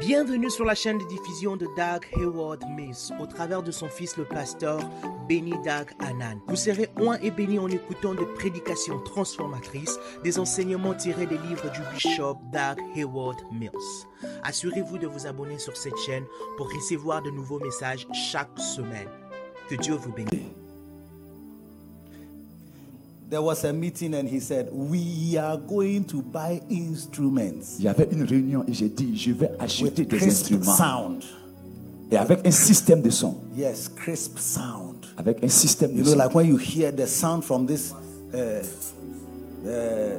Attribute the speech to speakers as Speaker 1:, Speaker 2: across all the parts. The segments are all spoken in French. Speaker 1: Bienvenue sur la chaîne de diffusion de Doug Hayward Mills au travers de son fils le pasteur Benny Doug Hanan. Vous serez oint et béni en écoutant des prédications transformatrices, des enseignements tirés des livres du bishop Doug Hayward Mills. Assurez-vous de vous abonner sur cette chaîne pour recevoir de nouveaux messages chaque semaine. Que Dieu vous bénisse.
Speaker 2: There was a meeting and he said, "We are going to buy instruments
Speaker 3: Il y avait une réunion et j'ai dit, je vais
Speaker 2: with
Speaker 3: acheter des
Speaker 2: crisp
Speaker 3: instruments.
Speaker 2: sound."
Speaker 3: Et avec un système de son.
Speaker 2: Yes, crisp sound.
Speaker 3: Avec un système de
Speaker 2: You know,
Speaker 3: son.
Speaker 2: like when you hear the sound from this, uh,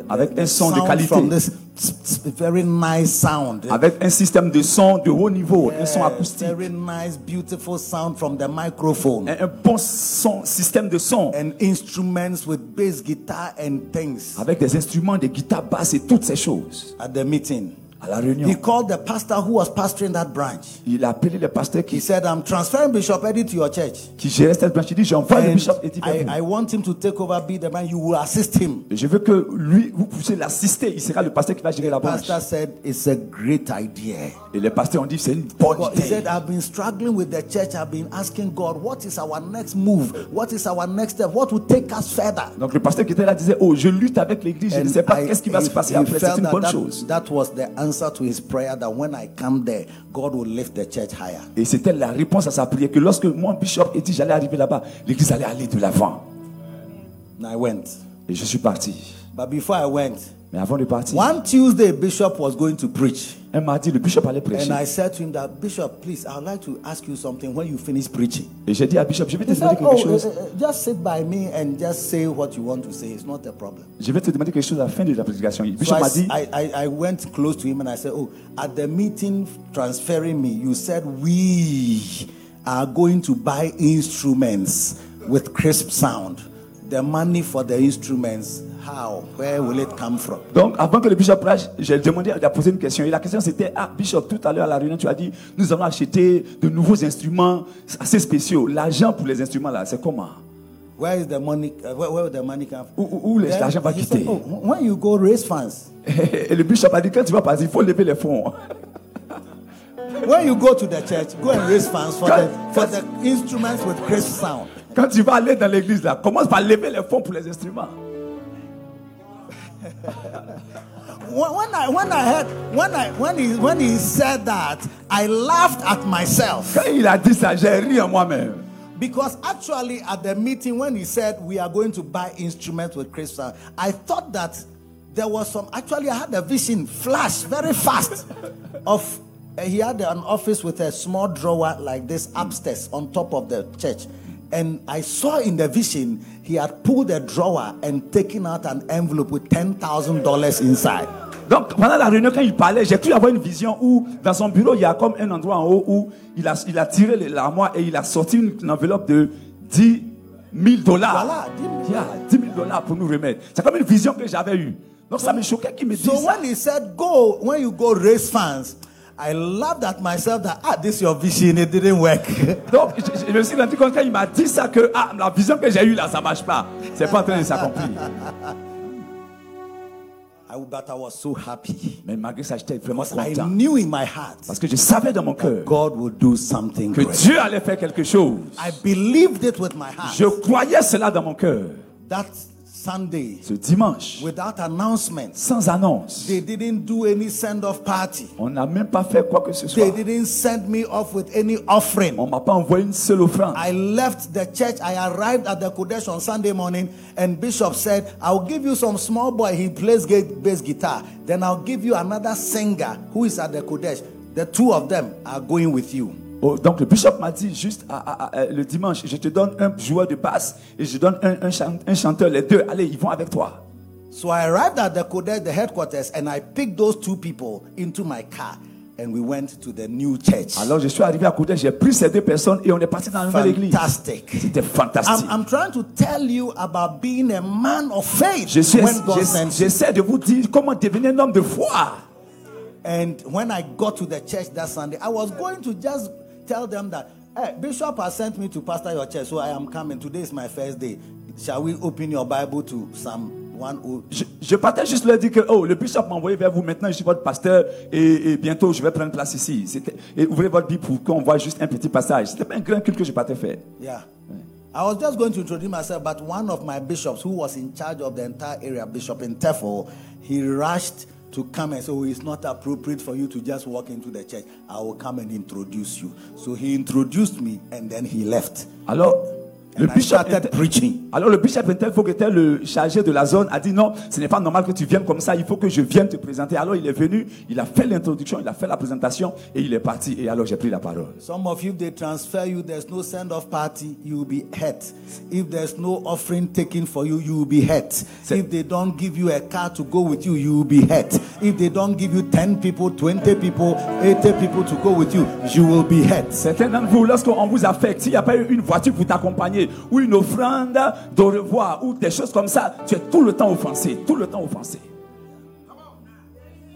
Speaker 3: avec un son
Speaker 2: sound
Speaker 3: de
Speaker 2: from
Speaker 3: qualité.
Speaker 2: this, tsk, tsk, very nice sound.
Speaker 3: Avec un système de son de haut niveau. un son
Speaker 2: Uh,
Speaker 3: acoustique.
Speaker 2: very nice, beautiful sound from the microphone.
Speaker 3: Un, un bon son, système de son.
Speaker 2: and instruments with bass guitar and things
Speaker 3: Avec des instruments de guitare basse et toutes ces choses.
Speaker 2: at the meeting.
Speaker 3: À la réunion.
Speaker 2: He called the pastor who was pastoring that branch.
Speaker 3: Il a appelé le pasteur
Speaker 2: He
Speaker 3: qui,
Speaker 2: said, I'm transferring Bishop Eddie to your church.
Speaker 3: qui gérait cette branche. Il dit, j'envoie le
Speaker 2: And
Speaker 3: bishop et dit,
Speaker 2: I, I want him to take over, be the man. You will assist him.
Speaker 3: je veux que lui, vous puissiez l'assister. Il sera le pasteur qui va gérer la branche.
Speaker 2: Pastor said, It's a great idea.
Speaker 3: Et les pasteurs ont dit, c'est une bonne
Speaker 2: God- He
Speaker 3: idée.
Speaker 2: said, I've been struggling with the church. I've been asking God, what is our next move? What is our next step? What will take us further?
Speaker 3: Donc le pasteur qui était là disait, oh, je lutte avec l'église, je ne sais pas
Speaker 2: I-
Speaker 3: qu'est-ce qui va
Speaker 2: he-
Speaker 3: se passer
Speaker 2: he
Speaker 3: après. C'est
Speaker 2: felt
Speaker 3: une
Speaker 2: that
Speaker 3: bonne
Speaker 2: that-
Speaker 3: chose.
Speaker 2: that was the answer to his prayer that when I come there, God will lift the church higher.
Speaker 3: Et c'était la réponse à sa prière que lorsque mon bishop a dit j'allais arriver là-bas, l'église allait aller de l'avant.
Speaker 2: And I went.
Speaker 3: Et je suis parti.
Speaker 2: But before I went,
Speaker 3: Mais avant de partir,
Speaker 2: one Tuesday, Bishop was going to preach.
Speaker 3: un mardi, le bishop allait prêcher.
Speaker 2: And I said to him that, Bishop, please, I'd like to ask you something when you finish preaching.
Speaker 3: Et j'ai dit à bishop, je vais te
Speaker 2: He
Speaker 3: demander
Speaker 2: said,
Speaker 3: quelque
Speaker 2: oh,
Speaker 3: chose.
Speaker 2: uh, uh, just sit by me and just say what you want to say. It's not a problem.
Speaker 3: Je vais te demander quelque chose à la fin de la prédication. Le
Speaker 2: So
Speaker 3: bishop
Speaker 2: I,
Speaker 3: m'a dit,
Speaker 2: I, I, I went close to him and I said, oh, at the meeting transferring me, you said we are going to buy instruments with crisp sound. The money for the instruments, how? Where will it come from?
Speaker 3: donc avant que le bishop prêche, j'ai demandé, il a posé une question. Et la question c'était, ah bishop, tout à l'heure à la réunion, tu as dit, nous allons acheter de nouveaux instruments assez spéciaux. L'argent pour les instruments là, c'est comment
Speaker 2: Where is the money? uh, where, where will the money come
Speaker 3: Où,
Speaker 2: from?
Speaker 3: où- où les-
Speaker 2: Then
Speaker 3: l'argent va
Speaker 2: he said,
Speaker 3: quitter
Speaker 2: "Oh, when you go raise funds,
Speaker 3: Et le bishop a dit, quand tu vas partir, il faut lever les fonds.
Speaker 2: when you go to the church, go and raise funds for
Speaker 3: God-
Speaker 2: the for the instruments with crisp sound.
Speaker 3: Quand tu vas aller dans l'église là, commence par lever les fonds pour les instruments.
Speaker 2: When when I when I heard when I when he when he said that, I laughed at myself
Speaker 3: Quand il a dit ça, j'ai ri en moi-même.
Speaker 2: because actually at the meeting when he said we are going to buy instruments with crisp sound, I thought that there was some. Actually, I had a vision flash very fast of. uh, He had an office with a small drawer like this upstairs on top of the church. And I saw in the vision, he had pulled a drawer and taken out an envelope with $10,000 inside.
Speaker 3: Donc pendant la réunion, quand il parlait, j'ai cru avoir une vision où dans son bureau, il y a comme un endroit en haut où il a, il a tiré les- l'armoire et il a sorti une, une enveloppe de 10 000 dollars.
Speaker 2: Voilà, 10 000
Speaker 3: Yeah, 10 000 dollars pour nous remettre. C'est comme une vision que j'avais eue. Donc ça me choquait qu'il me dise
Speaker 2: So
Speaker 3: ça.
Speaker 2: when he said go, when you go raise funds, I laughed at myself that ah, this your vision, it didn't work.
Speaker 3: Donc je, je- je me suis rendu compte quand il m'a dit ça que ah, la vision que j'ai eue là, ça marche pas. C'est pas en train de s'accomplir.
Speaker 2: I, but I was so happy.
Speaker 3: Mais malgré ça, j'étais vraiment
Speaker 2: I
Speaker 3: content.
Speaker 2: knew in my heart
Speaker 3: Parce que je savais dans mon cœur
Speaker 2: God would do something
Speaker 3: que
Speaker 2: great.
Speaker 3: Dieu allait faire quelque chose.
Speaker 2: I believed it with my heart.
Speaker 3: Je croyais cela dans mon cœur.
Speaker 2: That Sunday,
Speaker 3: Ce dimanche,
Speaker 2: without announcements,
Speaker 3: sans annonce,
Speaker 2: they didn't do any send off party.
Speaker 3: on n'a même pas fait quoi que ce soit.
Speaker 2: They didn't send me off with any
Speaker 3: On
Speaker 2: offering.
Speaker 3: m'a pas envoyé une seule offrande.
Speaker 2: I left the church. I arrived at the Kodesh on Sunday morning, and Bishop said, I'll give you some small boy. He plays ga- bass guitar. Then I'll give you another singer who is at the Kodesh. The two of them are going with you.
Speaker 3: Oh, donc le bishop m'a dit juste à- à- à- euh, le dimanche, je te donne un joueur de basse et je donne un, un chan- un chanteur, les deux. Allez, ils vont avec toi.
Speaker 2: So I arrived at the Kodesh, the headquarters, and I picked those two people into my car, and we went to the new church.
Speaker 3: Alors je suis arrivé à côté, j'ai pris ces deux personnes et on est parti dans la nouvelle église.
Speaker 2: Fantastic.
Speaker 3: C'était fantastique.
Speaker 2: I'm, I'm trying to tell you about being a man of faith
Speaker 3: Je suis-
Speaker 2: when God
Speaker 3: je-
Speaker 2: sends you.
Speaker 3: J'essaie de vous dire comment devenir un homme de foi.
Speaker 2: And when I got to the church that Sunday, I was going to just tell them that, hey, Bishop has sent me to pastor your church, so I am coming. Today is my first day. Shall we open your Bible to Psalm one oh.
Speaker 3: Je, je partais juste leur dire que oh, le bishop m'a envoyé vers vous maintenant, je suis votre pasteur et, et bientôt je vais prendre place ici. C'était- Et ouvrez votre Bible pour qu'on voit juste un petit passage. C'était pas un grand culte que je partais faire.
Speaker 2: Yeah. I was just going to introduce myself, but one of my bishops who was in charge of the entire area, Bishop in Tefo, he rushed to come and say, Oh, it's not appropriate for you to just walk into the church. I will come and introduce you. So he introduced me and then he left.
Speaker 3: Alors, le
Speaker 2: And I
Speaker 3: bishop,
Speaker 2: started
Speaker 3: était-
Speaker 2: preaching.
Speaker 3: alors le bishop Interfolk était le chargé de la zone, a dit non, ce n'est pas normal que tu viennes comme ça, il faut que je vienne te présenter. Alors il est venu, il a fait l'introduction, il a fait la présentation et il est parti. Et alors j'ai pris la parole.
Speaker 2: Some of you, if they transfer you, there's no send off party, you'll be hurt. If there's no offering taken for you, you'll be hurt.
Speaker 3: Say-
Speaker 2: If they don't give you a car to go with you, you'll be hurt. If they don't give you 10 people, 20 people, 80 people to go with you, you will be hurt.
Speaker 3: Certains d'entre vous, lorsqu'on vous affecte, s'il n'y a pas eu une voiture pour t'accompagner, ou une offrande d'au revoir, ou des choses comme ça, tu es tout le temps offensé, tout le temps offensé.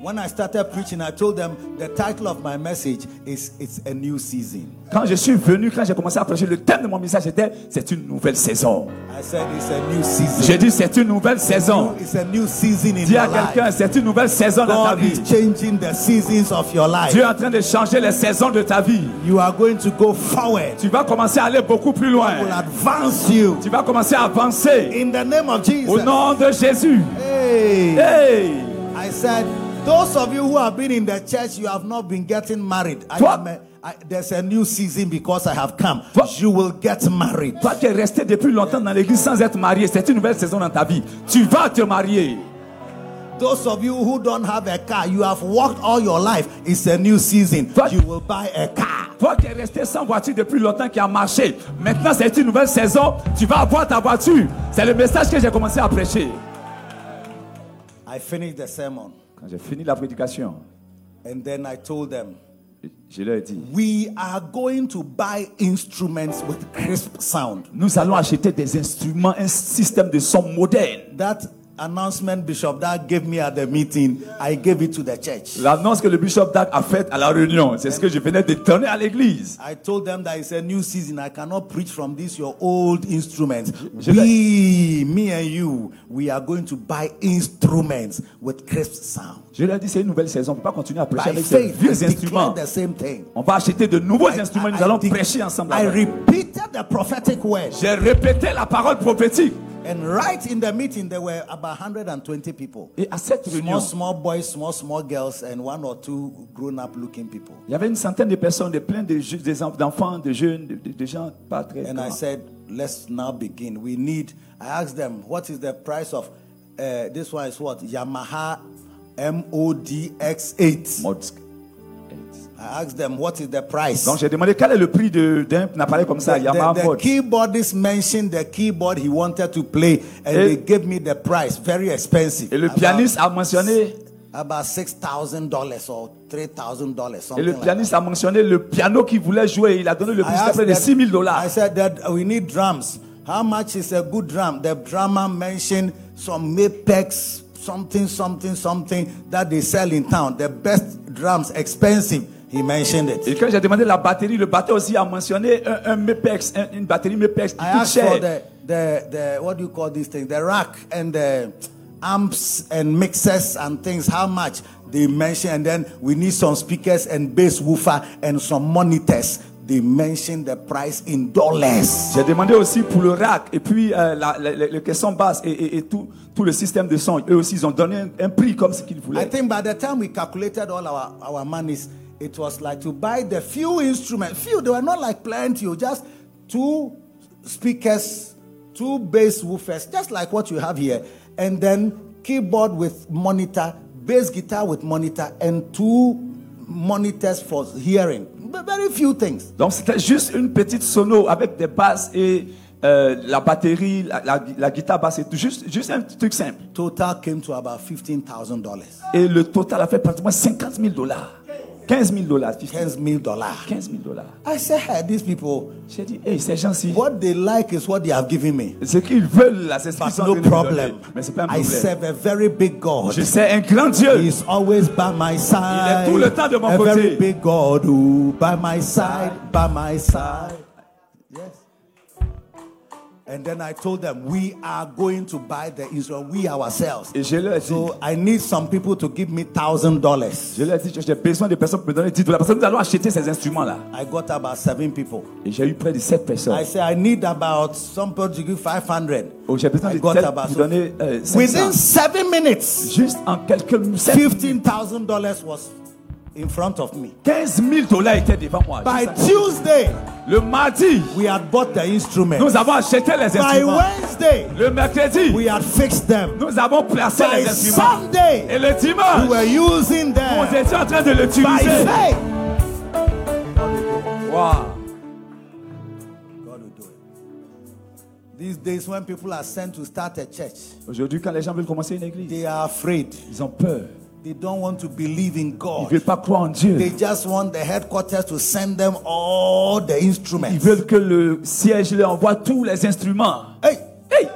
Speaker 2: When I started preaching, I told them the title of my message is It's a New Season.
Speaker 3: Quand je suis venu, quand j'ai commencé à prêcher, le thème de mon message était C'est une nouvelle saison.
Speaker 2: I said it's a new season.
Speaker 3: J'ai dit C'est une nouvelle saison.
Speaker 2: It's a new season in
Speaker 3: Dis
Speaker 2: your
Speaker 3: à
Speaker 2: life.
Speaker 3: quelqu'un C'est une nouvelle saison dans ta
Speaker 2: God
Speaker 3: vie.
Speaker 2: is changing the seasons of your life.
Speaker 3: Dieu est en train de changer les saisons de ta vie.
Speaker 2: You are going to go forward.
Speaker 3: Tu vas commencer à aller beaucoup plus
Speaker 2: I will
Speaker 3: loin.
Speaker 2: advance you.
Speaker 3: Tu vas commencer à avancer.
Speaker 2: In the name of
Speaker 3: Au
Speaker 2: Jesus.
Speaker 3: nom de Jésus.
Speaker 2: Hey.
Speaker 3: Hey!
Speaker 2: I said, those of you who have been in the church, you have not been getting married. I
Speaker 3: Toi-
Speaker 2: am a- I- there's a new season because I have come.
Speaker 3: Toi-
Speaker 2: You will get married.
Speaker 3: Toi qui es resté depuis longtemps dans l'église sans être marié, c'est une nouvelle saison dans ta vie. Tu vas te marier.
Speaker 2: Those of you who don't have a car, you have walked all your life. It's a new season.
Speaker 3: Toi-
Speaker 2: You will buy a car.
Speaker 3: Toi qui es resté sans voiture depuis longtemps, qui a marché, maintenant c'est une nouvelle saison, tu vas avoir ta voiture. C'est le message que j'ai commencé à prêcher.
Speaker 2: I finished the sermon
Speaker 3: Quand j'ai fini la prédication,
Speaker 2: and then I told them,
Speaker 3: je leur ai dit,
Speaker 2: we are going to buy instruments with crisp sound.
Speaker 3: nous allons acheter des instruments, un système de son moderne.
Speaker 2: That announcement Bishop that gave me at the meeting, I gave it to the church.
Speaker 3: L'annonce que le bishop Dag a faite à la réunion, c'est ce que je venais de donner à l'église.
Speaker 2: I told them that it's a new season. I cannot preach from these your old instruments.
Speaker 3: Je-
Speaker 2: We, me and you, we are going to buy instruments with crisp sound.
Speaker 3: Je leur ai dit, c'est une nouvelle saison, on ne peut pas continuer à prêcher
Speaker 2: By
Speaker 3: avec ces
Speaker 2: faith, I
Speaker 3: vieux
Speaker 2: declare
Speaker 3: instruments.
Speaker 2: the same thing.
Speaker 3: On va acheter de nouveaux
Speaker 2: I-
Speaker 3: instruments,
Speaker 2: I-
Speaker 3: nous
Speaker 2: I
Speaker 3: allons
Speaker 2: de-
Speaker 3: prêcher ensemble.
Speaker 2: I
Speaker 3: avec.
Speaker 2: repeated the prophetic word.
Speaker 3: J'ai répété la parole prophétique.
Speaker 2: And right in the meeting, there were about 120 people.
Speaker 3: Et à cette réunion,
Speaker 2: Small, small boys, small, small girls, and one or two grown up looking people.
Speaker 3: il y avait une centaine de personnes, de plein de ju- des en- d'enfants, de jeunes, de, de- de gens pas très.
Speaker 2: And
Speaker 3: grands.
Speaker 2: I said, let's now begin. We need, I asked them, what is the price of, uh, this one is what? Yamaha MODX8.
Speaker 3: Mode eight.
Speaker 2: I asked them, what is the price?
Speaker 3: Donc j'ai demandé quel est le prix de- d'un appareil comme ça,
Speaker 2: The,
Speaker 3: Yamaha
Speaker 2: the- the
Speaker 3: Mode.
Speaker 2: keyboardist mentioned the keyboard he wanted to play, and
Speaker 3: Et-
Speaker 2: they gave me the price, very expensive.
Speaker 3: Et le
Speaker 2: About-
Speaker 3: pianiste a mentionné,
Speaker 2: About six thousand dollars or three thousand dollars,
Speaker 3: et
Speaker 2: something
Speaker 3: le
Speaker 2: like
Speaker 3: pianiste a mentionné le piano qu'il voulait jouer. Il a donné le
Speaker 2: I
Speaker 3: prix c'était
Speaker 2: asked
Speaker 3: près de
Speaker 2: them-
Speaker 3: 6 000 dollars.
Speaker 2: I said that we need drums. How much is a good drum? The drummer mentioned some Mapex, something, something, something that they sell in town. The best drums, expensive. He mentioned
Speaker 3: Et
Speaker 2: it.
Speaker 3: quand j'ai demandé la batterie, le batteur aussi a mentionné un, un Mepex, un- une batterie Mepex qui
Speaker 2: I
Speaker 3: coûte
Speaker 2: asked for
Speaker 3: cher.
Speaker 2: the, the, the, what do you call these things? The rack and the amps and mixers and things. How much? They mentioned, and then we need some speakers and bass woofer and some monitors. They mentioned the price in dollars.
Speaker 3: J'ai demandé aussi pour le rack et puis euh, la, la- la- les caissons basses et, et- et tout, tout le système de son. Eux aussi, ils ont donné un, un prix comme ce qu'ils
Speaker 2: I
Speaker 3: voulaient.
Speaker 2: think by the time we calculated all our, our monies, it was like to buy the few instruments. Few, they were not like plenty, oh, just two speakers, two bass woofers, just like what you have here. And then keyboard with monitor, bass guitar with monitor, and two monitors for hearing. But Very few things.
Speaker 3: Donc c'était juste une petite sono avec des basses et euh, la batterie, la, la- la guitare basse et tout. Juste, juste un petit truc simple.
Speaker 2: Total came to about $15,000.
Speaker 3: Et le total a fait pratiquement 50 000 dollars. 15 000 dollars.
Speaker 2: 10 million dollars.
Speaker 3: 15 000 dollars.
Speaker 2: I said, hey, these people,
Speaker 3: J'ai dit, hey, ces gens-ci,
Speaker 2: what they like is what they have given me.
Speaker 3: ce qu'ils veulent là, c'est ce qu'ils
Speaker 2: But
Speaker 3: sont en train
Speaker 2: no
Speaker 3: de nous donner.
Speaker 2: problem.
Speaker 3: Mais c'est pas un
Speaker 2: I
Speaker 3: problème.
Speaker 2: serve a very big God.
Speaker 3: Je sais un grand Dieu.
Speaker 2: He's always by my side.
Speaker 3: tout le temps de mon
Speaker 2: a
Speaker 3: côté.
Speaker 2: very big God, ooh, by my side, by my side. Yes. And then I told them, we are going to buy the instrument, we ourselves.
Speaker 3: Et je leur ai dit,
Speaker 2: So I need some people to give me thousand dollars.
Speaker 3: je leur ai dit, j'ai besoin de personnes pour me donner 10 dollars. Parce que nous allons acheter ces instruments-là.
Speaker 2: I got about seven people.
Speaker 3: Et j'ai eu près de 7 personnes.
Speaker 2: I said, I need about some people to give 500.
Speaker 3: Oh, j'ai besoin
Speaker 2: I
Speaker 3: de
Speaker 2: got
Speaker 3: sept
Speaker 2: about
Speaker 3: pour donner euh,
Speaker 2: Within
Speaker 3: 500.
Speaker 2: seven minutes,
Speaker 3: Juste en quelques sept-
Speaker 2: $15,000 was in front of me.
Speaker 3: 15 000 dollars étaient devant moi.
Speaker 2: By
Speaker 3: Juste
Speaker 2: Tuesday,
Speaker 3: en- Le mardi,
Speaker 2: we had bought the instruments.
Speaker 3: nous avons acheté les
Speaker 2: By
Speaker 3: instruments.
Speaker 2: Wednesday,
Speaker 3: Le mercredi,
Speaker 2: we had fixed them.
Speaker 3: nous avons placé
Speaker 2: By
Speaker 3: les instruments. Et
Speaker 2: Sunday,
Speaker 3: le
Speaker 2: we
Speaker 3: dimanche,
Speaker 2: were using
Speaker 3: on
Speaker 2: them.
Speaker 3: était en train de
Speaker 2: By
Speaker 3: l'utiliser.
Speaker 2: faith,
Speaker 3: Wow.
Speaker 2: God will do it. These days, when people are sent to start a church,
Speaker 3: Aujourd'hui, quand les gens veulent commencer une église,
Speaker 2: they are afraid.
Speaker 3: ils ont peur.
Speaker 2: They don't want to believe in
Speaker 3: Ils ne
Speaker 2: God.
Speaker 3: veulent pas croire en Dieu.
Speaker 2: They just want the headquarters to send them all the
Speaker 3: Ils
Speaker 2: instruments.
Speaker 3: veulent que le siège leur envoie tous les instruments.
Speaker 2: Hey!
Speaker 3: Hey!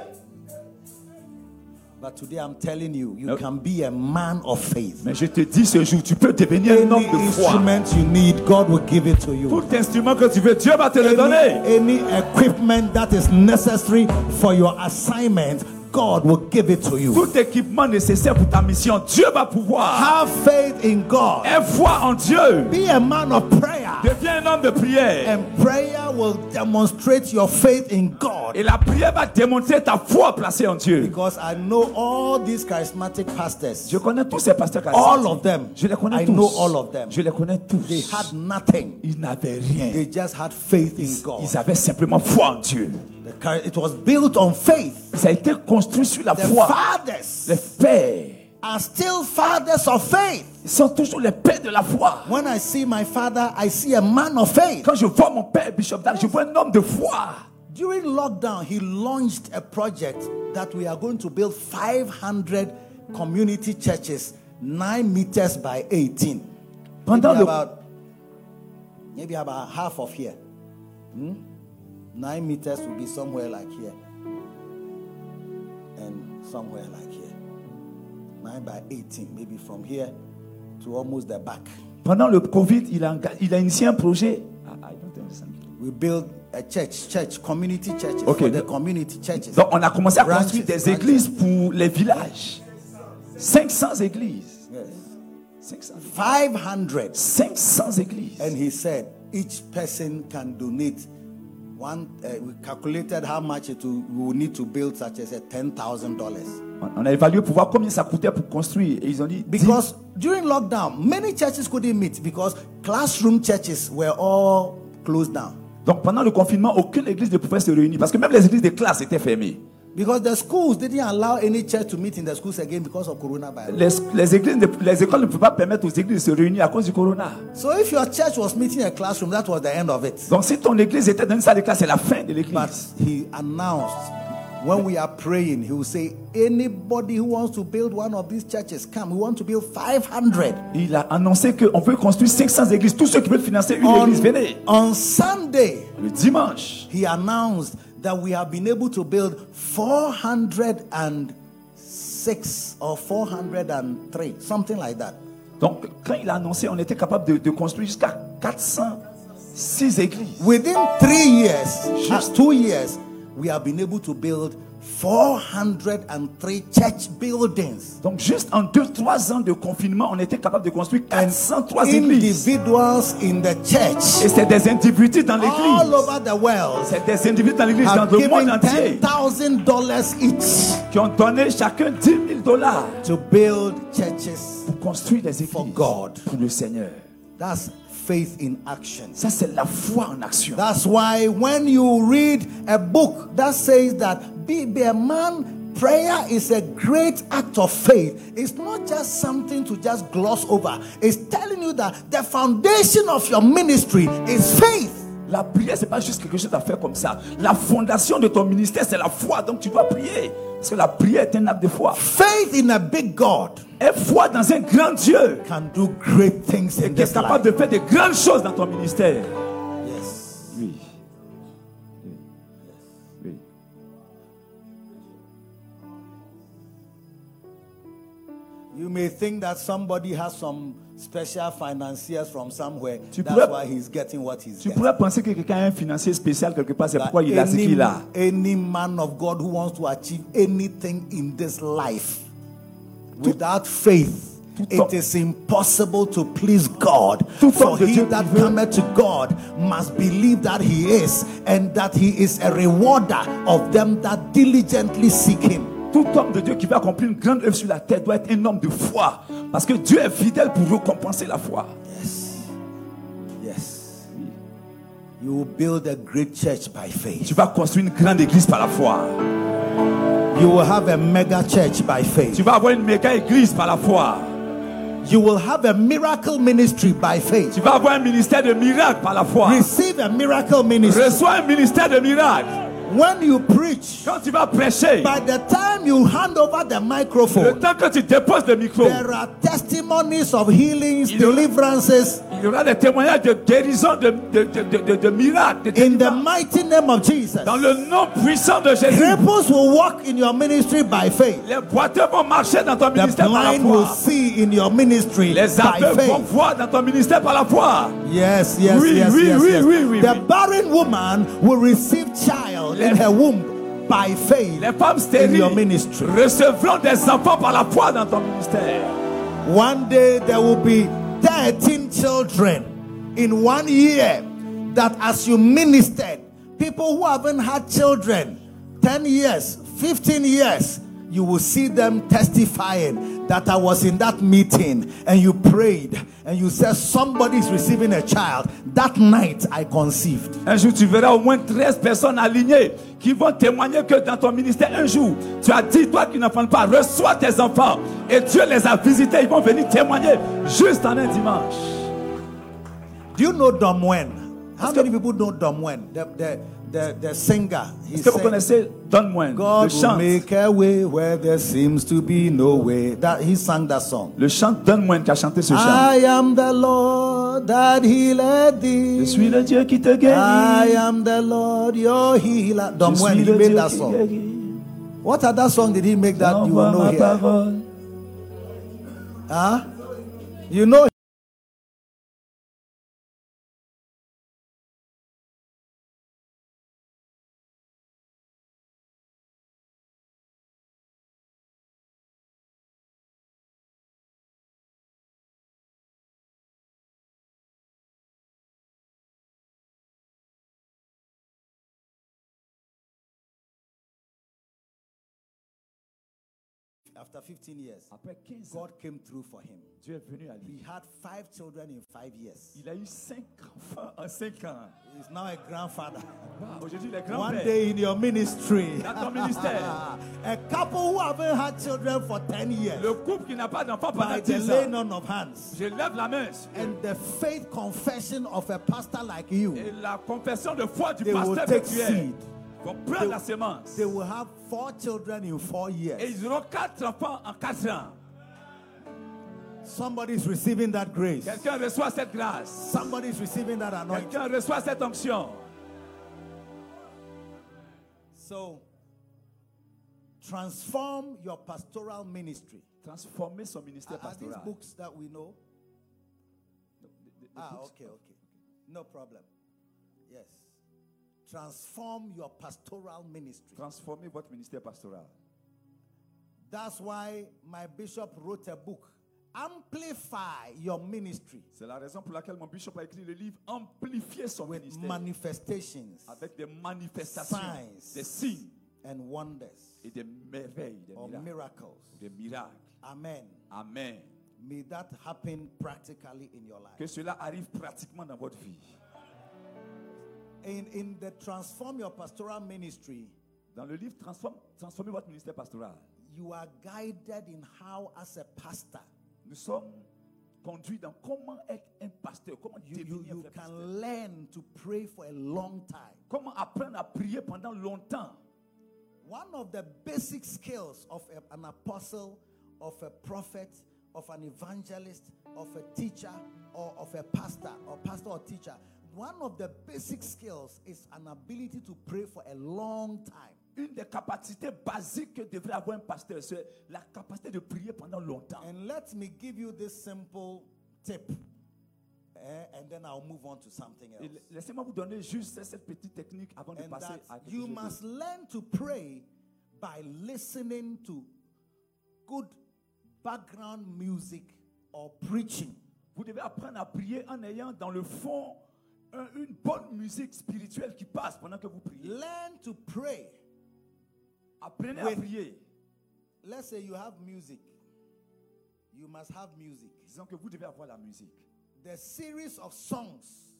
Speaker 2: But today I'm telling you, you
Speaker 3: Nope.
Speaker 2: can be a man of faith.
Speaker 3: Mais je te dis ce jour, tu peux devenir un
Speaker 2: Any
Speaker 3: homme de foi.
Speaker 2: instrument you need, God will give it to you.
Speaker 3: Tout instrument que tu veux, Dieu va te le donner.
Speaker 2: Any, any equipment that is necessary for your assignment, God will give it to you.
Speaker 3: Tout équipement nécessaire pour ta mission, Dieu va pouvoir.
Speaker 2: Have faith in God.
Speaker 3: Aie foi en Dieu.
Speaker 2: Be a man of prayer.
Speaker 3: Deviens un homme de prière.
Speaker 2: And prayer will demonstrate your faith in God.
Speaker 3: Et la prière va démontrer ta foi placée en Dieu.
Speaker 2: Because I know all these charismatic pastors,
Speaker 3: Je connais tous ces pasteurs
Speaker 2: all
Speaker 3: charismatiques.
Speaker 2: of them.
Speaker 3: Je les connais
Speaker 2: I
Speaker 3: tous.
Speaker 2: know all of them.
Speaker 3: Je les connais
Speaker 2: They
Speaker 3: tous.
Speaker 2: had nothing.
Speaker 3: Ils n'avaient rien.
Speaker 2: They just had faith in God.
Speaker 3: Ils avaient simplement foi en Dieu.
Speaker 2: The char- It was built on faith.
Speaker 3: Ça a été construit sur la
Speaker 2: The
Speaker 3: foi.
Speaker 2: fathers
Speaker 3: Les pères
Speaker 2: are still fathers of faith.
Speaker 3: ils sont toujours les pères de la foi.
Speaker 2: When I see my father, I see a man of faith.
Speaker 3: Quand je vois mon père, Bishop Dark, je vois un homme de foi.
Speaker 2: During lockdown, he launched a project that we are going to build 500 community churches, 9 meters by 18.
Speaker 3: Pendant
Speaker 2: maybe
Speaker 3: le,
Speaker 2: about maybe about half of here. Hmm? Nine meters will be somewhere like here, and somewhere like here. Nine by eighteen, maybe from here to almost the back.
Speaker 3: pendant le Covid, il a, enga- il a initié un projet. Ah, I don't understand.
Speaker 2: We build a church, church, community churches
Speaker 3: Okay.
Speaker 2: for the community churches.
Speaker 3: Donc, on a commencé à
Speaker 2: Branches,
Speaker 3: construire des
Speaker 2: branches.
Speaker 3: églises pour les villages. 500 églises.
Speaker 2: Yes.
Speaker 3: 500, églises.
Speaker 2: 500.
Speaker 3: 500 églises.
Speaker 2: And he said each person can donate one. Uh, we calculated how much it will, we will need to build such as a ten thousand dollars.
Speaker 3: On- On a évalué pour voir combien ça coûtait pour construire. Et ils ont dit, dix-
Speaker 2: Because during lockdown, many churches couldn't meet because classroom churches were all closed down.
Speaker 3: donc pendant le confinement, aucune église ne pouvait se réunir parce que même les églises de classe étaient fermées.
Speaker 2: Because the schools didn't allow any church to meet in the schools again because of coronavirus.
Speaker 3: Les, les églises ne- les écoles ne pouvaient pas permettre aux églises de se réunir à cause du corona.
Speaker 2: So if your church was meeting a classroom, that was the end of it.
Speaker 3: Donc si ton église était dans une salle de classe, c'est la fin de
Speaker 2: But
Speaker 3: l'église.
Speaker 2: he announced when we are praying, he will say, Anybody who wants to build one of these churches, come. We want to build 500.
Speaker 3: Il a annoncé qu'on veut construire 500 églises. Tous ceux qui veulent financer une église, venez.
Speaker 2: On, on Sunday,
Speaker 3: Le dimanche,
Speaker 2: he announced that we have been able to build 406 or 403, something like that.
Speaker 3: donc quand il a annoncé, on était capable de, de construire jusqu'à 406 églises.
Speaker 2: Within three years,
Speaker 3: Just-
Speaker 2: uh, two years, we have been able to build 403 church buildings.
Speaker 3: Donc juste en 2-3 ans de confinement, on était capable de construire 403 églises.
Speaker 2: Individuals in the
Speaker 3: Et
Speaker 2: church
Speaker 3: c'est des individus
Speaker 2: Ah,
Speaker 3: dans
Speaker 2: all
Speaker 3: l'église.
Speaker 2: over the world
Speaker 3: C'est des individus dans l'église dans
Speaker 2: have
Speaker 3: le
Speaker 2: given
Speaker 3: monde entier
Speaker 2: $10,000 each
Speaker 3: qui ont donné chacun 10 000 dollars
Speaker 2: to build churches.
Speaker 3: pour construire des églises
Speaker 2: For God.
Speaker 3: pour le Seigneur.
Speaker 2: That's faith in action.
Speaker 3: Ça, c'est la foi en action.
Speaker 2: That's why when you read a book that says that be, be a man, prayer is a great act of faith. It's not just something to just gloss over. It's telling you that the foundation of your ministry is faith.
Speaker 3: La prière, c'est pas juste quelque chose à faire comme ça. La fondation de ton ministère, c'est la foi. Donc tu dois prier. Parce que la prière est un acte de foi.
Speaker 2: Faith in a big God
Speaker 3: Et foi dans un grand Dieu
Speaker 2: can do great things in
Speaker 3: qui est
Speaker 2: this
Speaker 3: capable
Speaker 2: life.
Speaker 3: de faire de grandes choses dans ton ministère.
Speaker 2: Yes.
Speaker 3: Oui. Oui.
Speaker 2: You may think that somebody has some special financiers from somewhere.
Speaker 3: Tu
Speaker 2: That's
Speaker 3: pourrais-
Speaker 2: why he's getting what he's
Speaker 3: Tu
Speaker 2: getting.
Speaker 3: pourrais penser que quelqu'un a un financier spécial quelque part, c'est
Speaker 2: That
Speaker 3: pourquoi il a ce
Speaker 2: any-
Speaker 3: qu'il a.
Speaker 2: Any man of God who wants to achieve anything in this life without faith,
Speaker 3: Tout homme-
Speaker 2: it is impossible to please God.
Speaker 3: Tout
Speaker 2: For
Speaker 3: homme de
Speaker 2: he
Speaker 3: Dieu qui
Speaker 2: that
Speaker 3: veut-
Speaker 2: cometh to God must believe that he is, and that he is a rewarder of them that diligently seek him.
Speaker 3: Tout homme de Dieu qui veut accomplir une grande œuvre sur la terre doit être un homme de foi. Parce que Dieu est fidèle pour récompenser la foi.
Speaker 2: Yes. You will build a great church by faith.
Speaker 3: Tu vas construire une grande église par la foi.
Speaker 2: You will have a mega church by faith.
Speaker 3: Tu vas avoir une méga église par la foi.
Speaker 2: You will have a miracle ministry by faith.
Speaker 3: Tu vas avoir un ministère de miracles par la foi.
Speaker 2: Receive a miracle ministry.
Speaker 3: Reçois un ministère de miracles.
Speaker 2: When you preach,
Speaker 3: Quand tu vas prêcher,
Speaker 2: by the time you hand over the
Speaker 3: le
Speaker 2: microphone,
Speaker 3: temps que tu déposes le micro,
Speaker 2: there are testimonies of healings,
Speaker 3: You know-
Speaker 2: deliverances
Speaker 3: il y aura des témoignages de guérison, de, de, de, de- de- de miracles. de
Speaker 2: in the
Speaker 3: délivrances.
Speaker 2: mighty name of Jesus.
Speaker 3: Dans le nom puissant de Jésus,
Speaker 2: Cripples will walk in your ministry by faith.
Speaker 3: les boiteux vont marcher dans ton
Speaker 2: The
Speaker 3: ministère par la
Speaker 2: blind will
Speaker 3: foi.
Speaker 2: see in your ministry
Speaker 3: Les
Speaker 2: by
Speaker 3: aveugles vont
Speaker 2: faith.
Speaker 3: voir dans ton ministère par la foi.
Speaker 2: Yes, yes,
Speaker 3: Oui,
Speaker 2: yes,
Speaker 3: oui,
Speaker 2: yes,
Speaker 3: oui,
Speaker 2: yes.
Speaker 3: oui, oui,
Speaker 2: The
Speaker 3: oui.
Speaker 2: barren woman will receive child in
Speaker 3: Les-
Speaker 2: her womb by faith.
Speaker 3: Les femmes
Speaker 2: In
Speaker 3: stériles
Speaker 2: your ministry.
Speaker 3: recevront des enfants par la foi dans ton ministère.
Speaker 2: One day there will be 13 children in one year that as you ministered, people who haven't had children 10 years, 15 years, you will see them testifying that I was in that meeting and you prayed and you said somebody's receiving a child. That night I conceived.
Speaker 3: Un jour, tu verras au moins 13 personnes alignées qui vont témoigner que dans ton ministère, un jour, tu as dit, toi qui n'enfantes pas, reçois tes enfants. Et Dieu les a visités, ils vont venir témoigner juste en un dimanche.
Speaker 2: Do you know Domwen? How many people know Domwen? The, the, the, the singer. He
Speaker 3: Est-ce que vous
Speaker 2: sang-
Speaker 3: connaissez Don Moen, le
Speaker 2: God will
Speaker 3: chant,
Speaker 2: make a way where there seems to be no way. That he sang that song.
Speaker 3: le chant Don Moen qui a chanté ce chant.
Speaker 2: I am the Lord that healed
Speaker 3: Je
Speaker 2: thee.
Speaker 3: suis le Dieu qui te
Speaker 2: I
Speaker 3: guérit.
Speaker 2: am the Lord your healer.
Speaker 3: Je
Speaker 2: Don
Speaker 3: suis
Speaker 2: when he
Speaker 3: le
Speaker 2: made
Speaker 3: Dieu
Speaker 2: that
Speaker 3: qui
Speaker 2: song.
Speaker 3: guérit.
Speaker 2: What other song did he make that you will
Speaker 3: Envoie
Speaker 2: know
Speaker 3: ma
Speaker 2: here?
Speaker 3: parole.
Speaker 2: Huh? You know after 15 years,
Speaker 3: Après 15 ans,
Speaker 2: God came through for him.
Speaker 3: Dieu est venu à lui.
Speaker 2: He had five children in five years.
Speaker 3: Il a eu 5 enfants en 5 ans.
Speaker 2: He's now a grandfather.
Speaker 3: Wow, Aujourd'hui, les grands
Speaker 2: One day in your ministry.
Speaker 3: Dans ton ministère.
Speaker 2: A couple who haven't had children for 10 years
Speaker 3: Le couple qui n'a pas d'enfant
Speaker 2: by
Speaker 3: pendant
Speaker 2: the
Speaker 3: 10 ans.
Speaker 2: laying on of hands
Speaker 3: Je lève la main.
Speaker 2: and the faith confession of a pastor like you,
Speaker 3: Et la confession de foi du
Speaker 2: They will
Speaker 3: pasteur
Speaker 2: take
Speaker 3: que tu es.
Speaker 2: seed.
Speaker 3: vont prendre
Speaker 2: They-
Speaker 3: la semence.
Speaker 2: they will have four children in four
Speaker 3: Et
Speaker 2: years.
Speaker 3: ils auront quatre enfants en quatre ans.
Speaker 2: Somebody is receiving that grace,
Speaker 3: Quelqu'un reçoit cette grâce.
Speaker 2: somebody is receiving that anointing.
Speaker 3: Quelqu'un reçoit cette onction.
Speaker 2: So, transform your pastoral ministry.
Speaker 3: Transformer son ministère
Speaker 2: Are these
Speaker 3: pastoral.
Speaker 2: books that we know? Ah, okay, okay. No problem. Yes. Transform your pastoral ministry.
Speaker 3: Transformer votre ministère pastoral.
Speaker 2: That's why my bishop wrote a book. Amplify your ministry
Speaker 3: C'est la raison pour laquelle mon bishop a écrit le livre Amplifier son
Speaker 2: with
Speaker 3: ministère
Speaker 2: manifestations
Speaker 3: avec des manifestations,
Speaker 2: Signs.
Speaker 3: des signes
Speaker 2: and wonders
Speaker 3: et des merveilles, des
Speaker 2: or
Speaker 3: miracles.
Speaker 2: miracles.
Speaker 3: Des miracles.
Speaker 2: Amen.
Speaker 3: Amen.
Speaker 2: May that happen practically in your
Speaker 3: Que
Speaker 2: life.
Speaker 3: cela arrive pratiquement dans votre vie.
Speaker 2: In, in the transform your pastoral ministry,
Speaker 3: Dans le livre Transforme- Transformez votre ministère pastoral,
Speaker 2: you are guided in how, as a pastor,
Speaker 3: nous sommes conduits dans comment être un pasteur, comment
Speaker 2: you,
Speaker 3: devenir
Speaker 2: you,
Speaker 3: un
Speaker 2: you
Speaker 3: vrai pasteur,
Speaker 2: can learn to pray for a long time.
Speaker 3: comment apprendre à prier pendant longtemps.
Speaker 2: One of the basic skills of a- an apostle, of a prophet, of an evangelist, of a teacher, or of a pastor, or pastor or teacher, one of the basic skills is an ability to pray for a long time.
Speaker 3: Une des capacités basiques que devrait avoir un pasteur, c'est la capacité de prier pendant longtemps.
Speaker 2: And let me give you this simple tip. Eh, and then I'll move on to something
Speaker 3: Et
Speaker 2: else.
Speaker 3: Laissez-moi vous donner juste cette petite technique avant de
Speaker 2: And
Speaker 3: passer à
Speaker 2: that
Speaker 3: quelque
Speaker 2: you
Speaker 3: chose
Speaker 2: must
Speaker 3: d'autre.
Speaker 2: learn to pray by listening to good background music or preaching.
Speaker 3: Vous devez apprendre à prier en ayant dans le fond un- une bonne musique spirituelle qui passe pendant que vous priez.
Speaker 2: Learn to pray.
Speaker 3: Apprenez à
Speaker 2: With-
Speaker 3: prier.
Speaker 2: Let's say you have music. You must have music.
Speaker 3: Disons que vous devez avoir la musique.
Speaker 2: The series of songs,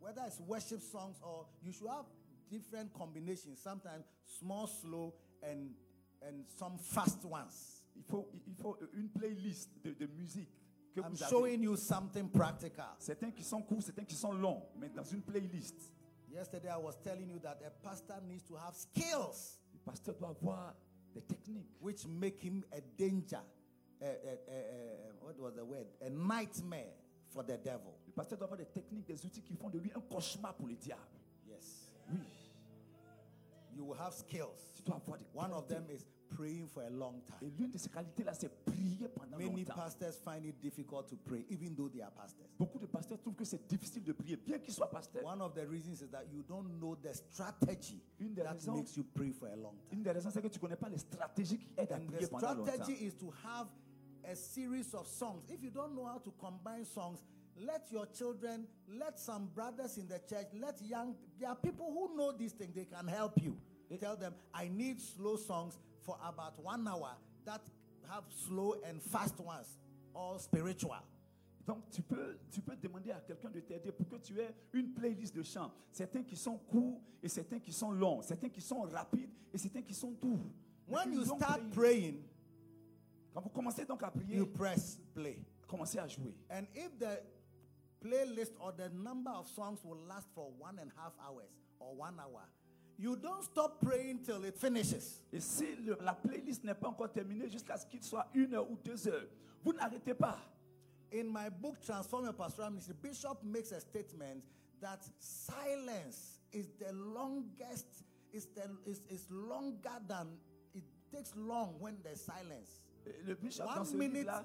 Speaker 2: whether it's worship songs or you should have different combinations, sometimes small, slow, and and some fast ones.
Speaker 3: Il faut, il faut une playlist de, de musique que
Speaker 2: I'm
Speaker 3: vous avez.
Speaker 2: showing you something practical.
Speaker 3: Certains qui sont courts, certains qui sont longs, mais dans une playlist.
Speaker 2: Yesterday I was telling you that a pastor needs to have skills
Speaker 3: Le pasteur doit avoir des techniques
Speaker 2: which make him a danger. a- a- a- a- what was the word? A nightmare for the devil.
Speaker 3: Le pasteur doit avoir des techniques, des outils qui font de lui un cauchemar pour le diable.
Speaker 2: Yes.
Speaker 3: Oui,
Speaker 2: You will have skills.
Speaker 3: tu dois avoir des
Speaker 2: One of
Speaker 3: qualités.
Speaker 2: them is praying for a long
Speaker 3: Et
Speaker 2: time.
Speaker 3: l'une de ces qualités-là, c'est prier pendant
Speaker 2: Many
Speaker 3: longtemps.
Speaker 2: pastors find it difficult to pray, even though they are pastors.
Speaker 3: Beaucoup de pasteurs trouvent que c'est difficile de prier, bien qu'ils soient pasteurs.
Speaker 2: One of the reasons is that you don't know the strategy
Speaker 3: Une des
Speaker 2: that
Speaker 3: raisons-
Speaker 2: makes you pray for a long time.
Speaker 3: Une des raisons, c'est que tu ne connais pas les stratégies qui aident à
Speaker 2: And the
Speaker 3: prier pendant longtemps.
Speaker 2: strategy is to have a series of songs. If you don't know how to combine songs, let your children, let some brothers in the church, let young, there are people who know these things, they can help you. Tell them, I need slow songs for about one hour that have slow and fast ones, all spiritual.
Speaker 3: Donc, tu peux, tu peux demander à quelqu'un de t'aider pour que tu aies une playlist de chants. Certains qui sont courts et certains qui sont longs. Certains qui sont rapides et certains qui sont doux. Mais
Speaker 2: When
Speaker 3: une
Speaker 2: you
Speaker 3: longue
Speaker 2: start
Speaker 3: playlist.
Speaker 2: praying,
Speaker 3: quand vous commencez donc à
Speaker 2: you
Speaker 3: prier,
Speaker 2: press play.
Speaker 3: commencez à jouer.
Speaker 2: And if the playlist or the number of songs will last for one and a half hours or one hour, you don't stop praying till it finishes.
Speaker 3: Et si le- la playlist n'est pas encore terminée jusqu'à ce qu'il soit une heure ou deux heures, vous n'arrêtez pas.
Speaker 2: In my book, Transform Your Pastoral Ministry, Bishop makes a statement that silence is the longest, is, the, is, is longer than, it takes long when there's silence.
Speaker 3: Et Le bishop dans ce
Speaker 2: One minute
Speaker 3: livre-là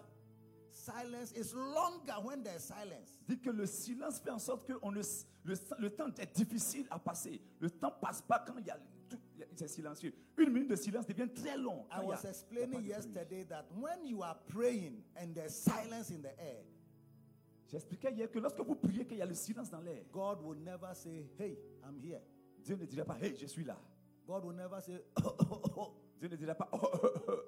Speaker 2: silence is longer when there's silence.
Speaker 3: dit que le silence fait en sorte que on ne s- le, s- le temps est difficile à passer. Le temps passe pas quand il y a tout- il y a- c'est silencieux. Une minute de silence devient très long. quand
Speaker 2: I
Speaker 3: il y a-
Speaker 2: was
Speaker 3: il y a
Speaker 2: explaining
Speaker 3: pas de bruit.
Speaker 2: yesterday that when you are praying and there's silence in the air,
Speaker 3: J'expliquais hier que lorsque vous priez qu'il y a le silence dans l'air,
Speaker 2: God will never say, Hey, I'm here.
Speaker 3: Dieu ne dira pas Hey, je suis là.
Speaker 2: God will never say,
Speaker 3: Dieu ne dira pas Oh, oh, oh, oh.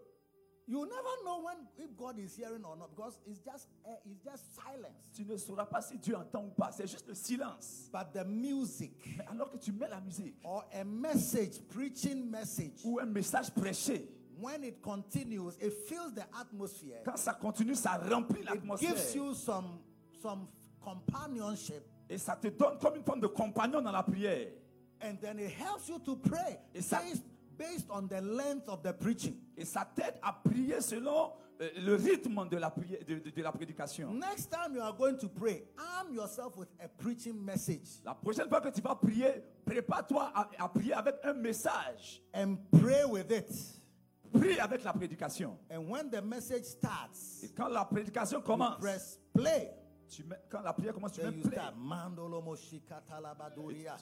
Speaker 2: You never know when if God is hearing or not because it's just eh, it's just silence.
Speaker 3: Tu ne sauras pas si Dieu entend ou pas. C'est juste le silence.
Speaker 2: But the music
Speaker 3: Mais alors que tu mets la musique
Speaker 2: or a message, preaching message,
Speaker 3: ou un message prêché,
Speaker 2: when it continues, it fills the atmosphere.
Speaker 3: quand ça continue, ça remplit
Speaker 2: It gives
Speaker 3: l'atmosphère
Speaker 2: you some some companionship,
Speaker 3: et ça te donne comme une forme de compagnon dans la prière.
Speaker 2: and then it helps you to pray
Speaker 3: It's a-
Speaker 2: based based on the length of the preaching.
Speaker 3: Et ça t'aide à prier selon euh, le rythme de la, prière, de, de- de la prédication.
Speaker 2: Next time you are going to pray, arm yourself with a preaching message.
Speaker 3: La prochaine fois que tu vas prier, prépare-toi à, à prier avec un message.
Speaker 2: and pray with it.
Speaker 3: Prie avec la prédication.
Speaker 2: And when the message starts,
Speaker 3: Et quand la prédication commence,
Speaker 2: press play.
Speaker 3: tu mets- quand la prière commence, tu
Speaker 2: Then
Speaker 3: mets
Speaker 2: you
Speaker 3: play.
Speaker 2: start mandolo moshika talabadoria,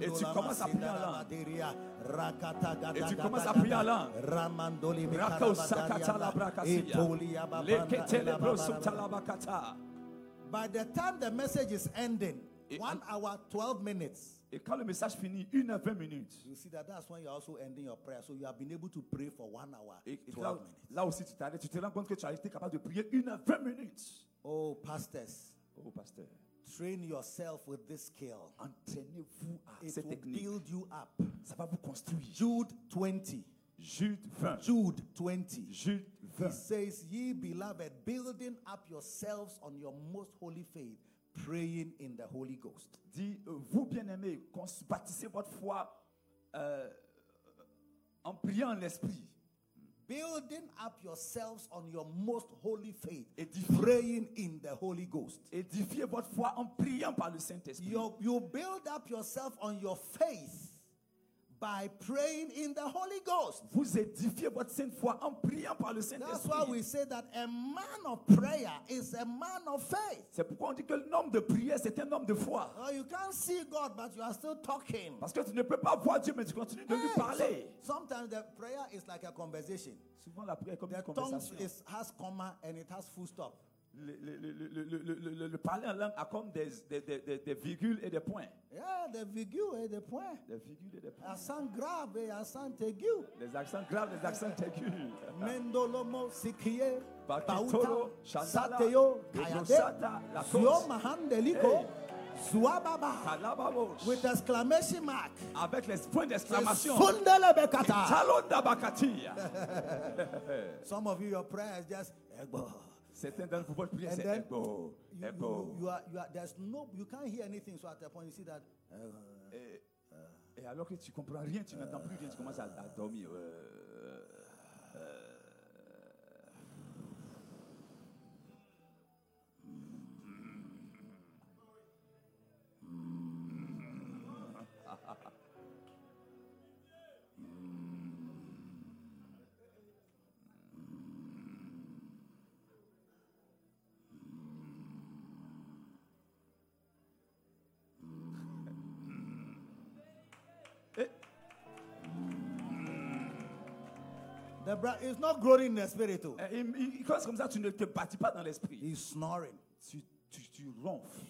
Speaker 3: Et tu commences à prier en langue.
Speaker 2: mandolamasidalabaderia, rakata gada
Speaker 3: Et tu
Speaker 2: gada
Speaker 3: commences à
Speaker 2: gada,
Speaker 3: prier en langue.
Speaker 2: ramandoli mikalabadariana, etolia babanda elabababa.
Speaker 3: Rakosakatalabrakasiya.
Speaker 2: By the time the message is ending,
Speaker 3: Et-
Speaker 2: one hour, 12 minutes,
Speaker 3: Et quand le message finit, 1h20 minutes.
Speaker 2: you see that that's when you're also ending your prayer. So you have been able to pray for one hour,
Speaker 3: Et, et là,
Speaker 2: 12 minutes.
Speaker 3: là aussi, tu t'arrêtes, tu te rends compte que tu as été capable de prier 1h20 minutes.
Speaker 2: Oh, pastors.
Speaker 3: Oh, pasteur,
Speaker 2: Train yourself with this skill.
Speaker 3: entraînez-vous à
Speaker 2: It
Speaker 3: cette
Speaker 2: will
Speaker 3: technique.
Speaker 2: build you up.
Speaker 3: Ça va vous construire.
Speaker 2: Jude 20.
Speaker 3: Jude 20.
Speaker 2: Jude 20.
Speaker 3: Jude
Speaker 2: He
Speaker 3: 20.
Speaker 2: says, Ye beloved, building up yourselves on your most holy faith, praying in the Holy Ghost.
Speaker 3: Dit, euh, vous bien-aimés, cons- bâtissez votre foi euh, en priant en l'esprit.
Speaker 2: Building up yourselves on your most holy faith,
Speaker 3: Edifier.
Speaker 2: praying in the Holy Ghost.
Speaker 3: Édifiez votre foi en priant par le Saint-Esprit.
Speaker 2: You, you build up yourself on your faith by praying in the Holy Ghost.
Speaker 3: Vous édifiez votre sainte foi en priant par le
Speaker 2: That's why
Speaker 3: Saint-Esprit.
Speaker 2: we say that a man of prayer is a man of faith.
Speaker 3: C'est pourquoi on dit que l'homme de prière, c'est un homme de foi.
Speaker 2: Oh, you can't see God, but you are still talking.
Speaker 3: Parce que tu ne peux pas voir Dieu, mais tu continues de lui
Speaker 2: Hey,
Speaker 3: parler.
Speaker 2: so- sometimes the prayer is like a conversation.
Speaker 3: Souvent, la prière est comme
Speaker 2: The
Speaker 3: une
Speaker 2: tongue
Speaker 3: conversation.
Speaker 2: is, has comma and it has full stop.
Speaker 3: Le, le- le- le- le- le- le- le- le parler en langue a comme des, des, des- des- des virgules et des points.
Speaker 2: Yeah, the vigue, the point.
Speaker 3: Des virgules et des points.
Speaker 2: Accent grave, eh, accent aigu.
Speaker 3: Les accents graves, les accents aigus.
Speaker 2: Mendolomo sikie,
Speaker 3: Bakitoro,
Speaker 2: Bauta,
Speaker 3: Shandala,
Speaker 2: Sateo,
Speaker 3: Lebrosata,
Speaker 2: Kayade,
Speaker 3: Lacoste.
Speaker 2: Zuomahandeliko, Zuababa,
Speaker 3: Kalababo.
Speaker 2: with exclamation mark.
Speaker 3: Avec les points d'exclamation.
Speaker 2: Sundelebekata.
Speaker 3: Talon d'Abakati.
Speaker 2: Some of you, your prayer is just ego.
Speaker 3: Certains d'entre vous, votre prière,
Speaker 2: And
Speaker 3: c'est
Speaker 2: then
Speaker 3: ego.
Speaker 2: you,
Speaker 3: Ego.
Speaker 2: you, you are, you are, there's no, you can't hear anything. So at that point, you see that. eh,
Speaker 3: Et alors que tu comprends rien, tu n'entends plus rien, tu commences à, à dormir. Euh, euh.
Speaker 2: The bra- it's not growing in the spirit. Too.
Speaker 3: Et il- il- il commence comme ça, tu ne te bâtis pas dans l'esprit.
Speaker 2: He's snoring.
Speaker 3: Tu, tu, tu ronfles.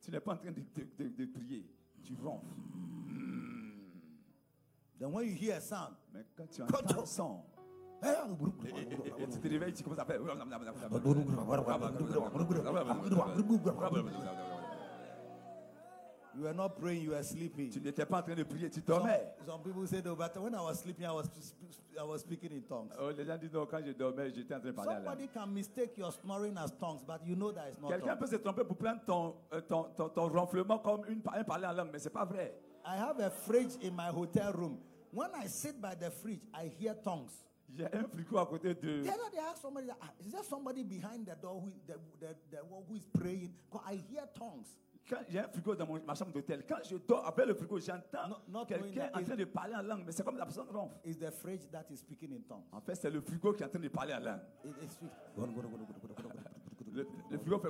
Speaker 3: Tu n'es pas en train de, de- de- de prier. Tu ronfles.
Speaker 2: Then when you hear a sound,
Speaker 3: Mais quand tu entends le son,
Speaker 2: eh,
Speaker 3: et, et- et- et tu te réveilles, tu commences à faire.
Speaker 2: you were not praying, you were sleeping.
Speaker 3: Tu n'étais pas en train de prier, tu
Speaker 2: Some,
Speaker 3: dormais.
Speaker 2: some people say, no, but when I was sleeping, I was, sp- sp- I was speaking in tongues.
Speaker 3: Oh, les gens disent non, quand je dormais, j'étais en train de parler à la
Speaker 2: Somebody can mistake your snoring as tongues, but you know that it's not
Speaker 3: Quelqu'un peut
Speaker 2: tongues.
Speaker 3: se tromper pour prendre ton, euh, ton, ton, ton ronflement comme une, un parler en langue, mais c'est pas vrai.
Speaker 2: I have a fridge in my hotel room. When I sit by the fridge, I hear tongues.
Speaker 3: J'ai un frigo à côté de.
Speaker 2: The other day, I asked somebody, that, "Ah, is there somebody behind the door who, the, the, the one who is praying? Because I hear tongues.
Speaker 3: Quand j'ai un frigo dans mon- ma chambre d'hôtel, quand je dors avec le frigo,
Speaker 2: Non,
Speaker 3: j'entends
Speaker 2: non,
Speaker 3: quelqu'un
Speaker 2: non,
Speaker 3: en train de parler en langue, mais c'est comme la personne ronfle.
Speaker 2: It's the fridge that is speaking in tongues.
Speaker 3: En fait, c'est le frigo qui est en train de parler en langue.
Speaker 2: It, it's sweet.
Speaker 3: Le, le frigo fait.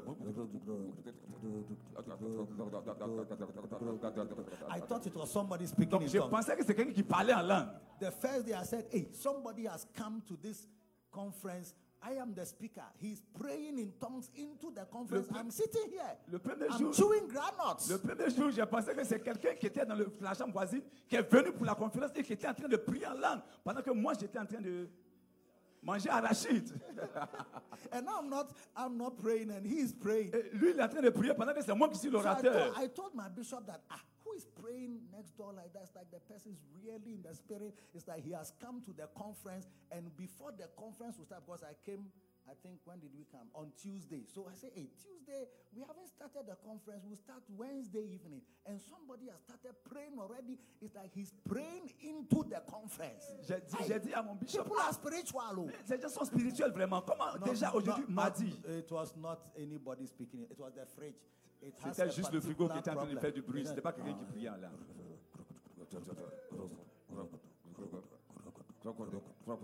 Speaker 2: I thought it was somebody speaking
Speaker 3: Donc,
Speaker 2: in
Speaker 3: je
Speaker 2: tongues.
Speaker 3: pensais que c'est quelqu'un qui parlait en langue.
Speaker 2: The first day I said, hey, somebody has come to this conference. I am the speaker. He's praying in tongues into the conference.
Speaker 3: pre-
Speaker 2: I'm sitting here.
Speaker 3: Le premier
Speaker 2: I'm
Speaker 3: jour-
Speaker 2: chewing granuts.
Speaker 3: Le premier jour, j'ai pensé que c'est quelqu'un qui était dans le- la chambre voisine, qui est venu pour la conférence et qui était en train de prier en langue, pendant que moi, j'étais en train de manger arachide.
Speaker 2: and I'm not, I'm not praying, and he's praying.
Speaker 3: Et lui, il est en train de prier pendant que c'est moi qui suis
Speaker 2: So I,
Speaker 3: l'orateur.
Speaker 2: told, I told my bishop that ah, who is praying next door like that? It's like the person is really in the spirit. It's like he has come to the conference, and before the conference will start, because I came, I think when did we come? On Tuesday. So I say, hey, Tuesday we haven't started the conference. We'll start Wednesday evening, and somebody has started praying already. It's like he's praying into the conference.
Speaker 3: J'ai dit, j'ai dit à mon bishop, Ah,
Speaker 2: People are spiritual. oh.
Speaker 3: ces gens sont spirituels vraiment. Comment
Speaker 2: No,
Speaker 3: déjà
Speaker 2: no,
Speaker 3: aujourd'hui,
Speaker 2: no,
Speaker 3: mardi,
Speaker 2: no, It was not anybody speaking. It was the fridge. It has
Speaker 3: c'était
Speaker 2: a
Speaker 3: juste le frigo qui était en train de
Speaker 2: particular
Speaker 3: faire du bruit,
Speaker 2: problem.
Speaker 3: c'était pas quelqu'un
Speaker 2: Ah.
Speaker 3: qui priait en langue.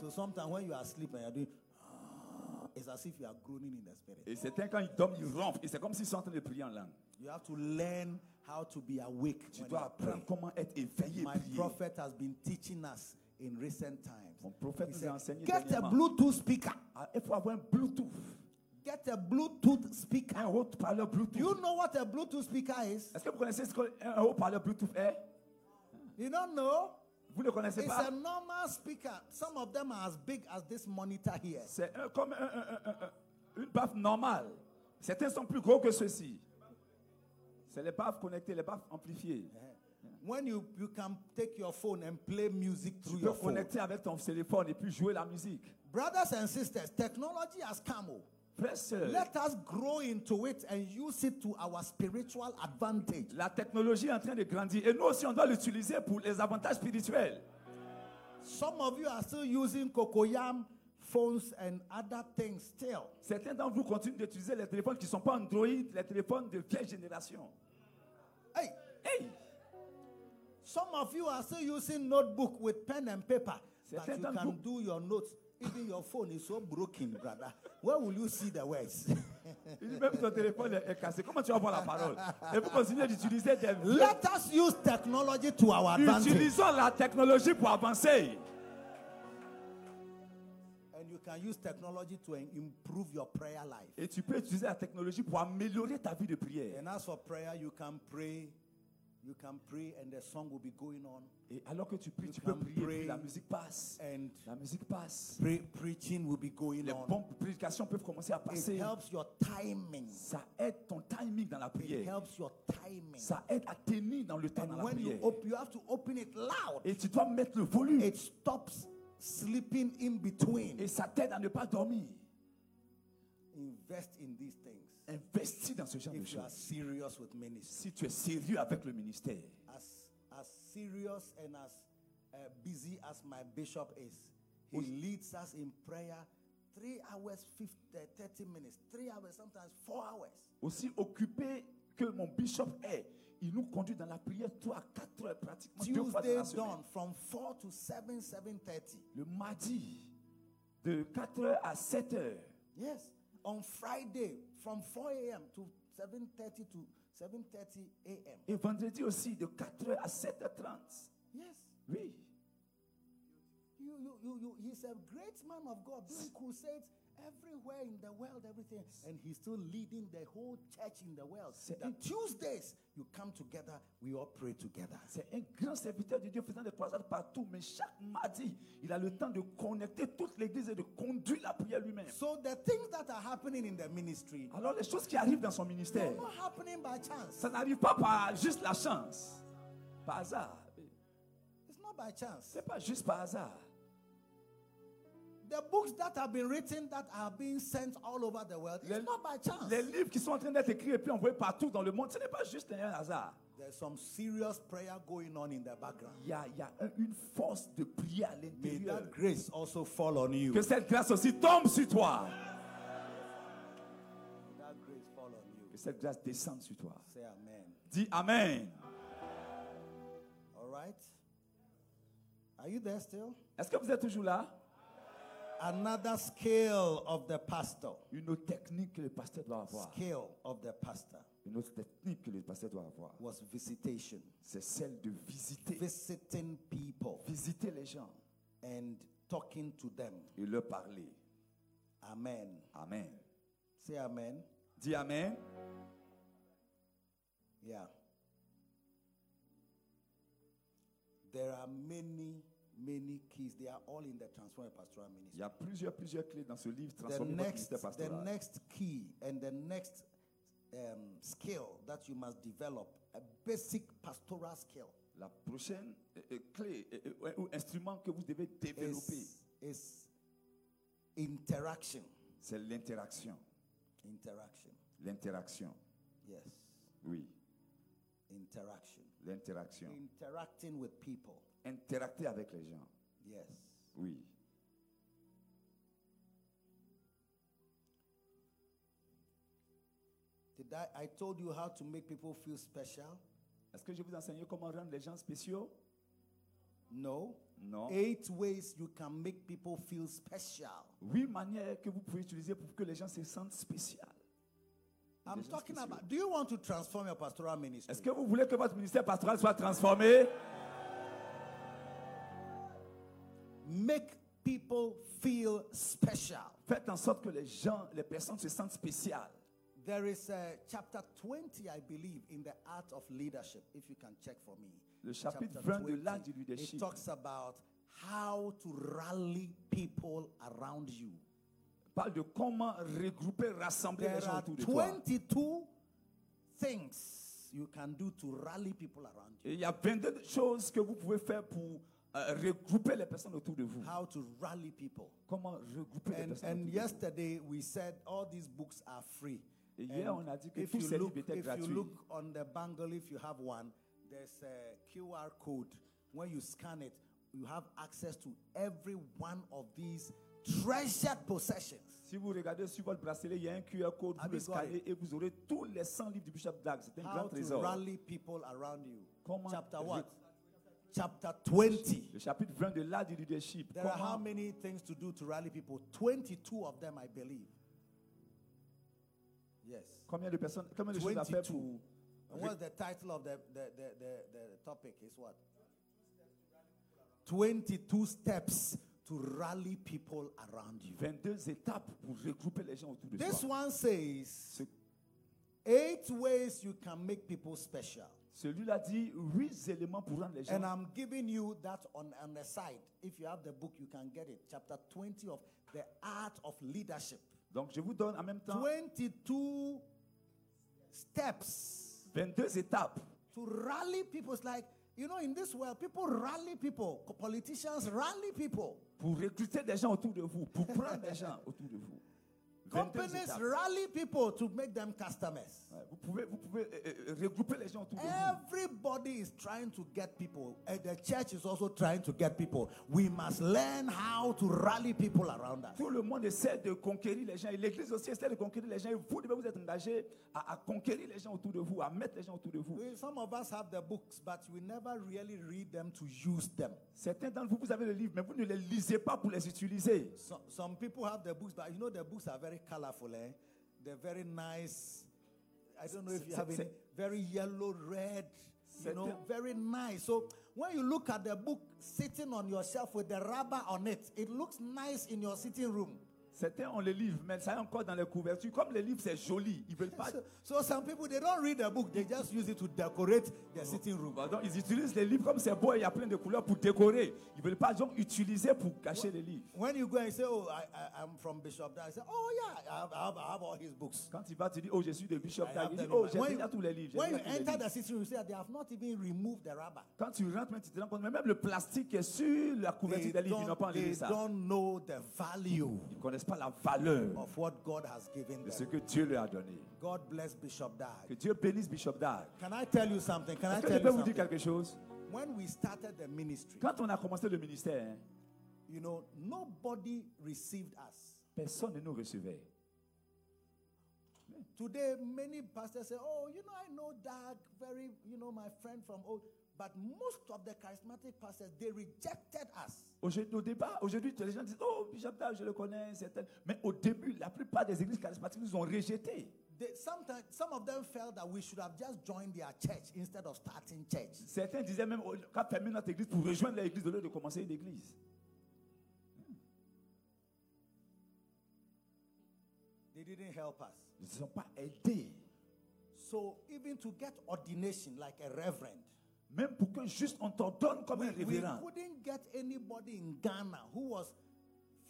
Speaker 2: So sometimes when you are asleep and you're doing, ah, it's as if you are groaning in the spirit.
Speaker 3: Et certains, quand ils dorment, ils ronflent. Et c'est comme s'ils sont en train de prier en langue.
Speaker 2: You have to learn how to be awake.
Speaker 3: Tu
Speaker 2: when
Speaker 3: dois
Speaker 2: you pray.
Speaker 3: apprendre comment être éveillé
Speaker 2: My
Speaker 3: et prier.
Speaker 2: prophet has been teaching us in recent times.
Speaker 3: Mon prophète
Speaker 2: He
Speaker 3: nous a
Speaker 2: said,
Speaker 3: enseigné
Speaker 2: Get a
Speaker 3: dernièrement.
Speaker 2: Bluetooth speaker.
Speaker 3: Ah, Il faut avoir un Bluetooth,
Speaker 2: Get a Bluetooth
Speaker 3: un
Speaker 2: speaker.
Speaker 3: haut-parleur Bluetooth.
Speaker 2: You know what a Bluetooth speaker is?
Speaker 3: Est-ce que vous connaissez ce qu'un haut-parleur Bluetooth est
Speaker 2: You don't know?
Speaker 3: Vous ne connaissez
Speaker 2: It's
Speaker 3: pas
Speaker 2: a normal speaker. Some of them are as big as this monitor here.
Speaker 3: C'est un- comme un- un- un- un- une baffe normale. Certains sont plus gros que ceux-ci. C'est les baffes connectées, les baffes amplifiées.
Speaker 2: When you, you can take your phone and play music
Speaker 3: Tu
Speaker 2: through
Speaker 3: peux
Speaker 2: your phone.
Speaker 3: connecter avec ton téléphone et puis jouer la musique.
Speaker 2: Brothers and sisters, technology has come. oh.
Speaker 3: Frères, sœurs,
Speaker 2: Let us grow into it and use it to our spiritual advantage.
Speaker 3: la technologie est en train de grandir et nous aussi on doit l'utiliser pour les avantages spirituels.
Speaker 2: Some of you are still using cocoyam phones and other things still.
Speaker 3: Certains d'entre vous continuent d'utiliser les téléphones qui ne sont pas Android, les téléphones de vieille génération.
Speaker 2: Hey,
Speaker 3: Hey,
Speaker 2: Some of you are still using notebook with pen and paper, but
Speaker 3: pen
Speaker 2: you
Speaker 3: and
Speaker 2: can
Speaker 3: book.
Speaker 2: do your notes. Even your phone is so broken, brother. Where will you see the words?
Speaker 3: Il dit, même ton téléphone est, est cassé. Comment tu vas voir la parole Et vous continuez d'utiliser des...
Speaker 2: Let us use technology to our advantage.
Speaker 3: Utilisons la technologie pour avancer.
Speaker 2: And you can use technology to en- improve your prayer life.
Speaker 3: Et tu peux utiliser la technologie pour améliorer ta vie de prière.
Speaker 2: And as for prayer, you can pray. You can pray, and the song will be going on.
Speaker 3: Et alors que tu pries, tu
Speaker 2: can
Speaker 3: peux prier,
Speaker 2: pray
Speaker 3: puis la musique passe.
Speaker 2: and-
Speaker 3: La musique passe.
Speaker 2: Pre- preaching will be going
Speaker 3: Les
Speaker 2: on.
Speaker 3: bonnes prédications peuvent commencer à
Speaker 2: It
Speaker 3: passer.
Speaker 2: helps your timing.
Speaker 3: Ça aide ton timing dans la
Speaker 2: It
Speaker 3: prière.
Speaker 2: helps your timing.
Speaker 3: Ça aide à tenir dans le temps dans
Speaker 2: And
Speaker 3: la
Speaker 2: when you
Speaker 3: prière.
Speaker 2: open, you have to open it loud.
Speaker 3: Et tu dois mettre le volume.
Speaker 2: It stops sleeping in between.
Speaker 3: Et ça t'aide à ne pas dormir.
Speaker 2: Invest in these things.
Speaker 3: Investis dans ce genre de
Speaker 2: If you are
Speaker 3: choses.
Speaker 2: serious with ministry,
Speaker 3: Si tu es sérieux avec le ministère,
Speaker 2: as as serious and as uh, busy as my bishop is, he leads us in prayer three hours, 50, 30 minutes, three hours, sometimes four hours.
Speaker 3: aussi occupé que mon bishop est, il nous conduit dans la prière 3 à 4 heures pratiquement deux fois dans
Speaker 2: Tuesday
Speaker 3: la semaine.
Speaker 2: dawn from 4 to 7, 7.30.
Speaker 3: Le mardi, de 4 heures à 7 heures.
Speaker 2: Yes. On Friday from 4 a.m. to 7.30 to 7.30 a.m.
Speaker 3: Et vendredi aussi, de 4 heures à 7h30.
Speaker 2: Yes.
Speaker 3: Oui.
Speaker 2: You, you, you, you, he's a great man of God doing crusades everywhere in the world, everything. And he's still leading the whole church in the world.
Speaker 3: C'est
Speaker 2: That
Speaker 3: un-
Speaker 2: Tuesdays, you come together, we all pray together.
Speaker 3: C'est un grand serviteur de Dieu faisant des croisades partout. Mais chaque mardi, il a le temps de connecter toute l'église et de conduire la prière lui-même.
Speaker 2: So the things that are happening in the ministry
Speaker 3: Alors les choses qui arrivent dans son
Speaker 2: are
Speaker 3: ministère,
Speaker 2: not happening by chance.
Speaker 3: ça n'arrive pas par juste la chance. Par hasard.
Speaker 2: It's not by chance.
Speaker 3: C'est pas juste par hasard.
Speaker 2: The books that have been written that are being sent all over the world,
Speaker 3: Les-
Speaker 2: it's not by chance.
Speaker 3: Les livres qui sont en train d'être écrits et puis envoyés partout dans le monde, ce n'est pas juste un hasard.
Speaker 2: There's some serious prayer going on in the background.
Speaker 3: Il y a, il y a un- une force de prière à
Speaker 2: May
Speaker 3: l'intérieur.
Speaker 2: that grace also fall on you.
Speaker 3: Que cette grâce aussi tombe sur toi.
Speaker 2: May that grace fall on you.
Speaker 3: Que cette grâce descende sur toi.
Speaker 2: Say amen.
Speaker 3: Dis Amen.
Speaker 2: All right. Are you there still?
Speaker 3: Est-ce que vous êtes toujours là?
Speaker 2: Another skill of the pastor.
Speaker 3: Une autre technique que le pasteur doit avoir.
Speaker 2: Skill of the pastor
Speaker 3: Une autre technique que le pasteur doit avoir.
Speaker 2: was visitation,
Speaker 3: C'est celle de visiter.
Speaker 2: visiting people
Speaker 3: Visiter les gens
Speaker 2: and talking to them.
Speaker 3: et leur parler.
Speaker 2: Amen.
Speaker 3: Amen.
Speaker 2: Say amen.
Speaker 3: Dis Amen.
Speaker 2: Yeah. There are many, many keys. They are all in the transform pastoral
Speaker 3: Il
Speaker 2: ministry.
Speaker 3: y a plusieurs, plusieurs clés dans ce livre
Speaker 2: The
Speaker 3: Transformer votre
Speaker 2: next,
Speaker 3: ministère
Speaker 2: the
Speaker 3: pastoral.
Speaker 2: next key and the next um, skill that you must develop a basic pastoral skill
Speaker 3: La prochaine euh, euh, clé euh, euh, ouais, ou instrument que vous devez développer,
Speaker 2: is, is interaction.
Speaker 3: c'est l'interaction.
Speaker 2: Interaction.
Speaker 3: L'interaction.
Speaker 2: Yes.
Speaker 3: Oui,
Speaker 2: Interaction.
Speaker 3: l'interaction.
Speaker 2: Interacting with people.
Speaker 3: Interacter avec les gens.
Speaker 2: Yes.
Speaker 3: Oui.
Speaker 2: Did I, I told you how to make people feel special?
Speaker 3: Est-ce que je vais vous enseigner comment rendre les gens spéciaux?
Speaker 2: No.
Speaker 3: No.
Speaker 2: Eight ways you can make people feel special.
Speaker 3: Huit manières que vous pouvez utiliser pour que les gens se sentent spéciaux.
Speaker 2: I'm
Speaker 3: Déjà
Speaker 2: talking
Speaker 3: spéciaux.
Speaker 2: about. Do you want to transform your pastoral ministry?
Speaker 3: Est-ce que vous voulez que votre ministère pastoral soit transformé?
Speaker 2: Make people feel special.
Speaker 3: Faites en sorte que les gens, les personnes se sentent spéciales.
Speaker 2: There is a chapter 20, I believe, in the art of leadership. If you can check for me.
Speaker 3: Le chapitre 20 de l'art du leadership.
Speaker 2: It talks about how to rally people around you.
Speaker 3: Parle de comment regrouper, rassembler les
Speaker 2: There
Speaker 3: gens
Speaker 2: are
Speaker 3: autour de toi.
Speaker 2: 22 things you can do to rally people around you.
Speaker 3: Et il y a 22 choses que vous pouvez faire pour euh, regrouper les personnes autour de vous.
Speaker 2: How to rally people.
Speaker 3: Comment regrouper les
Speaker 2: And,
Speaker 3: personnes
Speaker 2: and
Speaker 3: autour de vous.
Speaker 2: yesterday we said all these books are free.
Speaker 3: Et hier,
Speaker 2: And
Speaker 3: on a dit que
Speaker 2: if
Speaker 3: tous
Speaker 2: you
Speaker 3: ces
Speaker 2: look,
Speaker 3: livres étaient
Speaker 2: if you
Speaker 3: gratuits.
Speaker 2: look on the bangle, if you have one, there's a QR code. When you scan it, you have access to every one of these treasured possessions.
Speaker 3: Si vous regardez sur votre bracelet, il y a un QR code, vous
Speaker 2: Have
Speaker 3: le
Speaker 2: you got
Speaker 3: scannez
Speaker 2: it?
Speaker 3: et vous aurez tous les 100 livres du Bishop Dag. C'est un
Speaker 2: How
Speaker 3: grand
Speaker 2: to
Speaker 3: trésor.
Speaker 2: rally people around you.
Speaker 3: Comment
Speaker 2: Chapter
Speaker 3: re-
Speaker 2: what? chapter 20.
Speaker 3: Le chapitre 20 de l'art du leadership.
Speaker 2: There are how
Speaker 3: Comment-
Speaker 2: many things to do to rally people? 22 of them, I believe. Yes.
Speaker 3: Combien de personnes, combien de choses à faire
Speaker 2: 22.
Speaker 3: pour
Speaker 2: And what's the title of the, the, the, the, the topic? Is what? 22 steps to rally people around you.
Speaker 3: 22 étapes pour regrouper les gens autour de
Speaker 2: This
Speaker 3: soi.
Speaker 2: one says
Speaker 3: Ce-
Speaker 2: eight ways you can make people special.
Speaker 3: Celui-là dit huit éléments pour rendre les gens.
Speaker 2: And I'm giving you that on, on the side. If you have the book, you can get it. Chapter 20 of The Art of Leadership.
Speaker 3: Donc je vous donne en même temps
Speaker 2: 22 steps
Speaker 3: 22 étapes.
Speaker 2: to rally people. It's like, you know, in this world, people rally people. Politicians rally people.
Speaker 3: Pour recruter des gens autour de vous, pour prendre des gens autour de vous. 22
Speaker 2: Companies
Speaker 3: étapes.
Speaker 2: rally people to make them customers.
Speaker 3: Ouais, Vous pouvez, vous pouvez euh, euh, regrouper les gens autour de vous.
Speaker 2: Everybody is trying to get people, and the church is also trying to get people. We must learn how to rally people around us.
Speaker 3: Tout le monde essaie de conquérir les gens et l'Église aussi essaie de conquérir les gens. Et vous devez vous être engagé à, à conquérir les gens autour de vous, à mettre les gens autour de vous.
Speaker 2: We- Some of us have the books, but we never really read them to use them.
Speaker 3: Certains d'entre vous, vous avez le livre, mais vous ne les lisez pas pour les utiliser.
Speaker 2: So, some people have the books, but you know the books are very colorful, eh? They're very nice. I don't know if you have
Speaker 3: Se- se-
Speaker 2: it. Very yellow, red, you
Speaker 3: Se-
Speaker 2: know, very nice. So when you look at the book sitting on your shelf with the rubber on it, it looks nice in your sitting room.
Speaker 3: Certains ont le livre, mais ça est encore dans les couvertures. Comme le livre, c'est joli, ils veulent pas.
Speaker 2: So, so some people they don't read the book, they just use it to decorate their sitting room.
Speaker 3: Pardon, ils utilisent les livres comme c'est beau, il y a plein de couleurs pour décorer. Ils veulent pas donc utiliser pour cacher les livres.
Speaker 2: When you go and say, Oh, I, I, I'm from Bishop Dan, I say, Oh, yeah, I have, I have, I have all his books.
Speaker 3: Quand tu vas, tu dis, oh, je suis de Bishop
Speaker 2: I
Speaker 3: Dag.
Speaker 2: have
Speaker 3: Il dit,
Speaker 2: them in
Speaker 3: oh,
Speaker 2: my-
Speaker 3: j'ai
Speaker 2: when
Speaker 3: déjà
Speaker 2: you-
Speaker 3: tous les livres. j'ai
Speaker 2: when you
Speaker 3: déjà tous les
Speaker 2: enter
Speaker 3: livres.
Speaker 2: the sitting room, you say they have not even removed the rubber.
Speaker 3: Quand tu rentres, tu te rends compte, mais même le plastique est sur la couverture
Speaker 2: They,
Speaker 3: des livres, ils n'ont pas
Speaker 2: don't,
Speaker 3: enlevé
Speaker 2: they
Speaker 3: ça.
Speaker 2: don't know the value
Speaker 3: Ils ne connaissent pas la valeur
Speaker 2: of what God has given
Speaker 3: de ce
Speaker 2: them.
Speaker 3: que Dieu leur a donné.
Speaker 2: God bless Bishop
Speaker 3: Que
Speaker 2: Dag.
Speaker 3: Dieu bénisse Bishop Dag.
Speaker 2: Can I tell you something? Can I
Speaker 3: Est-ce que
Speaker 2: tell
Speaker 3: je peux
Speaker 2: you
Speaker 3: vous dire
Speaker 2: something?
Speaker 3: quelque chose
Speaker 2: When we started the ministry,
Speaker 3: Quand on a commencé le ministère, hein,
Speaker 2: you know, nobody received us.
Speaker 3: personne ne nous recevait.
Speaker 2: Today, many pastors say, Oh, you know, I know Dag, very, you know, my friend from old. But most of the charismatic pastors, they rejected us.
Speaker 3: Aujourd'hui, au départ, aujourd'hui, les gens disent Oh, Bishop Dag, je le connais, c'est tel. Mais au début, la plupart des églises charismatiques nous ont rejetés.
Speaker 2: They, sometimes some of them felt that we should have just joined their church instead of starting church.
Speaker 3: Certains disaient même oh, qu'à fermer notre église pour rejoindre l'église de lieu de commencer une église.
Speaker 2: They didn't help us.
Speaker 3: Ils ne sont pas aidés.
Speaker 2: So even to get ordination like a reverend,
Speaker 3: Même pour qu'un juste, on t'ordonne comme un
Speaker 2: we
Speaker 3: révérend.
Speaker 2: couldn't get anybody in Ghana who was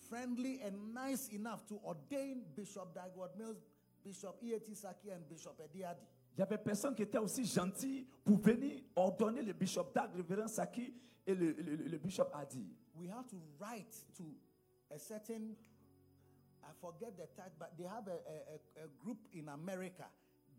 Speaker 2: friendly and nice enough to ordain Bishop Dagwood Mills, Bishop E.A.T. Saki, and Bishop Ediadi.
Speaker 3: Il n'y avait personne qui était aussi gentil pour venir ordonner le bishop Dag, le révérend Saki et le, le- le- le bishop Adi.
Speaker 2: We had to write to a certain, I forget the type, but they have a, a- a, a group in America.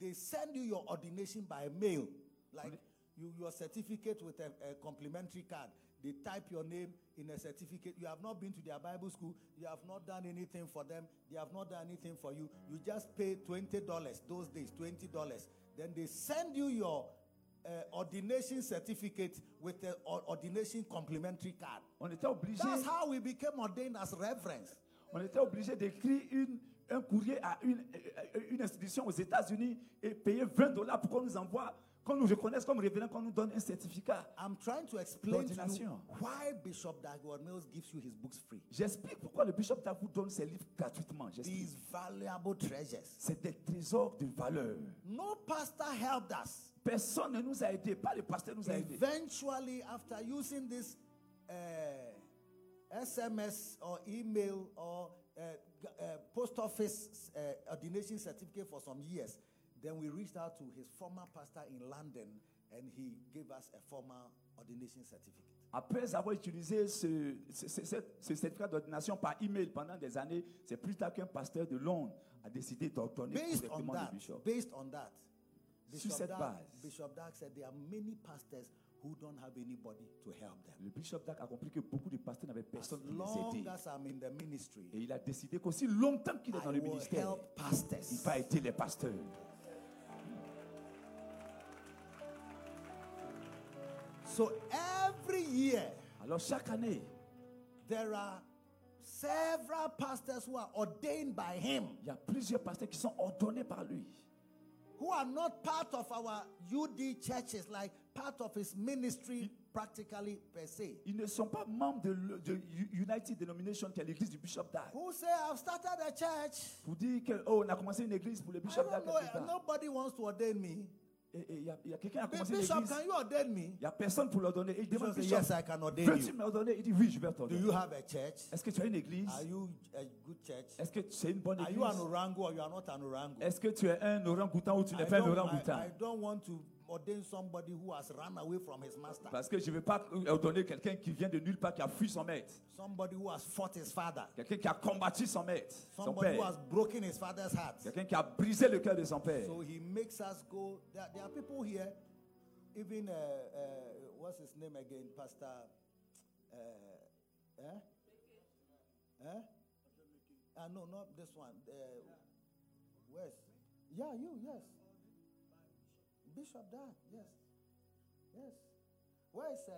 Speaker 2: They send you your ordination by mail, like you, your certificate with a, a complimentary card. They type your name in a certificate. You have not been to their Bible school. You have not done anything for them. They have not done anything for you. You just pay $20 those days, $20. Then they send you your uh, ordination certificate with an ordination complimentary card.
Speaker 3: On était obligé,
Speaker 2: That's how we became ordained as reverends.
Speaker 3: on était obligé d'écrire une- un courrier à une, euh, une institution aux États-Unis et payer 20 dollars pour qu'on nous envoie, qu'on nous reconnaisse comme révérend, qu'on nous donne un certificat.
Speaker 2: I'm trying to explain to you
Speaker 3: Ordination.
Speaker 2: why Bishop Dagwood Mills gives you his books free.
Speaker 3: J'explique pourquoi le bishop Dag vous donne ses livres gratuitement. J'explique.
Speaker 2: These valuable treasures.
Speaker 3: C'est des trésors de valeur.
Speaker 2: No pastor helped us.
Speaker 3: Personne ne nous a aidés, pas le pasteur nous a aidés.
Speaker 2: Eventually, after using this uh, SMS or email or uh, g- uh, post office uh, ordination certificate for some years, then we reached out to his former pastor in London and he gave us a formal ordination certificate.
Speaker 3: Après avoir utilisé ce, ce- ce- ce- ce certificat d'ordination par email pendant des années, c'est plus tard qu'un pasteur de Londres a décidé d'ordonner
Speaker 2: based on
Speaker 3: correctement le
Speaker 2: that,
Speaker 3: bishop.
Speaker 2: based on that,
Speaker 3: Sur cette
Speaker 2: Dark-
Speaker 3: base.
Speaker 2: Bishop Dark said there are many pastors who don't have anybody to help them.
Speaker 3: Le bishop Dark a compris que beaucoup de pasteurs n'avaient
Speaker 2: As
Speaker 3: personne pour les
Speaker 2: long
Speaker 3: aider.
Speaker 2: as I'm in the ministry,
Speaker 3: Et il a décidé qu'aussi longtemps qu'il est
Speaker 2: I
Speaker 3: dans le
Speaker 2: will
Speaker 3: ministère,
Speaker 2: help
Speaker 3: il
Speaker 2: pastors.
Speaker 3: va aider les pasteurs.
Speaker 2: So every year,
Speaker 3: Alors chaque année,
Speaker 2: there are several pastors who are ordained by him
Speaker 3: il y a plusieurs pasteurs qui sont ordonnés par lui,
Speaker 2: who are not part of our UD churches, like part of his ministry,
Speaker 3: Hmm?
Speaker 2: practically per se.
Speaker 3: ils ne sont pas membres de, le- de U- United Denomination, qui est l'église du Bishop Dag.
Speaker 2: Who say, I've started a church.
Speaker 3: Pour dire que, oh, on a commencé une église pour le
Speaker 2: I
Speaker 3: Bishop Dag.
Speaker 2: don't
Speaker 3: quelque
Speaker 2: know,
Speaker 3: part.
Speaker 2: nobody wants to ordain me.
Speaker 3: Et et il y a, il y a quelqu'un qui a commencé une
Speaker 2: Bishop,
Speaker 3: église.
Speaker 2: can you ordain
Speaker 3: Il
Speaker 2: me?
Speaker 3: n'y a personne pour l'ordonner. Il demande,
Speaker 2: Bishop says,
Speaker 3: Bishop,
Speaker 2: yes, I can ordain
Speaker 3: Veux-tu
Speaker 2: you.
Speaker 3: me l'ordonner Il dit, oui, je vais
Speaker 2: Do
Speaker 3: t'ordonner.
Speaker 2: you have a church?
Speaker 3: Est-ce que tu as une église
Speaker 2: Are you a good church?
Speaker 3: Est-ce que c'est une bonne
Speaker 2: Are you an
Speaker 3: église
Speaker 2: orangu or you are not an orangu?
Speaker 3: Est-ce que tu es un orang-outan ou tu
Speaker 2: I
Speaker 3: n'es pas un
Speaker 2: don't- I- I
Speaker 3: orang-outan
Speaker 2: don't want to ordain somebody who has run away from his master.
Speaker 3: Parce que je ne veux pas ordonner quelqu'un qui vient de nulle part, qui a fui son maître.
Speaker 2: Somebody who has fought his father.
Speaker 3: Quelqu'un qui a combattu son maître, son
Speaker 2: Somebody who
Speaker 3: père.
Speaker 2: has broken his father's heart.
Speaker 3: Quelqu'un qui a brisé le cœur de son père.
Speaker 2: So he makes us go. There, there are people here, even, uh, uh, what's his name again? Pastor. Uh, eh? Eh? Ah, no, not this one. Uh, where's? Yeah, you, yes. Bishop Dad, yes. Yes. Where's uh,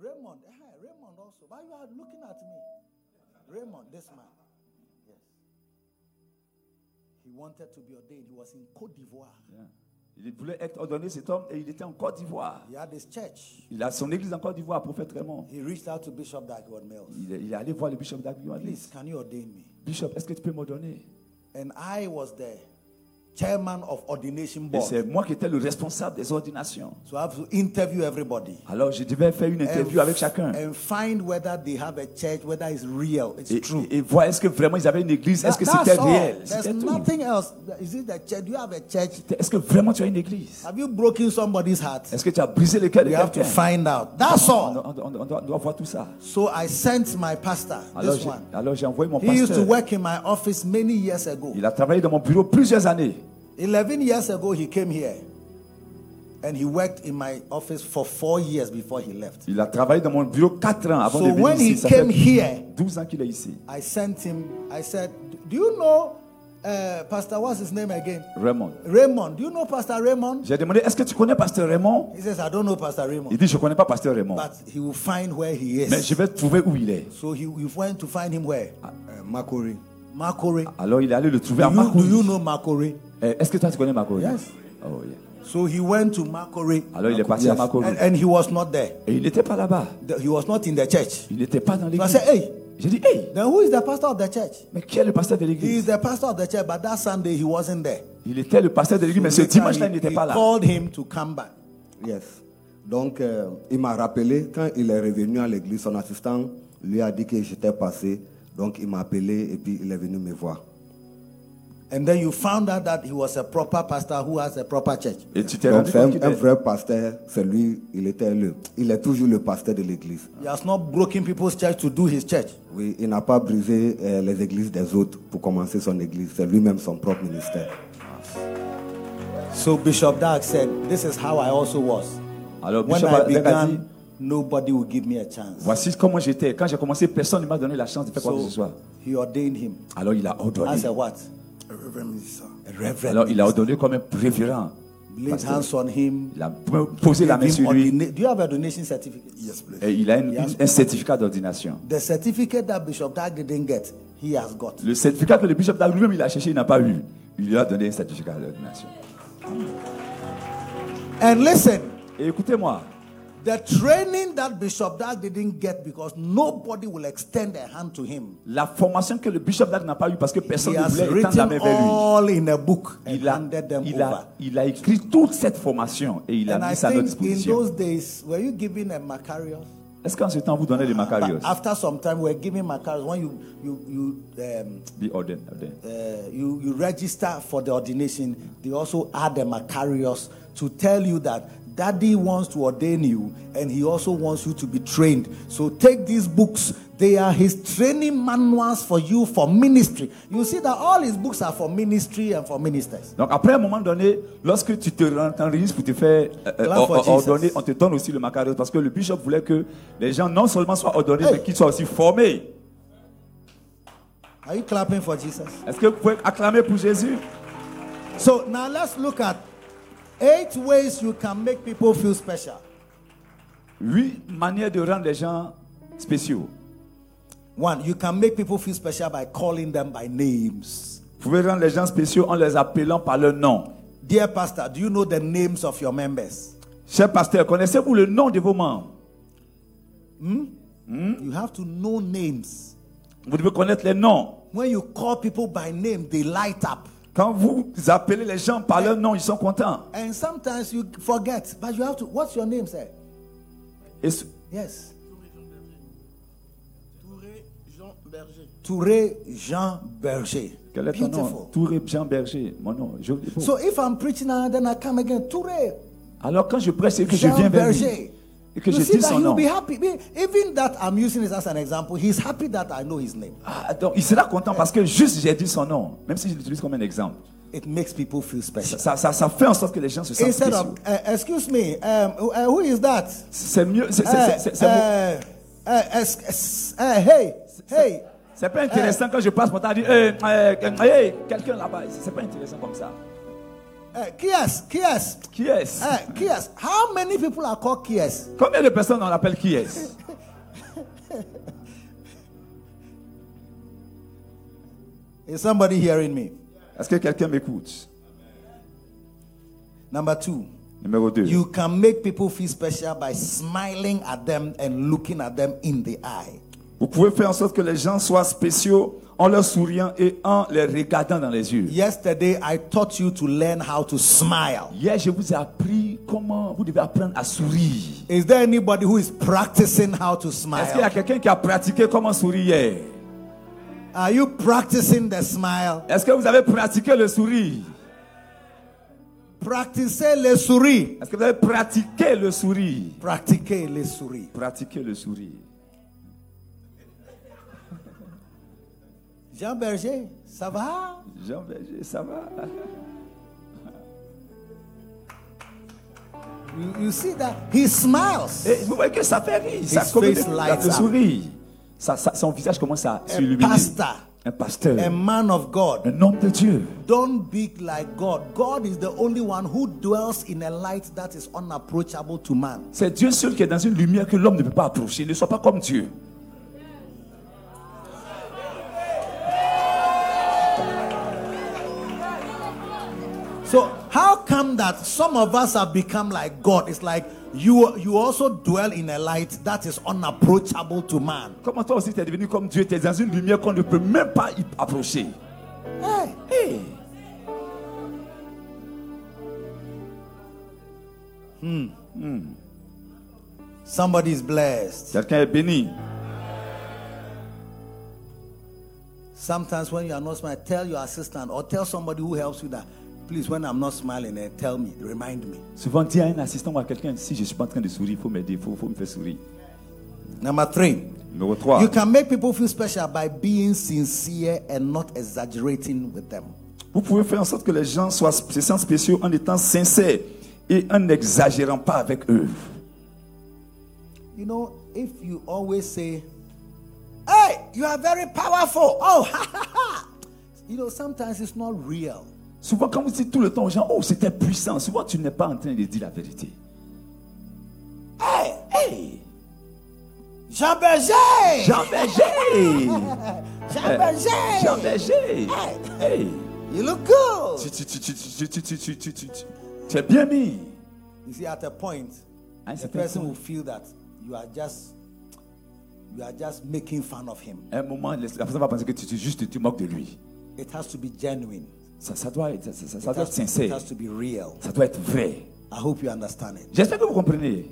Speaker 2: Raymond? Eh, Raymond also. Why you are looking at me? Raymond, this man. Yes. He wanted to be ordained. He was in Cote d'Ivoire.
Speaker 3: Bien. Il voulait être ordonné cet homme et il était en Côte d'Ivoire.
Speaker 2: He had his church.
Speaker 3: Il a son église en Côte d'Ivoire, prophète Raymond.
Speaker 2: He reached out to Bishop Dagwood Mills.
Speaker 3: Il est, il est allé voir le bishop
Speaker 2: Please,
Speaker 3: d'Aguilis.
Speaker 2: can you ordain me?
Speaker 3: Bishop, est-ce que tu peux m'ordonner
Speaker 2: And I was the chairman of ordination
Speaker 3: Et
Speaker 2: board.
Speaker 3: c'est moi qui étais le responsable des ordinations.
Speaker 2: So I have to interview everybody.
Speaker 3: Alors je devais faire une interview avec chacun
Speaker 2: and find whether they have a church, whether it's real, it's
Speaker 3: et,
Speaker 2: eh, true.
Speaker 3: et- et voir est-ce que vraiment ils avaient une église, est-ce que
Speaker 2: That-
Speaker 3: c'était
Speaker 2: all.
Speaker 3: réel,
Speaker 2: There's
Speaker 3: c'était tout.
Speaker 2: nothing else. Is it the church? Do you have a church?
Speaker 3: Est-ce que vraiment tu as une église
Speaker 2: Have you broken somebody's heart?
Speaker 3: Est-ce que tu as brisé le cœur de
Speaker 2: We have to
Speaker 3: quelqu'un
Speaker 2: find out. That's
Speaker 3: on,
Speaker 2: all.
Speaker 3: on- on- on doit, on doit voir tout ça.
Speaker 2: So I sent my pastor,
Speaker 3: Alors
Speaker 2: this
Speaker 3: j'ai,
Speaker 2: one.
Speaker 3: alors j'ai envoyé mon
Speaker 2: He used to
Speaker 3: pasteur.
Speaker 2: work in my office many years ago.
Speaker 3: Il a travaillé dans mon bureau plusieurs années.
Speaker 2: 11 years ago, he came here. And he worked in my office for four years before he left.
Speaker 3: Il a travaillé dans mon bureau 4 ans avant
Speaker 2: So
Speaker 3: de venir
Speaker 2: when
Speaker 3: ici.
Speaker 2: he
Speaker 3: Ça fait
Speaker 2: came here,
Speaker 3: 12 ans qu'il est ici.
Speaker 2: I sent him, I said, Do you know uh, Pastor, what's his name again?
Speaker 3: Raymond.
Speaker 2: Raymond. Do you know Pastor Raymond?
Speaker 3: J'ai demandé, est-ce que tu connais Pasteur Raymond
Speaker 2: He says, I don't know Pastor
Speaker 3: Il
Speaker 2: Raymond.
Speaker 3: dit, je ne connais pas Pasteur Raymond.
Speaker 2: But he will find where he
Speaker 3: Mais je
Speaker 2: is.
Speaker 3: vais trouver où il est.
Speaker 2: So he, he went to find him where?
Speaker 4: Uh, Makori.
Speaker 2: Makore.
Speaker 3: Alors il est allé le trouver à
Speaker 2: Do you, do
Speaker 3: Makouri.
Speaker 2: you know Uh, Makore?
Speaker 3: Eh, Est-ce que toi tu connais Makouri
Speaker 2: Yes.
Speaker 3: Oh, yeah.
Speaker 2: So he went to Makore.
Speaker 3: Alors il est parti à
Speaker 4: Yes.
Speaker 3: Makouri.
Speaker 2: And, and he was not there.
Speaker 3: Et il n'était pas là-bas.
Speaker 2: The- He was not in the church.
Speaker 3: Il n'était pas dans
Speaker 2: So I
Speaker 3: l'église.
Speaker 2: said, Hey,
Speaker 3: J'ai dit, hey,
Speaker 2: Then who is the pastor of the church?
Speaker 3: mais qui est le pasteur de
Speaker 2: He is
Speaker 3: l'église
Speaker 2: the pastor of the church, but that Sunday he wasn't there.
Speaker 3: Il était le pasteur de l'église, mais ce
Speaker 2: Later,
Speaker 3: dimanche-là, il
Speaker 2: he,
Speaker 3: n'était
Speaker 2: he
Speaker 3: pas là.
Speaker 2: called him to come back.
Speaker 4: Yes. Donc, euh, il m'a rappelé quand il est revenu à l'église, son assistant lui a dit que j'étais passé. Donc, il m'a appelé et puis il est venu me voir.
Speaker 2: And then you found out that he was a proper pastor who has a proper church.
Speaker 3: Et tu t'es
Speaker 4: Donc,
Speaker 3: rendu
Speaker 4: c'est
Speaker 3: compte
Speaker 4: un,
Speaker 3: qu'il
Speaker 4: un
Speaker 3: est-
Speaker 4: vrai pasteur. C'est lui, il était le. Il est toujours le pasteur de l'église.
Speaker 2: He has not broken people's church to do his church.
Speaker 4: Oui, il n'a pas brisé euh, les églises des autres pour commencer son église. C'est lui-même son propre ministère.
Speaker 2: So Bishop Dark said, This is how I also was.
Speaker 3: Alors,
Speaker 2: When
Speaker 3: Bishop
Speaker 2: I
Speaker 3: Dark a dit,
Speaker 2: began, nobody would give me a chance.
Speaker 3: voici comment j'étais. Quand j'ai commencé, personne ne m'a donné la chance de faire quoi que ce soit.
Speaker 2: So Ah, he ordained him
Speaker 3: Alors, il a ordonné.
Speaker 2: as a what?
Speaker 4: Un reverend minister.
Speaker 2: A reverend.
Speaker 3: Alors, il a ordonné comme un révérend.
Speaker 2: Laid
Speaker 3: Pasteur.
Speaker 2: hands on him.
Speaker 3: Il a posé la main
Speaker 2: gave him
Speaker 3: sur lui
Speaker 2: ordina- Do you have a donation certificate?
Speaker 3: et il a une-
Speaker 2: He has-
Speaker 3: une- un certificat d'ordination.
Speaker 2: The certificate that Bishop Dag didn't get, he has got.
Speaker 3: Le certificat que le bishop Dag lui-même il a cherché, il n'a pas eu. Il lui a donné un certificat d'ordination.
Speaker 2: And listen,
Speaker 3: Et écoutez-moi,
Speaker 2: the training that Bishop Dag didn't get because nobody will extend a hand to him.
Speaker 3: la formation que le bishop Dag n'a pas eue parce que personne
Speaker 2: He
Speaker 3: ne
Speaker 2: has
Speaker 3: voulait étendre la main
Speaker 2: written
Speaker 3: vers lui.
Speaker 2: all in a book and
Speaker 3: Il a,
Speaker 2: handed them
Speaker 3: il, a,
Speaker 2: over.
Speaker 3: il a écrit toute cette formation et il a
Speaker 2: And I
Speaker 3: mis ça à notre
Speaker 2: think in
Speaker 3: disposition.
Speaker 2: those days, were you given a Macarius?
Speaker 3: Est-ce qu'en ce temps vous
Speaker 2: Ah,
Speaker 3: donnez des Macarius
Speaker 2: But after some time, we're giving Macarius when you you you um,
Speaker 3: The ordain, ordain.
Speaker 2: uh, you you register for the ordination. They also add a Macarius to tell you that Daddy wants to ordain you, and he also wants you to be trained. So take these books; they are his training manuals for you for ministry. You see that all his books are for ministry and for ministers.
Speaker 3: Donc après un moment donné, lorsque tu te rends- t'enregistres pour te faire euh, euh,
Speaker 2: Clap
Speaker 3: or-
Speaker 2: for
Speaker 3: or-
Speaker 2: Jesus.
Speaker 3: ordonner, on te donne aussi le Macarius parce que le bishop voulait que les gens non seulement soient ordonnés
Speaker 2: Hey.
Speaker 3: mais qu'ils soient aussi formés.
Speaker 2: Are you clapping for Jesus?
Speaker 3: Est-ce que vous pouvez acclamer pour Jésus
Speaker 2: So now let's look at eight ways you can make people feel special.
Speaker 3: Huit manières de rendre les gens spéciaux.
Speaker 2: One, you can make people feel special by calling them by names.
Speaker 3: Vous pouvez rendre les gens spéciaux en les appelant par leur nom.
Speaker 2: Dear pastor, do you know the names of your members?
Speaker 3: Cher pasteur, connaissez-vous le nom de vos membres
Speaker 2: You have to know names.
Speaker 3: Vous devez connaître les noms.
Speaker 2: When you call people by name, they light up.
Speaker 3: Quand vous appelez les gens par leur nom, ils sont contents.
Speaker 2: And sometimes you forget, but you have to. What's your name, sir?
Speaker 3: Et ce-
Speaker 2: Yes.
Speaker 5: Touré Jean Berger.
Speaker 2: Touré Jean Berger.
Speaker 3: quel est ton nom
Speaker 2: Beautiful.
Speaker 3: Touré Jean Berger. Mon nom. je vous dis pas.
Speaker 2: So if I'm preaching and then I come again, Touré
Speaker 3: Alors quand je prêche et que je
Speaker 2: Jean
Speaker 3: viens vers lui
Speaker 2: Berger.
Speaker 3: et que
Speaker 2: you
Speaker 3: je
Speaker 2: see
Speaker 3: dis
Speaker 2: that
Speaker 3: son
Speaker 2: he'll
Speaker 3: nom,
Speaker 2: be happy. Be- Even that I'm using this as an example, he's happy that I know his name.
Speaker 3: ah, donc, il sera content parce que juste j'ai dit son nom, même si je l'utilise comme un exemple.
Speaker 2: It makes people feel special.
Speaker 3: Ça, ça, ça fait en sorte que les gens se sentent
Speaker 2: Instead
Speaker 3: spéciaux.
Speaker 2: of, uh, excuse me, um, who- uh, who is that?
Speaker 3: C'est mieux. c'est-
Speaker 2: Uh,
Speaker 3: c'est- C'est c'est beau.
Speaker 2: uh, uh, es- es- uh, hey, hey.
Speaker 3: C'est pas intéressant
Speaker 2: eh.
Speaker 3: quand je passe mon temps à dire eh, hey, hey, hey, quelqu'un là-bas. C'est c'est pas intéressant comme ça.
Speaker 2: Uh, Kies, Kies,
Speaker 3: Qui est-ce
Speaker 2: uh, Kies. How many people are called Kies?
Speaker 3: Combien de personnes on appelle qui est-ce
Speaker 2: Is somebody hearing me?
Speaker 3: Est-ce que quelqu'un m'écoute
Speaker 2: Number two,
Speaker 3: Numéro 2.
Speaker 2: you can make people feel special by smiling at them and looking at them in the eye.
Speaker 3: Vous pouvez faire en sorte que les gens soient spéciaux en leur souriant et en les regardant dans les yeux.
Speaker 2: Yesterday, I taught you to learn how to smile.
Speaker 3: Hier, je vous ai appris comment vous devez apprendre à sourire.
Speaker 2: Is there anybody who is practicing how to
Speaker 3: Est-ce qu'il y
Speaker 2: smile?
Speaker 3: a quelqu'un qui a pratiqué comment sourire hier
Speaker 2: Are you practicing the smile?
Speaker 3: Est-ce que vous avez pratiqué le sourire
Speaker 2: Practicez le souris.
Speaker 3: Est-ce que vous avez pratiqué le sourire
Speaker 2: Pratiquez le souris.
Speaker 3: Pratiquer le sourire.
Speaker 2: Jean Berger, ça va?
Speaker 3: Jean Berger, ça va
Speaker 2: You, you see that? He smiles.
Speaker 3: Et Vous voyez que ça fait rire. Ça
Speaker 2: His
Speaker 3: commence
Speaker 2: face
Speaker 3: à
Speaker 2: lights
Speaker 3: te
Speaker 2: up.
Speaker 3: sourire. Ça- ça- son visage commence à s'illuminer.
Speaker 2: pastor.
Speaker 3: Un pasteur.
Speaker 2: A man of God.
Speaker 3: Un homme de Dieu.
Speaker 2: Don't be like God. God is the only one who dwells in a light that is unapproachable to man.
Speaker 3: C'est Dieu seul qui est dans une lumière que l'homme ne peut pas approcher. Ne sois pas comme Dieu.
Speaker 2: So how come that some of us have become like God? It's like you you also dwell in a light that is unapproachable to man.
Speaker 3: Comment toi aussi tu es devenu comme Dieu, tu es dans une lumière qu'on ne peut même pas y approcher.
Speaker 2: Hey,
Speaker 3: Hey,
Speaker 2: Hmm, somebody is blessed.
Speaker 3: quelqu'un est béni.
Speaker 2: Sometimes when you are not smiling, tell your assistant or tell somebody who helps you that, please, when I'm not smiling, eh, tell me, remind me.
Speaker 3: Souvent dis à un assistant ou à quelqu'un, si je suis pas en train de sourire, il faut m'aider, il faut, faut me faire sourire.
Speaker 2: Number three,
Speaker 3: Numéro 3.
Speaker 2: you can make people feel special by being sincere and not exaggerating with them.
Speaker 3: Vous pouvez faire en sorte que les gens soient, se sentent spéciaux en étant sincères et en n'exagérant pas avec eux.
Speaker 2: You know, if you always say, hey, you are very powerful, oh, ha ha ha, you know, sometimes it's not real.
Speaker 3: Souvent quand vous dites tout le temps aux gens, oh c'était puissant, souvent tu n'es pas en train de dire la vérité.
Speaker 2: Hey, hey, Jean Berger,
Speaker 3: Jean Berger
Speaker 2: Jean Berger,
Speaker 3: Jean Berger Hey
Speaker 2: you look good.
Speaker 3: tu, tu, tu, tu, tu, tu, tu, tu, tu, tu, tu- tu es bien mis.
Speaker 2: You see, at a point,
Speaker 3: At a
Speaker 2: the
Speaker 3: certain
Speaker 2: person
Speaker 3: point.
Speaker 2: will feel that you are just you are just making fun of him.
Speaker 3: un moment, la personne va penser que tu, tu- juste tu te moques de lui.
Speaker 2: It has to be genuine.
Speaker 3: Ça, ça doit être, ça, ça- ça
Speaker 2: It
Speaker 3: doit être
Speaker 2: has, to, it
Speaker 3: sincère.
Speaker 2: has to be real.
Speaker 3: Ça doit être vrai.
Speaker 2: I hope you understand it.
Speaker 3: J'espère que vous comprenez.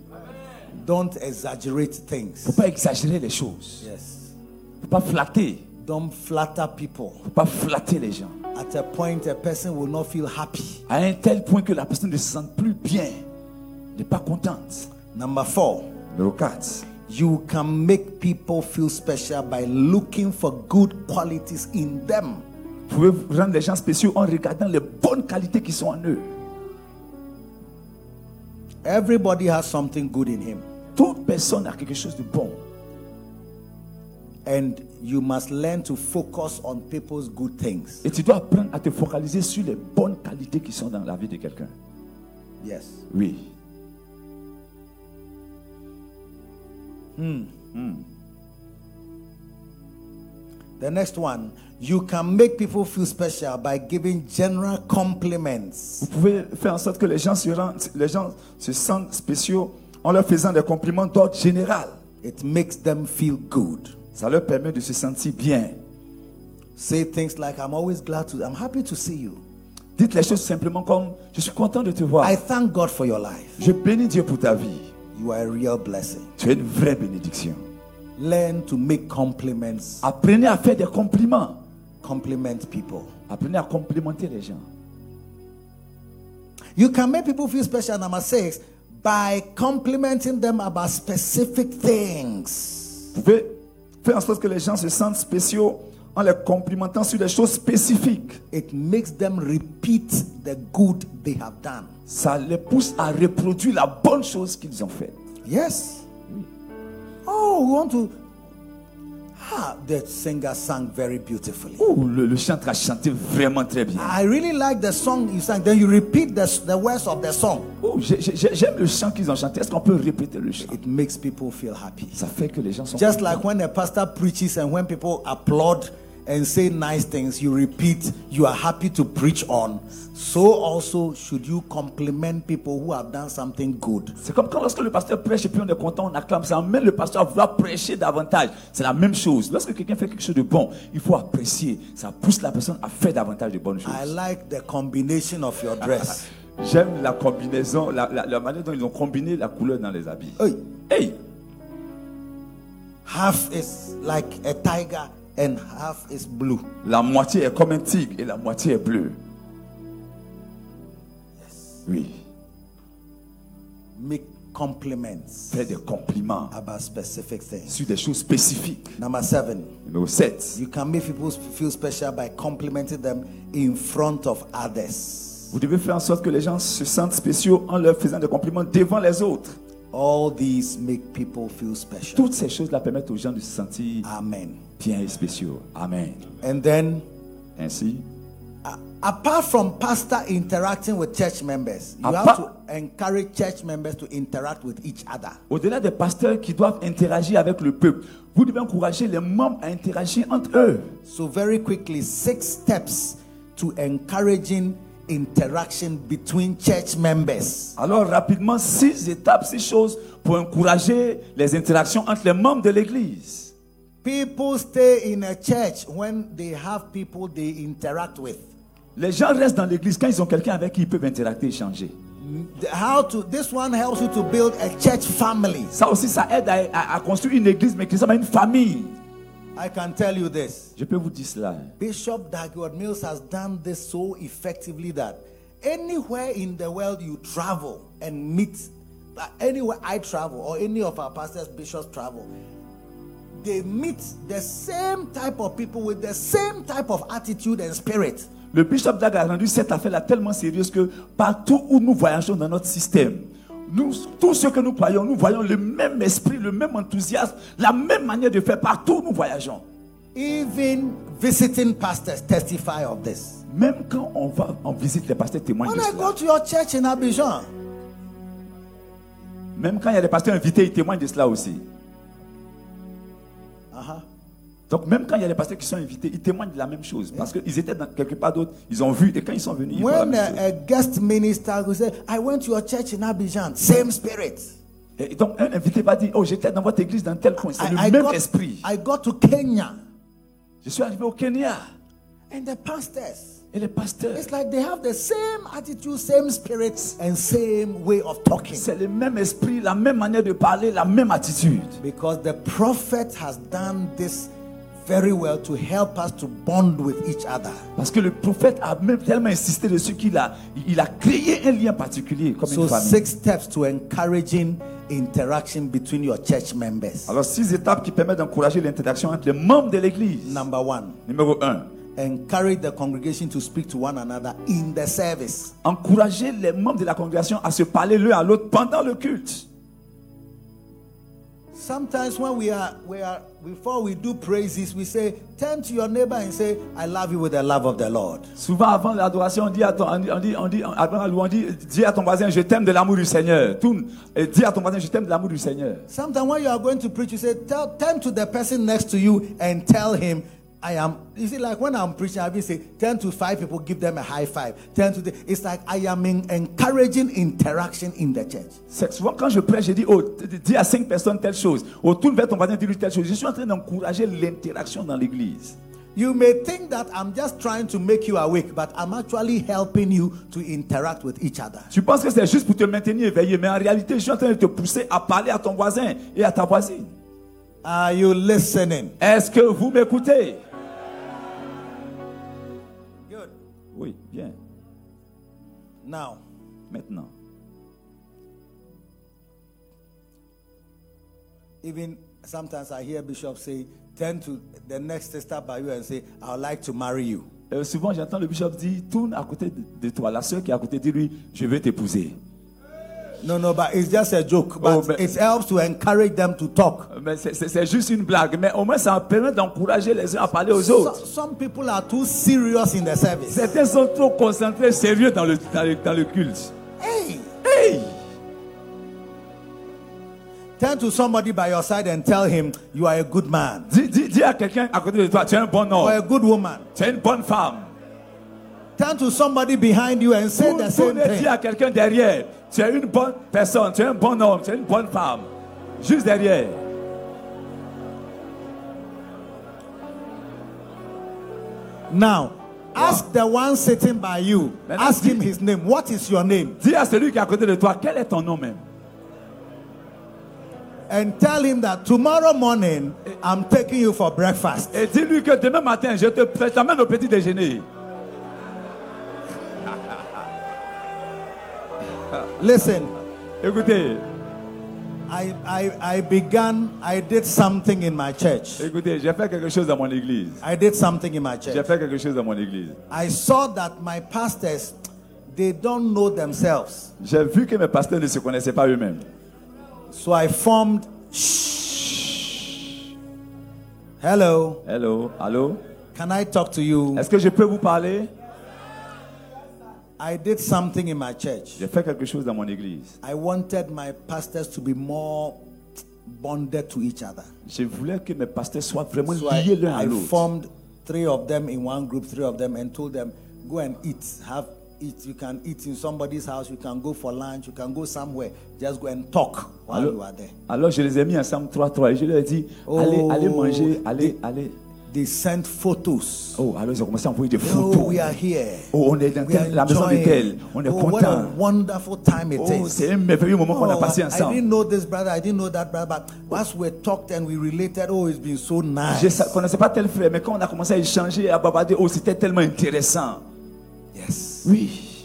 Speaker 2: Don't exaggerate
Speaker 3: Faut
Speaker 2: things.
Speaker 3: pas exagérer les choses.
Speaker 2: Yes.
Speaker 3: Faut pas flatter.
Speaker 2: Don't flatter people.
Speaker 3: Faut pas flatter les gens.
Speaker 2: At a point, a person will not feel happy.
Speaker 3: À un tel point que la personne ne se sente plus bien, n'est pas contente.
Speaker 2: Number four,
Speaker 3: Numéro 4.
Speaker 2: you can make people feel special by looking for good qualities in them.
Speaker 3: Vous pouvez rendre les gens spéciaux en regardant les bonnes qualités qui sont en eux.
Speaker 2: Everybody has something good in him.
Speaker 3: Toute personne a quelque chose de bon.
Speaker 2: And you must learn to focus on people's good things.
Speaker 3: Et tu dois apprendre à te focaliser sur les bonnes qualités qui sont dans la vie de quelqu'un.
Speaker 2: Yes.
Speaker 3: Oui.
Speaker 2: The next one, you can make people feel special by giving general compliments.
Speaker 3: Vous pouvez faire en sorte que les gens se, rendent- les gens se sentent spéciaux en leur faisant des compliments d'ordre général.
Speaker 2: It makes them feel good.
Speaker 3: Ça leur permet de se sentir bien.
Speaker 2: Say things like, I'm always glad to, I'm happy to see you.
Speaker 3: Dites les choses simplement comme Je suis content de te voir.
Speaker 2: I thank God for your life.
Speaker 3: Je bénis Dieu pour ta vie.
Speaker 2: You are a real blessing.
Speaker 3: Tu es une vraie bénédiction.
Speaker 2: Learn to make compliments.
Speaker 3: Apprenez à faire des compliments.
Speaker 2: Compliment people.
Speaker 3: Apprenez à complimenter les gens.
Speaker 2: You can make people feel special, number six, by complimenting them about specific things.
Speaker 3: Vous pouvez faire en sorte que les gens se sentent spéciaux en les complimentant sur des choses spécifiques.
Speaker 2: It makes them repeat the good they have done.
Speaker 3: Ça les pousse à reproduire la bonne chose qu'ils ont faite.
Speaker 2: Yes. Oh, we want to. Ah, the singer sang very beautifully.
Speaker 3: Ouh, le, le chanteur a chanté vraiment très bien.
Speaker 2: I really like the song you sang. Then you repeat the, the words of the song.
Speaker 3: Ouh, j'ai- j'ai- J'aime le chant qu'ils ont chanté. Est-ce qu'on peut répéter le chant
Speaker 2: It makes people feel happy.
Speaker 3: Ça fait que les gens sont.
Speaker 2: Just like when a pastor preaches and when people applaud and say nice things, you repeat, you are happy to preach on. So also should you compliment people who have done something good.
Speaker 3: C'est comme quand lorsque le pasteur prêche et puis on est content, on acclame, ça amène le pasteur à vouloir prêcher davantage. C'est la même chose. Lorsque quelqu'un fait quelque chose de bon, il faut apprécier. Ça pousse la personne à faire davantage de bonnes choses.
Speaker 2: I like the combination of your dress.
Speaker 3: J'aime la combinaison, la, la- la manière dont ils ont combiné la couleur dans les habits.
Speaker 2: Hey.
Speaker 3: Hey,
Speaker 2: half is like a tiger and half is blue.
Speaker 3: la moitié est comme un tigre et la moitié est bleue. Oui,
Speaker 2: Make compliments
Speaker 3: fais des compliments
Speaker 2: about specific things.
Speaker 3: sur des choses spécifiques.
Speaker 2: Number seven,
Speaker 3: Numéro 7.
Speaker 2: you can make people feel special by complimenting them in front of others.
Speaker 3: Vous devez faire en sorte que les gens se sentent spéciaux en leur faisant des compliments devant les autres.
Speaker 2: All these make people feel special.
Speaker 3: Toutes ces choses-là permettent aux gens de se sentir
Speaker 2: Amen.
Speaker 3: bien et spéciaux. Amen.
Speaker 2: And then,
Speaker 3: Ainsi,
Speaker 2: a- apart from pastor interacting with church members, you
Speaker 3: Apart-
Speaker 2: have to encourage church members to interact with each other.
Speaker 3: au-delà des pasteurs qui doivent interagir avec le peuple, vous devez encourager les membres à interagir entre eux.
Speaker 2: So, very quickly, six steps to encouraging interaction between church members.
Speaker 3: Alors rapidement, six étapes, six choses pour encourager les interactions entre les membres de l'Église.
Speaker 2: People stay in a church when they have people they interact with.
Speaker 3: Les gens restent dans l'Église quand ils ont quelqu'un avec qui ils peuvent interacter, échanger.
Speaker 2: The- How to this one helps you to build a church family.
Speaker 3: Ça aussi, ça aide à, à- à construire une Église, mais qui ressemble à une famille.
Speaker 2: I can tell you this.
Speaker 3: Je peux vous dire cela. hein.
Speaker 2: Bishop Dagwood Mills has done this so effectively that anywhere in the world you travel and meet, like anywhere I travel or any of our pastors, bishops travel, they meet the same type of people with the same type of attitude and spirit.
Speaker 3: Le bishop Dag a rendu cette affaire-là tellement sérieuse que partout où nous voyageons dans notre système, nous, tout ce que nous croyons, nous voyons le même esprit, le même enthousiasme, la même manière de faire partout où nous voyageons.
Speaker 2: Even visiting pastors testify of this.
Speaker 3: Même quand on va en visite, les pasteurs témoignent
Speaker 2: When
Speaker 3: de
Speaker 2: I
Speaker 3: cela.
Speaker 2: go to your church in Abidjan,
Speaker 3: Même quand il y a des pasteurs invités, ils témoignent de cela aussi. Donc même quand il y a des pasteurs qui sont invités, ils témoignent de la même chose. Parce qu'ils étaient dans quelque part d'autre, ils ont vu, et quand ils sont venus, ils voient la
Speaker 2: when
Speaker 3: même chose.
Speaker 2: a, a guest minister will say, I went to your church in Abidjan, same spirit.
Speaker 3: Et donc un invité va dire, oh j'étais dans votre église dans tel coin, c'est le même esprit.
Speaker 2: I got to Kenya
Speaker 3: Je suis arrivé au Kenya,
Speaker 2: and the pastors.
Speaker 3: et les pasteurs...
Speaker 2: It's like they have the same attitude, same spirits, and same way of talking.
Speaker 3: C'est le même esprit, la même manière de parler, la même attitude.
Speaker 2: Because the prophet has done this very well to help us to bond with each other.
Speaker 3: Parce que le prophète a même tellement insisté dessus qu'il a, il a créé un lien particulier comme
Speaker 2: So,
Speaker 3: une famille.
Speaker 2: six steps to encouraging interaction between your church members.
Speaker 3: Alors six étapes qui permettent d'encourager l'interaction entre les membres de l'Église.
Speaker 2: Number one,
Speaker 3: Numéro 1.
Speaker 2: encourage the congregation to speak to one another in the service.
Speaker 3: Encourager les membres de la congrégation à se parler l'un à l'autre pendant le culte.
Speaker 2: Sometimes when we are we are before we do praises, we say, turn to your neighbor and say, I love you with the love of the Lord.
Speaker 3: Souvent avant l'adoration, on dit à ton, on dit, on dit, on dit- avant la louange, on dit, dis à ton voisin, je t'aime de l'amour du Seigneur. Tourne et dis à ton voisin, je t'aime de l'amour du Seigneur.
Speaker 2: Sometimes when you are going to preach, you say, tell, turn to the person next to you and tell him, I am. You see, like when I'm preaching, I will say, turn to five people, give them a high five. Turn to the. It's like I am in, encouraging interaction in the church.
Speaker 3: C'est souvent quand je prêche, je dis, oh, t- dis à cinq personnes telle chose. Oh, tourne vers ton voisin, dis-lui telle chose. Je suis en train d'encourager l'interaction dans l'église.
Speaker 2: You may think that I'm just trying to make you awake, but I'm actually helping you to interact with each other.
Speaker 3: Tu penses que c'est juste pour te maintenir éveillé, mais en réalité, je suis en train de te pousser à parler à ton voisin et à ta voisine.
Speaker 2: Are you listening?
Speaker 3: Est-ce que vous m'écoutez Oui, bien.
Speaker 2: Now,
Speaker 3: Maintenant,
Speaker 2: even sometimes I hear bishops say, turn to the next sister by you and say, I would like to marry you.
Speaker 3: Euh, souvent j'entends le bishop dire, tourne à côté de, de toi, la soeur qui est à côté, dis-lui, je veux t'épouser.
Speaker 2: No, no, but it's just a joke. But
Speaker 3: Oh, but-
Speaker 2: it helps to encourage them to talk.
Speaker 3: Euh, Mais c'est- c'est c'est juste une blague, mais au moins ça permet d'encourager les uns à parler aux
Speaker 2: So-
Speaker 3: autres.
Speaker 2: some people are too serious in the service.
Speaker 3: Certains sont trop concentrés, sérieux dans le, dans le, dans le culte.
Speaker 2: Hey,
Speaker 3: Hey
Speaker 2: turn to somebody by your side and tell him you are a good man
Speaker 3: dis, dis- dis à quelqu'un à côté de toi, tu es un bon
Speaker 2: or
Speaker 3: homme,
Speaker 2: a good woman.
Speaker 3: tu es une bonne femme.
Speaker 2: Turn to somebody behind you and say
Speaker 3: Tourne,
Speaker 2: the same
Speaker 3: tourne et dis
Speaker 2: thing.
Speaker 3: à quelqu'un derrière, tu es une bonne personne, tu es un bon homme, tu es une bonne femme. Juste derrière.
Speaker 2: Now, ask the one sitting by you.
Speaker 3: Then
Speaker 2: Ask
Speaker 3: ask
Speaker 2: him his name. What is your name?
Speaker 3: Dis à celui qui est à côté de toi, quel est ton nom même
Speaker 2: And tell him that tomorrow morning I'm taking you for breakfast.
Speaker 3: Et dis-lui que demain matin, je te je t'amène au petit déjeuner.
Speaker 2: Listen,
Speaker 3: Écoutez,
Speaker 2: I, I, I began, I did something in my church.
Speaker 3: écoutez, j'ai fait quelque chose dans mon église.
Speaker 2: I did something in my
Speaker 3: J'ai
Speaker 2: church.
Speaker 3: fait quelque chose dans mon église.
Speaker 2: I saw that my pastors, they don't know themselves.
Speaker 3: J'ai vu que mes pasteurs ne se connaissaient pas eux-mêmes.
Speaker 2: So I formed. Hello,
Speaker 3: Hello, allô?
Speaker 2: can I talk to you?
Speaker 3: Est-ce que je peux vous parler?
Speaker 2: I did something in my church.
Speaker 3: J'ai fait quelque chose dans mon église.
Speaker 2: I wanted my pastors to be more bonded to each other.
Speaker 3: Je voulais que mes pasteurs soient vraiment
Speaker 2: So I,
Speaker 3: liés l'un à
Speaker 2: I
Speaker 3: l'autre.
Speaker 2: formed three of them in one group, three of them, and told them, go and eat. Have eat. You can eat in somebody's house. You can go for lunch. You can go somewhere. Just go and talk while you
Speaker 3: Alors,
Speaker 2: are there.
Speaker 3: alors je les ai mis ensemble trois, trois, et je leur ai dit, allez,
Speaker 2: Oh,
Speaker 3: allez manger, allez,
Speaker 2: they-
Speaker 3: allez.
Speaker 2: They sent photos.
Speaker 3: Oh, alors ils ont commencé à envoyer des
Speaker 2: Oh,
Speaker 3: photos.
Speaker 2: we are here.
Speaker 3: Oh, on est dans
Speaker 2: We are
Speaker 3: telle- la maison de tel,
Speaker 2: enjoying.
Speaker 3: on est
Speaker 2: oh, what a
Speaker 3: content.
Speaker 2: wonderful time it
Speaker 3: Oh,
Speaker 2: is.
Speaker 3: c'est un merveilleux moment qu'on a
Speaker 2: Oh,
Speaker 3: passé
Speaker 2: I, I
Speaker 3: ensemble.
Speaker 2: didn't know this brother. I didn't know that brother. But once we talked and we related, oh, it's been so nice.
Speaker 3: Je ne connaissais pas tel frère, mais quand on a commencé à échanger et à bavarder, oh, c'était tellement intéressant.
Speaker 2: Yes.
Speaker 3: Oui,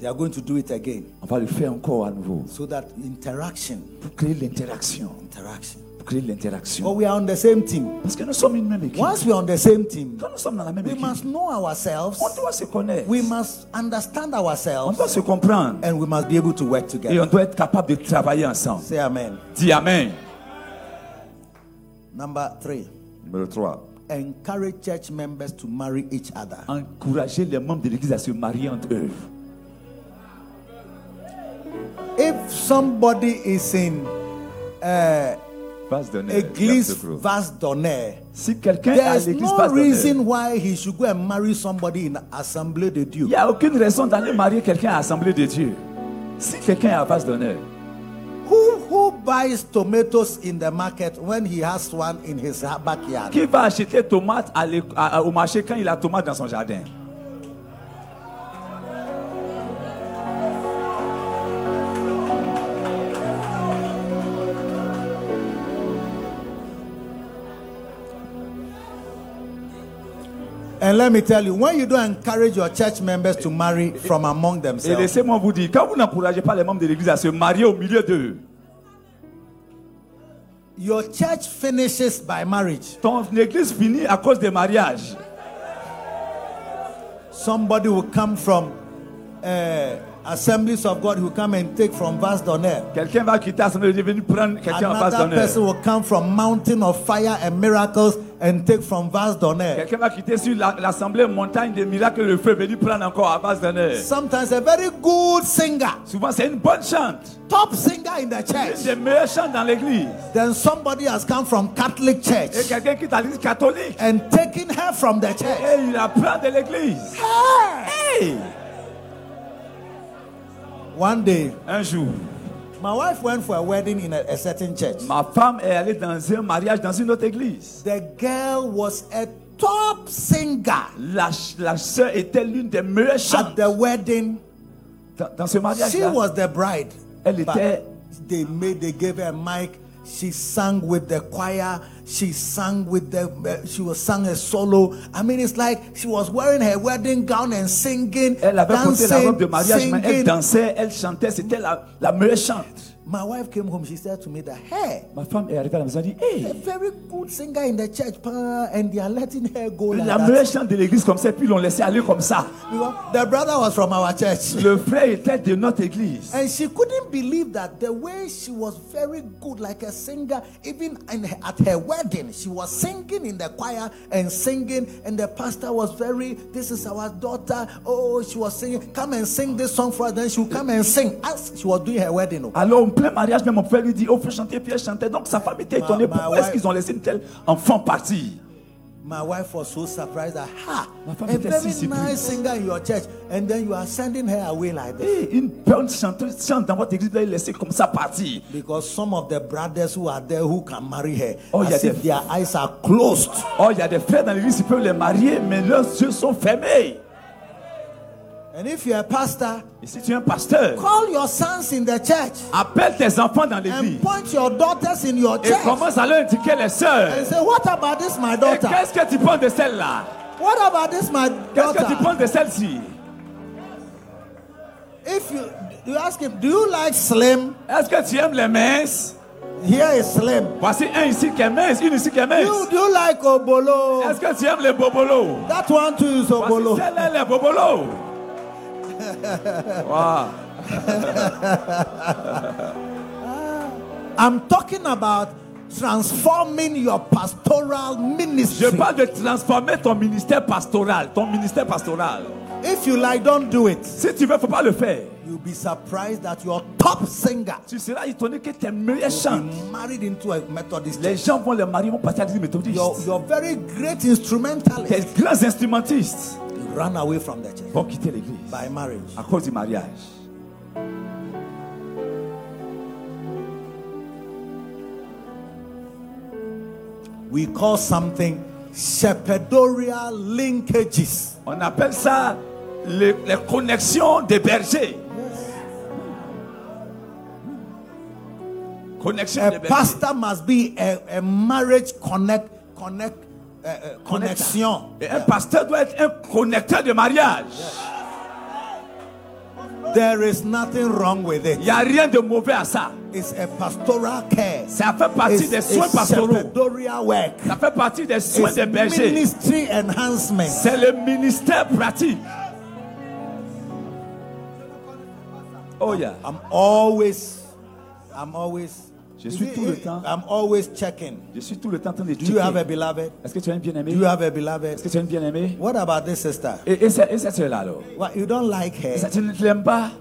Speaker 2: They are going to do it again.
Speaker 3: on va le faire encore à nouveau.
Speaker 2: So that interaction,
Speaker 3: Pour créer l'interaction.
Speaker 2: interaction.
Speaker 3: Pour créer
Speaker 2: But
Speaker 3: l'interaction.
Speaker 2: we are on the same team.
Speaker 3: Parce que nous sommes une même équipe.
Speaker 2: Once we are on the same team,
Speaker 3: Quand nous sommes dans la même
Speaker 2: we
Speaker 3: équipe,
Speaker 2: must know ourselves.
Speaker 3: on doit se connaître.
Speaker 2: We must understand
Speaker 3: On
Speaker 2: ourselves,
Speaker 3: doit se comprendre.
Speaker 2: and we must be able to work
Speaker 3: Et on
Speaker 2: together.
Speaker 3: doit être capable de travailler ensemble.
Speaker 2: Say amen.
Speaker 3: Dis Amen.
Speaker 2: Number three.
Speaker 3: Numéro 3.
Speaker 2: Encourage church members to marry each other.
Speaker 3: Encourager les membres de l'église à se marier entre eux.
Speaker 2: If somebody is in
Speaker 3: Vase d'honneur.
Speaker 2: Église
Speaker 3: garde ce groupe.
Speaker 2: vase d'honneur.
Speaker 3: Si quelqu'un est à
Speaker 2: There's
Speaker 3: l'église
Speaker 2: no
Speaker 3: vase d'honneur,
Speaker 2: reason why he should go and marry somebody in Assemblée de Dieu.
Speaker 3: il n'y a aucune raison d'aller marier quelqu'un à l'Assemblée de Dieu. Si quelqu'un est à vase d'honneur,
Speaker 2: Who who buys tomatoes in the market when he has one in his backyard?
Speaker 3: Qui va acheter tomate à l'é- à- à- au marché quand il a tomate dans son jardin
Speaker 2: And let me tell you, when you don't encourage your church members to marry from among
Speaker 3: Et
Speaker 2: themselves,
Speaker 3: laissez-moi vous dire, quand vous n'encouragez pas les membres de l'église à se marier au milieu d'eux,
Speaker 2: your church finishes by marriage.
Speaker 3: ton église finit à cause des mariages.
Speaker 2: Somebody will come from uh, Assemblies of God will come and take from vast donaire.
Speaker 3: Quelqu'un va quitter l'assemblée de Dieu, venir prendre quelqu'un en face
Speaker 2: Another
Speaker 3: d'honneur.
Speaker 2: person will come from mountain of fire and miracles and take from vast donaire.
Speaker 3: Quelqu'un va quitter sur la- l'assemblée montagne des miracles, le feu, venir prendre encore en face d'honneur.
Speaker 2: Sometimes a very good singer,
Speaker 3: Souvent, c'est une bonne chante.
Speaker 2: top singer in the
Speaker 3: Une des
Speaker 2: church.
Speaker 3: meilleures chantes dans l'église.
Speaker 2: Then somebody has come from Catholic
Speaker 3: Et
Speaker 2: church
Speaker 3: quelqu'un qui est à l'église catholique.
Speaker 2: and taken her from the church.
Speaker 3: Et il apprend de l'église. Hey!
Speaker 2: One day,
Speaker 3: Un jour,
Speaker 2: my wife went for a wedding in a, a certain church.
Speaker 3: ma femme est allée dans un mariage dans une autre église.
Speaker 2: The girl was a top singer
Speaker 3: La, ch- la sœur était l'une des meilleures
Speaker 2: at
Speaker 3: chantes
Speaker 2: the wedding.
Speaker 3: dans, dans ce mariage.
Speaker 2: She was the bride.
Speaker 3: Elle
Speaker 2: But
Speaker 3: était-
Speaker 2: They made, they gave her a mic. She sang with the choir. She sang with the. uh, She was sang a solo. I mean, it's like she was wearing her wedding gown and singing,
Speaker 3: Elle avait porté la robe de
Speaker 2: dancing,
Speaker 3: mariage, mais elle
Speaker 2: singing.
Speaker 3: dansait, elle chantait, c'était la, la meilleure chante.
Speaker 2: My wife came home. She said to me that, "Hey,
Speaker 3: Ma femme est arrivée à la maison et dit
Speaker 2: a
Speaker 3: Hey,
Speaker 2: very good singer in the church, pa, and they are letting her go like
Speaker 3: la
Speaker 2: that."
Speaker 3: meilleure chante de l'église comme ça, puis l'ont laissé aller comme ça.
Speaker 2: Because the brother was from our church.
Speaker 3: Le frère était de notre église.
Speaker 2: And she couldn't believe that the way she was very good, like a singer, even in her- at her wedding, she was singing in the choir and singing, and the pastor was very, This is our daughter. Oh, she was singing, Come and sing this song for us. Then she'll come and sing as she was doing her wedding. oh.
Speaker 3: Alors, en plein mariage, même mon frère lui dit Oh, faut chanter, Pierre chantait. Donc, sa femme était étonnée.
Speaker 2: Ma- ma
Speaker 3: Pourquoi est-ce
Speaker 2: wife-
Speaker 3: qu'ils ont laissé une telle enfant partir
Speaker 2: My wife was so surprised that, Ha,
Speaker 3: Ma femme
Speaker 2: a
Speaker 3: était
Speaker 2: very
Speaker 3: si
Speaker 2: nice singer in your church, and then you are sending her away like this.
Speaker 3: Hey, Eh, Une bonne chanteuse chante dans votre église, vous allez laisser comme ça partir.
Speaker 2: Because some of the brothers who are there who can marry her,
Speaker 3: Oh, yeah,
Speaker 2: as if
Speaker 3: they-
Speaker 2: their eyes are closed.
Speaker 3: Oh, il y a des frères dans l'église qui peuvent les marier, mais leurs yeux sont fermés.
Speaker 2: And if you're a pastor,
Speaker 3: Et si tu es un pasteur,
Speaker 2: Call your sons in the church
Speaker 3: appelle tes enfants dans l'église
Speaker 2: and point your daughters in your
Speaker 3: et
Speaker 2: church
Speaker 3: commence à leur indiquer les sœurs.
Speaker 2: and say, What about this, my
Speaker 3: Et
Speaker 2: daughter?
Speaker 3: qu'est-ce que tu penses de celle-là
Speaker 2: What about this, my
Speaker 3: Qu'est-ce que tu
Speaker 2: daughter?
Speaker 3: penses de celle-ci
Speaker 2: If you you ask him, Do you like slim?
Speaker 3: Est-ce que tu aimes les minces
Speaker 2: Here is slim.
Speaker 3: Voici un ici qui est mince, une ici qui est
Speaker 2: You
Speaker 3: mince.
Speaker 2: do you like
Speaker 3: Est-ce
Speaker 2: obolo?
Speaker 3: que tu aimes les bobolos
Speaker 2: That one too is
Speaker 3: Voici
Speaker 2: obolo.
Speaker 3: celle-là, les bobolos. Wow.
Speaker 2: I'm talking about transforming your pastoral
Speaker 3: Je
Speaker 2: ministry.
Speaker 3: parle de transformer ton ministère pastoral, ton ministère pastoral.
Speaker 2: If you like, don't do it.
Speaker 3: Si tu veux, faut pas le faire.
Speaker 2: You'll be surprised that your top singer
Speaker 3: Tu seras étonné que tes
Speaker 2: will
Speaker 3: meilleurs chants,
Speaker 2: be married into a Methodist
Speaker 3: les
Speaker 2: church.
Speaker 3: gens vont les marier, vont partir à l'église méthodiste.
Speaker 2: Your, your very great instrumentalist.
Speaker 3: Tes grands instrumentistes
Speaker 2: You run away from the church
Speaker 3: vont quitter l'église
Speaker 2: by marriage.
Speaker 3: à cause du mariage.
Speaker 2: We call something shepherdorial linkages.
Speaker 3: On appelle ça les, les connexions des bergers. Connexion
Speaker 2: A
Speaker 3: des bergers.
Speaker 2: pastor must be a, a marriage connect connect uh, uh, connection.
Speaker 3: Et un pasteur doit être un connecteur de mariage.
Speaker 2: There is nothing wrong with
Speaker 3: Il
Speaker 2: it.
Speaker 3: n'y a rien de mauvais à ça.
Speaker 2: It's a pastoral care.
Speaker 3: Ça fait partie
Speaker 2: It's,
Speaker 3: des soins
Speaker 2: it's
Speaker 3: pastoraux.
Speaker 2: shepherdorial work.
Speaker 3: Ça fait partie des soins
Speaker 2: It's
Speaker 3: des bergers.
Speaker 2: ministry enhancement.
Speaker 3: C'est le ministère pratique. Oh yeah.
Speaker 2: I'm always, I'm always.
Speaker 3: Je suis tout le temps-
Speaker 2: I'm always checking.
Speaker 3: Je suis tout le temps en train de
Speaker 2: Do you have a
Speaker 3: checker.
Speaker 2: beloved?
Speaker 3: Est-ce que tu as une bien-aimée?
Speaker 2: Do you have a
Speaker 3: Est-ce que
Speaker 2: beloved?
Speaker 3: tu as une bien-aimée?
Speaker 2: What about this sister?
Speaker 3: Et, et, ce- et cette là alors?
Speaker 2: What you don't like her?
Speaker 3: Et ça, tu ne l'aimes pas?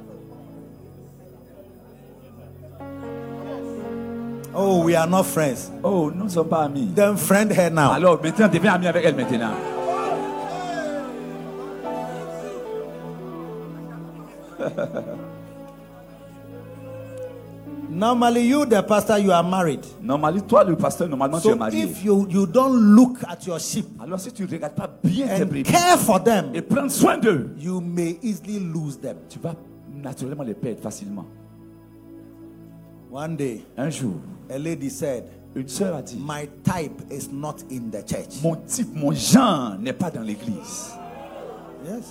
Speaker 2: Oh, we are not friends.
Speaker 3: Oh, nous ne sommes pas amis.
Speaker 2: Then friend her now.
Speaker 3: Alors, maintenant, deviens ami avec elle maintenant.
Speaker 2: Normally, you, the pastor, you are married.
Speaker 3: Normalement, toi, le pasteur, normalement, tu es
Speaker 2: So
Speaker 3: marié.
Speaker 2: if you you don't look at your sheep
Speaker 3: Alors, si tu ne regardes pas bien tes
Speaker 2: and
Speaker 3: brebis
Speaker 2: care for them,
Speaker 3: et prends soin d'eux,
Speaker 2: you may easily lose them.
Speaker 3: tu vas naturellement les perdre facilement.
Speaker 2: One day,
Speaker 3: Un jour,
Speaker 2: a lady said,
Speaker 3: une sœur a dit
Speaker 2: "My type is not in the church."
Speaker 3: Mon type, mon genre n'est pas dans l'église.
Speaker 2: Yes.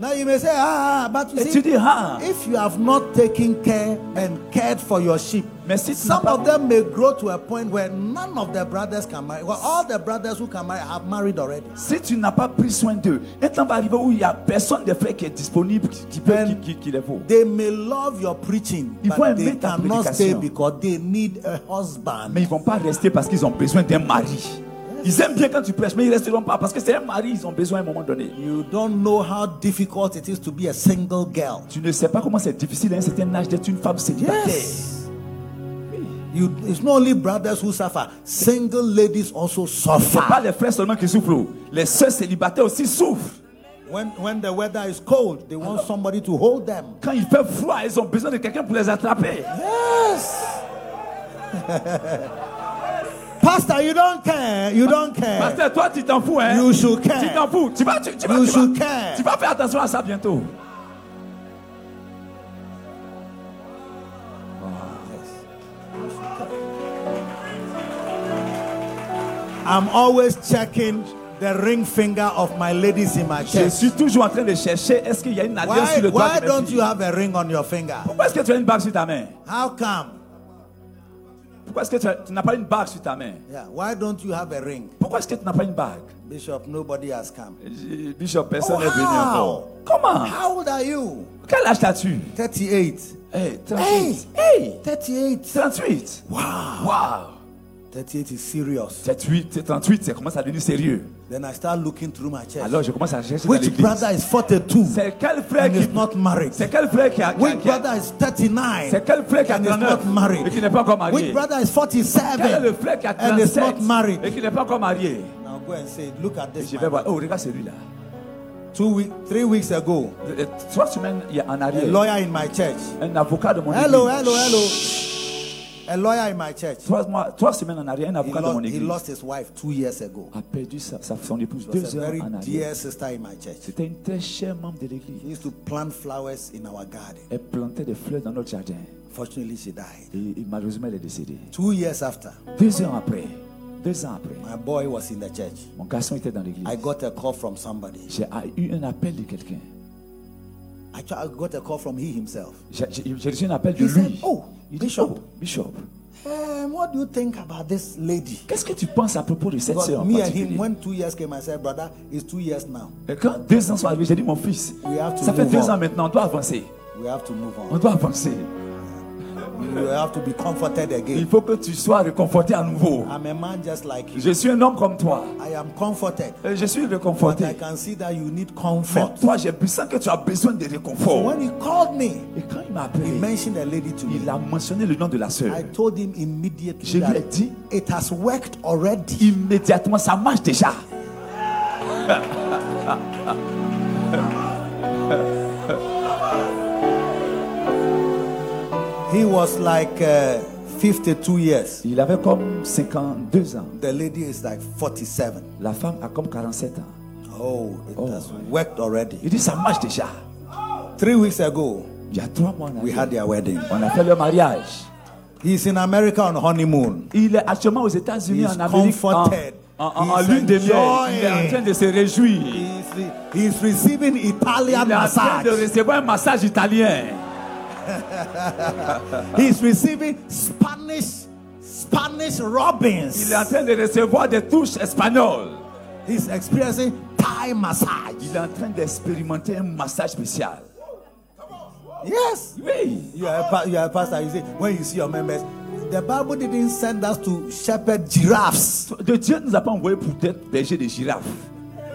Speaker 2: Now you may say, ah, ah, but you
Speaker 3: Et
Speaker 2: see,
Speaker 3: tu dis, ah.
Speaker 2: if you have not taken care and cared for your sheep,
Speaker 3: Mais si tu n'as
Speaker 2: some
Speaker 3: pas-
Speaker 2: of them may grow to a point where none of the brothers can marry. Well, all the brothers who can marry have married already.
Speaker 3: Si tu n'as pas pris soin d'eux, un temps va arriver où il n'y a personne des frères qui est disponible, qui, qui peut, qui, qui- qui les vaut.
Speaker 2: They may love your preaching,
Speaker 3: Ils vont
Speaker 2: but they
Speaker 3: aimer ta
Speaker 2: cannot stay
Speaker 3: prédication.
Speaker 2: because they need a
Speaker 3: Mais
Speaker 2: husband.
Speaker 3: ils ne vont pas rester parce qu'ils ont besoin d'un mari. Ils aiment bien quand tu prêches, mais ils ne resteront pas parce que c'est un mari, ils ont besoin à un moment donné.
Speaker 2: You don't know how difficult it is to be a single girl.
Speaker 3: Tu ne sais pas comment c'est difficile à un certain âge d'être une femme célibataire.
Speaker 2: Yes. You, it's not only brothers who suffer, single ladies also suffer.
Speaker 3: Pas les frères seulement qui souffrent, oh. les sœurs célibataires aussi souffrent.
Speaker 2: When, when the weather is cold, they want somebody to hold them.
Speaker 3: Quand il fait froid, ils ont besoin de quelqu'un pour les attraper.
Speaker 2: Yes. Pastor, you don't care. You don't
Speaker 3: Parce
Speaker 2: care.
Speaker 3: que toi, tu t'en fous, hein.
Speaker 2: You should care.
Speaker 3: Tu t'en fous. Tu vas, tu, tu vas,
Speaker 2: You
Speaker 3: tu
Speaker 2: should
Speaker 3: vas-
Speaker 2: care.
Speaker 3: tu vas faire attention à ça bientôt.
Speaker 2: I'm always checking the ring finger of my ladies in my
Speaker 3: Je
Speaker 2: chest.
Speaker 3: suis toujours en train de chercher est-ce qu'il y a une alliance
Speaker 2: Why,
Speaker 3: sur le doigt
Speaker 2: why
Speaker 3: de mes
Speaker 2: don't
Speaker 3: filles.
Speaker 2: you have a ring on your finger?
Speaker 3: Pourquoi est-ce que tu as une bague sur ta main
Speaker 2: How come?
Speaker 3: Pourquoi est-ce que tu, as- tu n'as pas une bague sur ta main
Speaker 2: Yeah, why don't you have a ring?
Speaker 3: Pourquoi est-ce que tu n'as pas une bague
Speaker 2: Bishop, nobody has come.
Speaker 3: J'ai- Bishop, personne
Speaker 2: Oh,
Speaker 3: n'est venu
Speaker 2: how?
Speaker 3: encore. Comment
Speaker 2: How old are you?
Speaker 3: Quel âge as-tu
Speaker 2: 38.
Speaker 3: Hey, 38.
Speaker 2: Hey,
Speaker 3: Hey
Speaker 2: 38.
Speaker 3: 38 Wow Wow
Speaker 2: 38 is serious.
Speaker 3: 38, 38, ça commence à devenir sérieux.
Speaker 2: Then I start looking through my chest.
Speaker 3: Alors je commence à chercher dans
Speaker 2: Which
Speaker 3: l'église.
Speaker 2: brother is 42
Speaker 3: C'est quel frère
Speaker 2: and
Speaker 3: qui...
Speaker 2: is not married?
Speaker 3: C'est quel frère qui a... qui a-
Speaker 2: Which
Speaker 3: qui a-
Speaker 2: brother is 39
Speaker 3: C'est quel frère qui a
Speaker 2: and is
Speaker 3: 39
Speaker 2: not married?
Speaker 3: et qui n'est pas encore marié
Speaker 2: Which brother is
Speaker 3: Quel est le frère
Speaker 2: 47
Speaker 3: qui a
Speaker 2: and is
Speaker 3: 37
Speaker 2: not married?
Speaker 3: et qui n'est pas encore marié
Speaker 2: Now go and say, look at this.
Speaker 3: Je vais
Speaker 2: man.
Speaker 3: voir. Oh, regarde celui-là.
Speaker 2: Two week, three weeks ago,
Speaker 3: Euh, Trois semaines il y a en
Speaker 2: a
Speaker 3: arrière.
Speaker 2: lawyer in my church.
Speaker 3: Un avocat de mon
Speaker 2: Hello, hein.
Speaker 3: église.
Speaker 2: hello, hello. A lawyer in my church.
Speaker 3: Trois, mois, trois semaines en arrière, un
Speaker 2: He
Speaker 3: avocat de mon
Speaker 2: lost, he
Speaker 3: église
Speaker 2: lost his wife two years ago.
Speaker 3: a perdu sa, sa- son épouse
Speaker 2: She was
Speaker 3: deux
Speaker 2: a
Speaker 3: heures
Speaker 2: very
Speaker 3: en arrière.
Speaker 2: dear sister in my church.
Speaker 3: C'était une très chère membre de
Speaker 2: She
Speaker 3: l'église.
Speaker 2: used to plant flowers in our garden.
Speaker 3: Elle plantait des fleurs dans notre jardin.
Speaker 2: Fortunately, she died.
Speaker 3: Et, et malheureusement, elle est décédée.
Speaker 2: Two years after,
Speaker 3: Deux ans après, deux ans après,
Speaker 2: my boy was in the church.
Speaker 3: mon garçon était dans l'église.
Speaker 2: I got a call from somebody.
Speaker 3: J'ai a- eu un appel de quelqu'un.
Speaker 2: Actually, I got a call from he himself.
Speaker 3: J'ai j'ai- j'ai reçu un appel de
Speaker 2: He said,
Speaker 3: lui.
Speaker 2: oh,
Speaker 3: Il dit,
Speaker 2: Bishop.
Speaker 3: oh, Bishop,
Speaker 2: Um, what do you think about this lady?
Speaker 3: qu'est-ce que tu penses à propos de cette
Speaker 2: Because
Speaker 3: sœur en
Speaker 2: me and him,
Speaker 3: particulier?
Speaker 2: when two years came, I said, brother, it's two years now.
Speaker 3: Et Quand deux ans sont arrivés, j'ai dit, mon fils,
Speaker 2: We have to
Speaker 3: ça fait
Speaker 2: move on.
Speaker 3: deux ans maintenant, on doit avancer.
Speaker 2: We have to move
Speaker 3: On
Speaker 2: on.
Speaker 3: doit avancer.
Speaker 2: You have to be comforted
Speaker 3: Il
Speaker 2: again.
Speaker 3: faut que tu sois réconforté à nouveau.
Speaker 2: I'm a man just like you.
Speaker 3: Je suis un homme comme toi.
Speaker 2: I am comforted.
Speaker 3: Et Je suis
Speaker 2: But
Speaker 3: réconforté.
Speaker 2: I can see that you need
Speaker 3: Mais
Speaker 2: comfort.
Speaker 3: toi, j'ai pu sentir que tu as besoin de
Speaker 2: So
Speaker 3: réconfort.
Speaker 2: when he called me,
Speaker 3: Et quand il m'a
Speaker 2: he
Speaker 3: appelé,
Speaker 2: mentioned a lady to
Speaker 3: il
Speaker 2: me.
Speaker 3: a mentionné le nom de la sœur.
Speaker 2: I told him
Speaker 3: Je
Speaker 2: immediately
Speaker 3: lui ai
Speaker 2: that
Speaker 3: dit,
Speaker 2: it has worked already.
Speaker 3: immédiatement, ça marche déjà.
Speaker 2: He was like uh, 52 years.
Speaker 3: Il avait comme 52 ans.
Speaker 2: The lady is like 47.
Speaker 3: La femme a comme 47 ans.
Speaker 2: Oh, it
Speaker 3: Oh.
Speaker 2: has worked already.
Speaker 3: Il dit, ça marche déjà.
Speaker 2: Three weeks ago,
Speaker 3: Il y a trois mois, on
Speaker 2: we
Speaker 3: a,
Speaker 2: had their wedding.
Speaker 3: on a fait le mariage.
Speaker 2: He's in America on honeymoon.
Speaker 3: Il est actuellement aux États-Unis,
Speaker 2: He's
Speaker 3: en Amérique, en,
Speaker 2: comforted.
Speaker 3: en, en- en
Speaker 2: He's
Speaker 3: lune de miel.
Speaker 2: enjoying.
Speaker 3: Il est en train de se réjouir.
Speaker 2: He's, re- he's receiving Italian
Speaker 3: Il est en train de
Speaker 2: massage.
Speaker 3: recevoir un massage italien.
Speaker 2: He's receiving Spanish Spanish robins.
Speaker 3: Il est en train de recevoir des touches espagnoles.
Speaker 2: He's experiencing Thai massage.
Speaker 3: Il est en train d'expérimenter un massage spécial.
Speaker 2: Yes.
Speaker 3: Oui.
Speaker 2: You are, a pa- you are a pastor. You see, when you see your members, the Bible didn't send us to shepherd giraffes.
Speaker 3: De Dieu ne nous a pas envoyé pour être berger de girafes.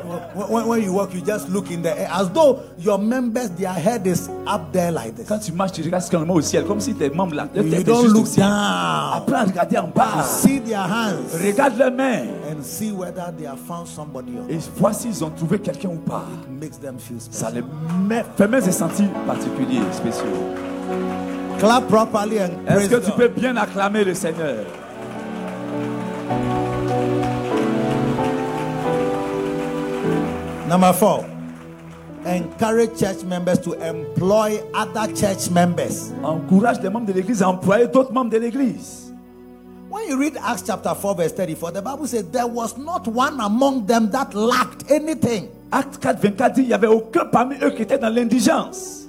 Speaker 2: When, when- when you walk, you just look in the air as though your members, their head is up there like this.
Speaker 3: Quand tu marches, tu regardes seulement au ciel, comme si tes membres là, tes-
Speaker 2: You
Speaker 3: tes
Speaker 2: don't
Speaker 3: juste au
Speaker 2: look
Speaker 3: ciel.
Speaker 2: down.
Speaker 3: Apprends à regarder en bas.
Speaker 2: See their hands
Speaker 3: Regarde leurs mains.
Speaker 2: and see whether they have found somebody or
Speaker 3: Et vois s'ils ont trouvé quelqu'un ou pas.
Speaker 2: makes them feel
Speaker 3: Ça
Speaker 2: special.
Speaker 3: les met, fait même se sentir particuliers, spéciaux.
Speaker 2: Clap properly and
Speaker 3: Est-ce
Speaker 2: praise
Speaker 3: que tu
Speaker 2: God.
Speaker 3: peux bien acclamer le Seigneur
Speaker 2: Number four, encourage church members to employ other church members.
Speaker 3: Encourage les membres de l'église à employer d'autres membres de l'église.
Speaker 2: When you read Acts chapter 4, verse 34, the Bible says, There was not one among them that lacked anything.
Speaker 3: Acte 4, 24 dit il n'y avait aucun parmi eux qui était dans l'indigence.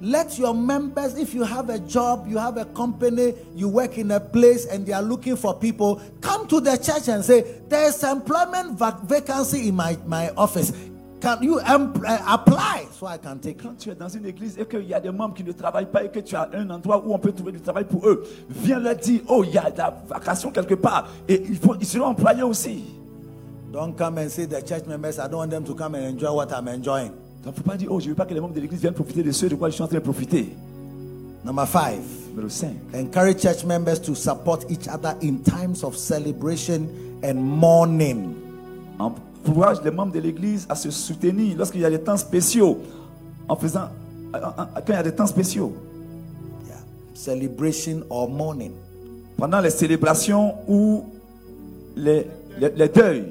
Speaker 2: Let your members, if you have a job, you have a company, you work in a place, and they are looking for people, come to the church and say, There's employment vac- vacancy in my, my office. Can you em- uh, apply so I can take you?
Speaker 3: Quand tu es dans une église et qu'il y a des membres qui ne travaillent pas et que tu as un endroit où on peut trouver du travail pour eux, viens leur dire Oh, il y a de la vacation quelque part et ils, vont- ils seront employés aussi.
Speaker 2: Don't come and say the church members, I don't want them to come and enjoy what I'm enjoying.
Speaker 3: Donc, il ne faut pas dire Oh, je ne veux pas que les membres de l'église viennent profiter de ce de quoi je suis en train de profiter.
Speaker 2: Number five.
Speaker 3: Numéro 5.
Speaker 2: Encourage church members to support each other in times of celebration and mourning.
Speaker 3: Encourage les membres de l'église à se soutenir lorsqu'il y a des temps spéciaux. En faisant. en- en- Quand il y a des temps spéciaux.
Speaker 2: Yeah. Celebration or mourning.
Speaker 3: Pendant les célébrations ou les, les, les deuils,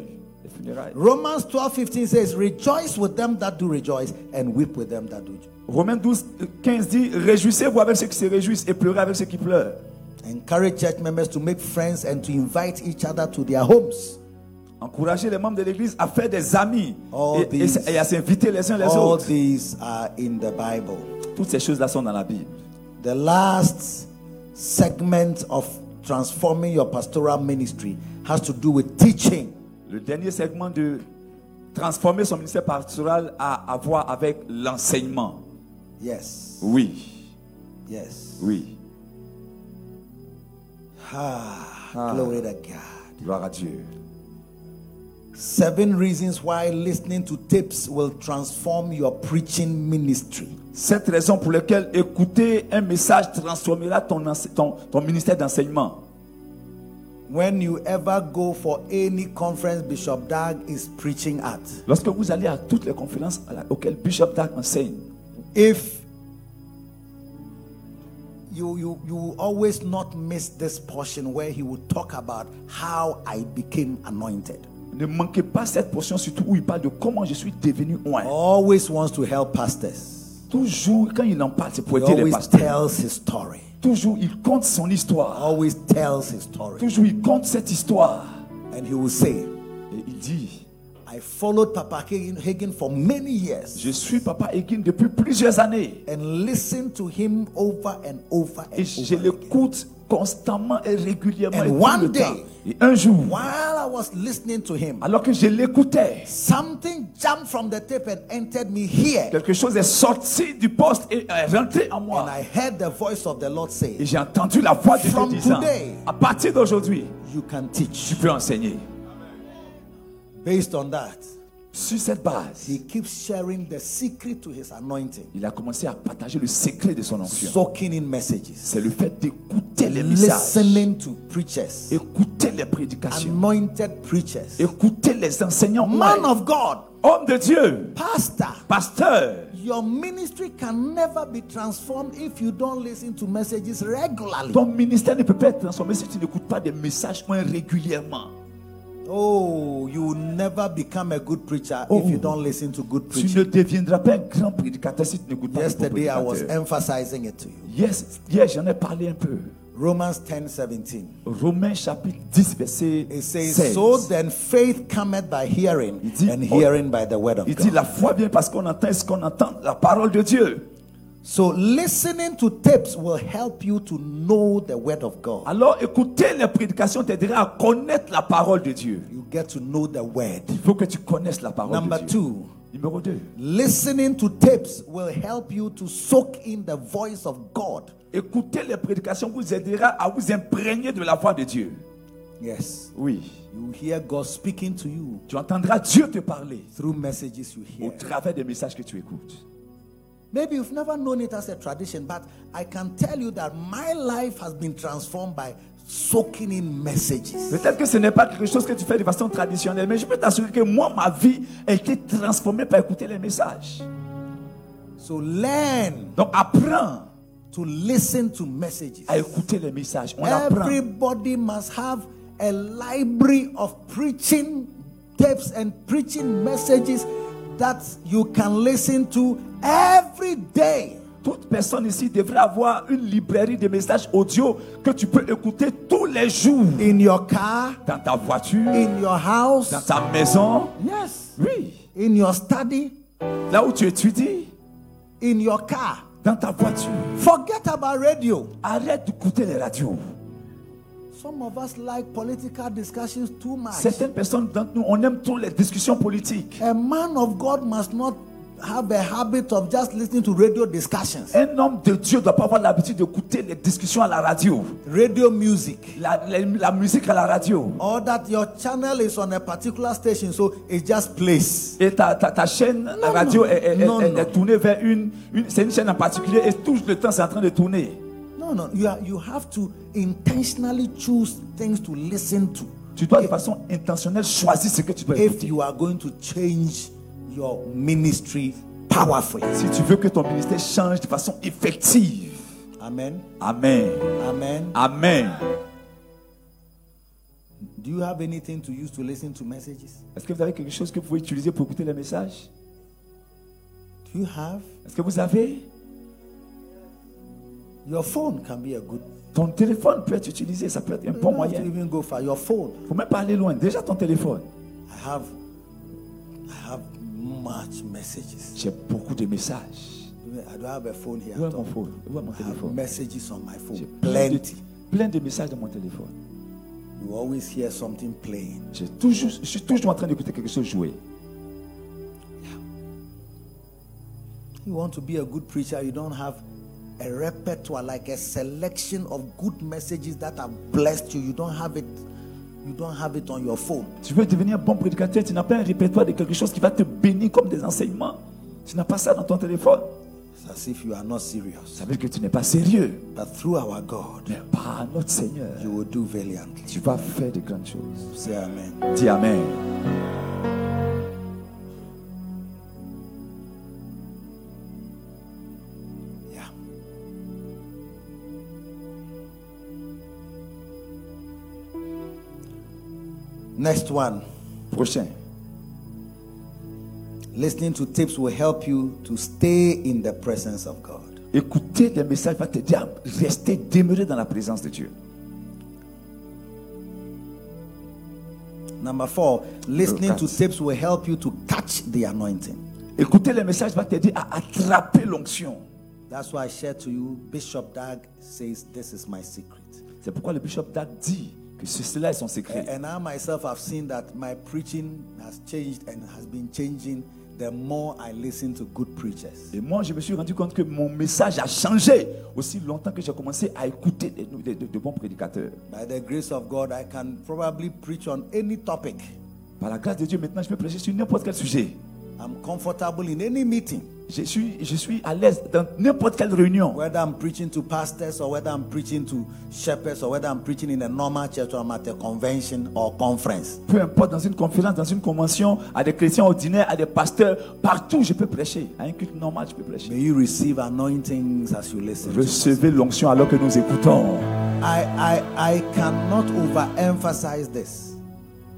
Speaker 3: les funérailles.
Speaker 2: Romans 12 15 says, Rejoice with them that do rejoice, and weep with them that do. weep."
Speaker 3: Romains 12, 15 dit Réjouissez-vous avec ceux qui se réjouissent et pleurez avec ceux qui pleurent.
Speaker 2: Encourage church members to make friends and to invite each other to their homes.
Speaker 3: Encouragez les membres de l'église à faire des amis
Speaker 2: All
Speaker 3: et, et-
Speaker 2: these-
Speaker 3: et à s'inviter les uns les
Speaker 2: All
Speaker 3: autres.
Speaker 2: these are in the Bible.
Speaker 3: Toutes ces choses-là sont dans la Bible.
Speaker 2: The last segment of transforming your pastoral ministry has to do with teaching.
Speaker 3: Le dernier segment de transformer son ministère pastoral a à voir avec l'enseignement.
Speaker 2: Yes.
Speaker 3: Oui,
Speaker 2: Yes.
Speaker 3: oui.
Speaker 2: Ah, glory to God.
Speaker 3: Gloire à Dieu.
Speaker 2: Seven reasons why listening to tapes will transform your preaching ministry.
Speaker 3: Cette raison pour laquelle écouter un message transformera ton, ense- ton, ton ministère d'enseignement.
Speaker 2: When you ever go for any conference Bishop Dag is preaching at,
Speaker 3: Lorsque vous allez à toutes les conférences à la- auxquelles Bishop Dark enseigne,
Speaker 2: if you, you you will always not miss this portion where he will talk about how I became anointed.
Speaker 3: ne manquez pas cette portion, surtout où il parle de comment je suis devenu oint.
Speaker 2: Oh. Always wants to help pastors.
Speaker 3: Toujours, quand il en parle, c'est pour
Speaker 2: He
Speaker 3: aider les
Speaker 2: always
Speaker 3: pasteurs.
Speaker 2: tells his story.
Speaker 3: Toujours, il compte son histoire.
Speaker 2: Always tells his story.
Speaker 3: Toujours, il compte cette histoire.
Speaker 2: And he will say,
Speaker 3: Et il dit
Speaker 2: I followed Papa Hagen for many years.
Speaker 3: Je suis Papa Ekin depuis plusieurs années.
Speaker 2: and listen to him over and over
Speaker 3: Et
Speaker 2: and over.
Speaker 3: je
Speaker 2: again.
Speaker 3: l'écoute constamment et régulièrement.
Speaker 2: Oh And
Speaker 3: et tout
Speaker 2: one
Speaker 3: le
Speaker 2: day-
Speaker 3: temps. et un jour,
Speaker 2: While I was listening to him,
Speaker 3: alors que je l'écoutais,
Speaker 2: something jumped from the tape and entered me here.
Speaker 3: quelque chose est sorti du poste et est rentré en
Speaker 2: And
Speaker 3: moi.
Speaker 2: I heard the voice of the Lord
Speaker 3: Et
Speaker 2: say,
Speaker 3: j'ai entendu la voix de Dieu
Speaker 2: From
Speaker 3: disant
Speaker 2: today-
Speaker 3: À partir d'aujourd'hui,
Speaker 2: You can
Speaker 3: tu
Speaker 2: teach.
Speaker 3: peux enseigner.
Speaker 2: Based on that,
Speaker 3: Sur cette base,
Speaker 2: he keeps sharing the secret to his anointing,
Speaker 3: il a commencé à partager le secret de son ancien.
Speaker 2: soaking in messages,
Speaker 3: C'est le fait d'écouter les messages,
Speaker 2: listening to preachers,
Speaker 3: écouter les prédications,
Speaker 2: anointed preachers,
Speaker 3: écouter les enseignants.
Speaker 2: man
Speaker 3: Ouais.
Speaker 2: of God,
Speaker 3: Homme de Dieu,
Speaker 2: pastor.
Speaker 3: pasteur,
Speaker 2: Your ministry can never be transformed if you don't listen to messages regularly.
Speaker 3: ton ministère ne peut pas être transformé si tu n'écoutes pas des messages moins régulièrement.
Speaker 2: Oh, you will never become a good preacher
Speaker 3: Oh.
Speaker 2: if you don't listen to good
Speaker 3: Tu
Speaker 2: preaching.
Speaker 3: ne deviendras pas un grand prédicateur si tu n'écoutes pas de bons
Speaker 2: Yesterday I was
Speaker 3: prédicateurs.
Speaker 2: emphasizing it to you.
Speaker 3: Yes, hier, j'en ai parlé un peu.
Speaker 2: Romans 10 17.
Speaker 3: Romains chapitre 10, verset
Speaker 2: It says,
Speaker 3: 16.
Speaker 2: So then faith cometh by hearing,
Speaker 3: Il dit-
Speaker 2: and hearing by the word of
Speaker 3: Il
Speaker 2: God.
Speaker 3: dit la foi vient parce qu'on entend ce qu'on entend, la parole de Dieu.
Speaker 2: so listening to tapes will help you to know the word of God.
Speaker 3: Alors écouter les prédications t'aidera à connaître la parole de Dieu.
Speaker 2: you get to know the word.
Speaker 3: Il faut que tu connaisses la parole
Speaker 2: Number
Speaker 3: de Dieu.
Speaker 2: two.
Speaker 3: Numéro 2.
Speaker 2: Listening to tapes will help you to soak in the voice of God.
Speaker 3: Écouter les prédications vous aidera à vous imprégner de la voix de Dieu.
Speaker 2: Yes.
Speaker 3: Oui.
Speaker 2: You hear God speaking to you
Speaker 3: Tu entendras Dieu te parler
Speaker 2: through messages you hear.
Speaker 3: au travers des messages que tu écoutes.
Speaker 2: Maybe you've never known it as a tradition, but I can tell you that my life has been transformed by soaking in messages.
Speaker 3: Peut-être que ce n'est pas quelque chose que tu fais de façon traditionnelle, mais je peux t'assurer que moi, ma vie a été transformée par écouter les messages.
Speaker 2: So learn
Speaker 3: Donc apprends
Speaker 2: to listen to messages.
Speaker 3: à écouter les messages. On apprend.
Speaker 2: Everybody must have a library of preaching tapes and preaching messages that you can listen to every day.
Speaker 3: Toute personne ici devrait avoir une librairie de messages audio que tu peux écouter tous les jours.
Speaker 2: In your car,
Speaker 3: Dans ta voiture,
Speaker 2: in your
Speaker 3: dans
Speaker 2: house.
Speaker 3: ta maison.
Speaker 2: Yes.
Speaker 3: Oui.
Speaker 2: in your study,
Speaker 3: là où tu étudies,
Speaker 2: in your car.
Speaker 3: dans ta voiture.
Speaker 2: Forget about radio.
Speaker 3: Arrête d'écouter les radios.
Speaker 2: Some of us like political discussions too much.
Speaker 3: Certaines personnes d'entre nous, on aime trop les discussions politiques.
Speaker 2: A man of God must not have a habit of just listening to radio discussions,
Speaker 3: Un homme de Dieu ne doit pas avoir l'habitude d'écouter les discussions à la radio,
Speaker 2: radio music,
Speaker 3: la, la- la musique à la radio.
Speaker 2: or that your channel is on a particular station, so it just plays.
Speaker 3: Et ta, ta- ta chaîne la radio
Speaker 2: non.
Speaker 3: est, est- est-
Speaker 2: Non,
Speaker 3: est-
Speaker 2: non.
Speaker 3: est tournée vers une, une- C'est une chaîne en particulier et tout le temps c'est en train de tourner.
Speaker 2: No, no, you, are, you have to intentionally choose things to listen to
Speaker 3: Tu dois de façon intentionnelle choisir ce que tu dois
Speaker 2: if
Speaker 3: écouter.
Speaker 2: you are going to change your ministry powerfully.
Speaker 3: Si tu veux que ton ministère change de façon effective.
Speaker 2: Amen.
Speaker 3: Amen.
Speaker 2: Amen.
Speaker 3: Amen.
Speaker 2: Do you have anything to use to listen to messages?
Speaker 3: Est-ce que vous avez quelque chose que vous pouvez utiliser pour écouter les messages
Speaker 2: Do you have?
Speaker 3: Est-ce que vous avez
Speaker 2: Your phone can be a good.
Speaker 3: Ton téléphone peut être utilisé, ça peut être un
Speaker 2: You
Speaker 3: bon
Speaker 2: don't have
Speaker 3: moyen.
Speaker 2: to
Speaker 3: Il
Speaker 2: even go far. Your phone.
Speaker 3: faut même pas aller loin. Déjà ton téléphone.
Speaker 2: I have. I have much messages.
Speaker 3: J'ai beaucoup de messages.
Speaker 2: I don't have a phone here.
Speaker 3: Où est
Speaker 2: at
Speaker 3: mon
Speaker 2: all.
Speaker 3: phone Où est mon
Speaker 2: I have
Speaker 3: téléphone
Speaker 2: messages on my
Speaker 3: J'ai
Speaker 2: phone.
Speaker 3: plein de,
Speaker 2: Plenty.
Speaker 3: plein de messages dans mon téléphone.
Speaker 2: You always hear something playing.
Speaker 3: J'ai toujours, je suis toujours en train d'écouter quelque chose jouer.
Speaker 2: You want to be a good preacher. You don't have a repertoire like a selection of good messages that have blessed you. You don't have it. You don't have it on your phone.
Speaker 3: Tu veux devenir un bon prédicateur, tu n'as pas un répertoire de quelque chose qui va te bénir comme des enseignements. Tu n'as pas ça dans ton téléphone.
Speaker 2: It's as if you are not serious.
Speaker 3: Ça veut dire que tu n'es pas sérieux.
Speaker 2: But through our God,
Speaker 3: Mais par notre Seigneur,
Speaker 2: you will do valiantly.
Speaker 3: tu vas faire de grandes choses.
Speaker 2: Say amen.
Speaker 3: Dis Amen.
Speaker 2: Yeah. Next one.
Speaker 3: Prochain.
Speaker 2: Listening to tips will help you to stay in the presence of God.
Speaker 3: Écouter les messages va t'aider à rester, demeurer dans la présence de Dieu.
Speaker 2: Number four, listening to
Speaker 3: Lucas.
Speaker 2: tips will help you to catch the anointing.
Speaker 3: Écouter les messages va t'aider à attraper l'onction.
Speaker 2: That's why I share to you, Bishop Dag says, This is my secret.
Speaker 3: C'est pourquoi le bishop Dag dit que ce- cela est son secret.
Speaker 2: And I myself have seen that my preaching has changed and has been changing the more I listen to good preachers.
Speaker 3: Et moi, je me suis rendu compte que mon message a changé aussi longtemps que j'ai commencé à écouter de, de- de- de bons prédicateurs.
Speaker 2: By the grace of God, I can probably preach on any topic.
Speaker 3: Par la grâce de Dieu, maintenant, je peux prêcher sur n'importe quel sujet.
Speaker 2: I'm comfortable in any meeting,
Speaker 3: Je suis, je suis à l'aise dans n'importe quelle réunion.
Speaker 2: whether I'm preaching to pastors or whether I'm preaching to shepherds or whether I'm preaching in a normal church or I'm at a convention or conference.
Speaker 3: Peu importe, dans une conférence, dans une convention, à des chrétiens ordinaires, à des pasteurs, partout, je peux prêcher. À un culte normal, je peux prêcher.
Speaker 2: May you receive anointings as you listen. to us.
Speaker 3: Recevez l'onction alors que nous écoutons.
Speaker 2: I, I, I cannot overemphasize this.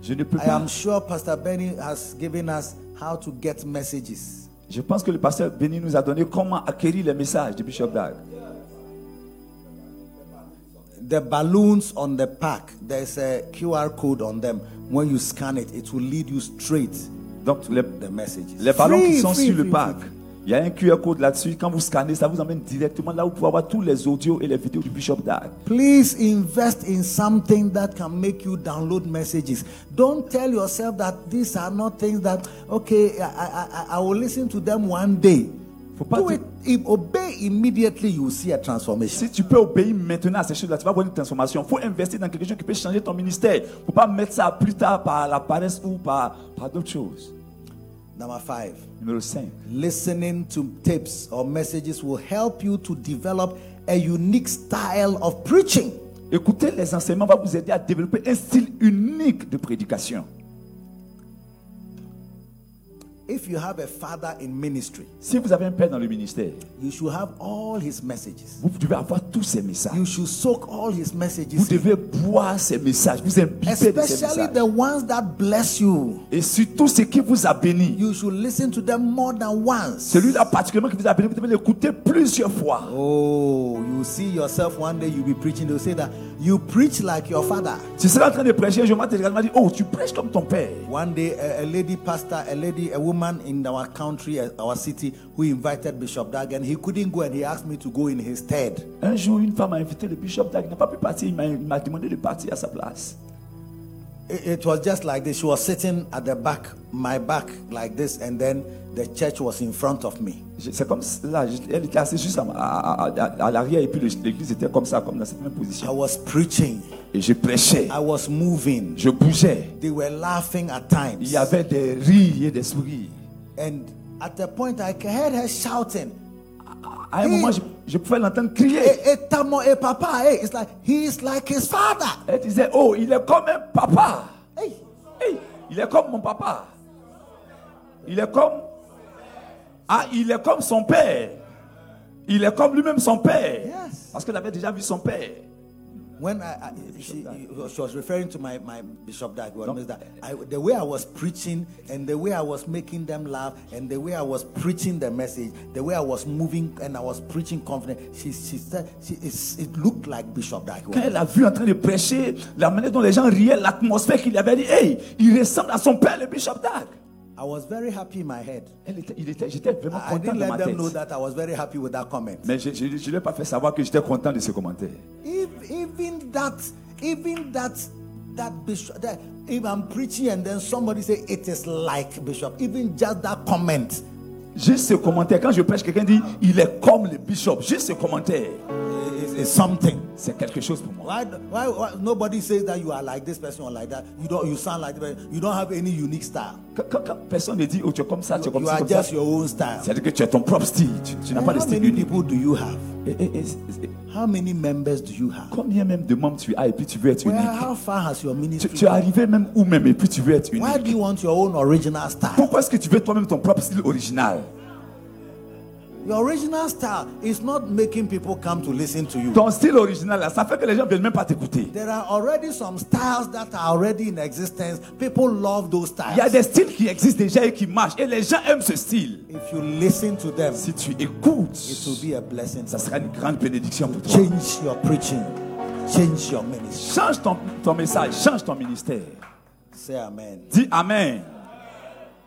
Speaker 3: Je ne peux
Speaker 2: I
Speaker 3: pas.
Speaker 2: am sure Pastor Benny has given us how to get messages.
Speaker 3: Je pense que le pasteur Béni nous a donné comment acquérir les messages du Bishop Dag.
Speaker 2: The balloons on the pack, there's a QR code on them. When you scan it, it will lead you straight
Speaker 3: Donc, les,
Speaker 2: the messages.
Speaker 3: les ballons qui
Speaker 2: Free,
Speaker 3: sont
Speaker 2: free,
Speaker 3: sur le
Speaker 2: free,
Speaker 3: parc,
Speaker 2: free.
Speaker 3: il y a un QR code là-dessus. Quand vous scannez, ça vous emmène directement là où vous pouvez avoir tous les audios et les vidéos du Bishop Dag.
Speaker 2: Please invest in something that can make you download messages. Don't tell yourself that these are not things that okay, I, I, I- I will listen to them one day.
Speaker 3: Faut pas
Speaker 2: Do
Speaker 3: te-
Speaker 2: it, im- obey immediately. You will see a transformation.
Speaker 3: Si tu peux obéir maintenant à ces choses-là, tu vas avoir une transformation. Il faut investir dans quelque chose qui peut changer ton ministère. Il ne faut pas mettre ça plus tard par la paresse ou par, par d'autres choses.
Speaker 2: Number five,
Speaker 3: Numéro 5.
Speaker 2: listening to tapes or messages will help you to develop a unique style of preaching.
Speaker 3: Écouter les enseignements va vous aider à développer un style unique de prédication.
Speaker 2: If you have a father in ministry,
Speaker 3: Si vous avez un père dans le ministère,
Speaker 2: you should have all his messages.
Speaker 3: vous devez avoir tous ces messages.
Speaker 2: You should soak all his
Speaker 3: Vous
Speaker 2: messages. in.
Speaker 3: devez boire ces messages, vous imbiber de ces
Speaker 2: Especially
Speaker 3: messages.
Speaker 2: the ones that bless you.
Speaker 3: Et surtout ce qui vous a béni.
Speaker 2: You should listen to them more than once.
Speaker 3: Celui-là particulièrement qui vous a béni, vous devez l'écouter plusieurs fois.
Speaker 2: Oh, you see yourself one day you'll be preaching. They'll say that you preach like your father.
Speaker 3: Tu seras en train de prêcher, je m'en regarde, dit, oh, tu prêches comme ton père.
Speaker 2: One day, a, a lady pastor, a lady, a woman in our country, uh, our city, who invited Bishop Dagen. He couldn't go and he asked me to go in his stead.
Speaker 3: Un jour, une femme a invité le bishop Dag, il n'a pas pu partir, il m'a- il m'a demandé de partir à sa place.
Speaker 2: It, it was just like this. She was sitting at the back, my back, like this, and then the church was in front of me.
Speaker 3: Je- C'est comme là, je- elle était assise juste à, ma- à- à- à- à l'arrière et puis le- l'église était comme ça, comme dans cette même
Speaker 2: I
Speaker 3: position.
Speaker 2: was preaching,
Speaker 3: Et je prêchais,
Speaker 2: I was moving.
Speaker 3: je bougeais.
Speaker 2: They were laughing at
Speaker 3: Il
Speaker 2: times.
Speaker 3: y avait des rires et des sourires.
Speaker 2: And at a point, I heard her shouting,
Speaker 3: À un
Speaker 2: Hey.
Speaker 3: moment, je, je pouvais l'entendre crier.
Speaker 2: hey, hey, Tamo, hey, Papa, hey. It's like, he is like his father.
Speaker 3: Elle disait, oh, il est comme un papa.
Speaker 2: Hey.
Speaker 3: Hey, il est comme mon papa. Il est comme... Ah, il est comme son père. Il est comme lui-même son père.
Speaker 2: Yes.
Speaker 3: Parce qu'elle avait déjà vu son père.
Speaker 2: When I, I she, she was referring to my, my Bishop Dag,
Speaker 3: No.
Speaker 2: that I, the way I was preaching and the way I was making them laugh and the way I was preaching the message, the way I was moving and I was preaching confident, she, she said she, it's, it looked like Bishop Dag.
Speaker 3: Quand elle a vu en train de prêcher, la manière dont les gens riaient, l'atmosphère qu'il avait dit, hey, il ressemble à son père, le bishop Dag.
Speaker 2: I was very happy in my head.
Speaker 3: Elle était, il était, j'étais vraiment
Speaker 2: I, I
Speaker 3: content
Speaker 2: didn't
Speaker 3: de ma
Speaker 2: let them
Speaker 3: tête.
Speaker 2: know that I was very happy with that comment.
Speaker 3: Mais je ne lui ai pas fait savoir que j'étais content de ce commentaire.
Speaker 2: If, even that, even that, that bishop, that, if I'm preaching and then somebody say it is like bishop, even just that comment,
Speaker 3: Juste ce commentaire, quand je prêche, quelqu'un dit, il est comme le bishop. Juste ce commentaire,
Speaker 2: is, is something.
Speaker 3: c'est quelque chose pour moi.
Speaker 2: Why, why, why nobody says that you are like this person or like that? You don't. You sound like that. You don't have any unique style.
Speaker 3: Quand, quand- quand personne ne dit, oh, tu es comme ça, tu es comme
Speaker 2: You
Speaker 3: ça,
Speaker 2: are
Speaker 3: comme ça.
Speaker 2: just your own style.
Speaker 3: C'est-à-dire que tu as ton propre style. Tu, tu n'as
Speaker 2: And
Speaker 3: pas de
Speaker 2: how
Speaker 3: style
Speaker 2: many
Speaker 3: unique.
Speaker 2: people do you have?
Speaker 3: Et- et- et- et-
Speaker 2: How many members do you have?
Speaker 3: combien même de membres tu as et puis tu veux être
Speaker 2: Where,
Speaker 3: unique
Speaker 2: how far has your
Speaker 3: tu,
Speaker 2: ministry?
Speaker 3: tu es arrivé même où même et puis tu veux être unique.
Speaker 2: Why do you want your own original style?
Speaker 3: Pourquoi est-ce que tu veux toi-même ton propre style original
Speaker 2: Your original style is not making people come to listen to you.
Speaker 3: Ton style original, là, ça fait que les gens ne viennent même pas t'écouter.
Speaker 2: There are already some styles that are already in existence. People love those
Speaker 3: Il y a
Speaker 2: styles.
Speaker 3: des styles qui existent déjà et qui marchent. Et les gens aiment ce style.
Speaker 2: If you listen to them,
Speaker 3: Si tu écoutes,
Speaker 2: it will be a blessing.
Speaker 3: ça sera une grande bénédiction pour toi.
Speaker 2: Change your preaching. Change your ministry.
Speaker 3: Change ton, ton message, change ton ministère.
Speaker 2: Say amen.
Speaker 3: Dis Amen.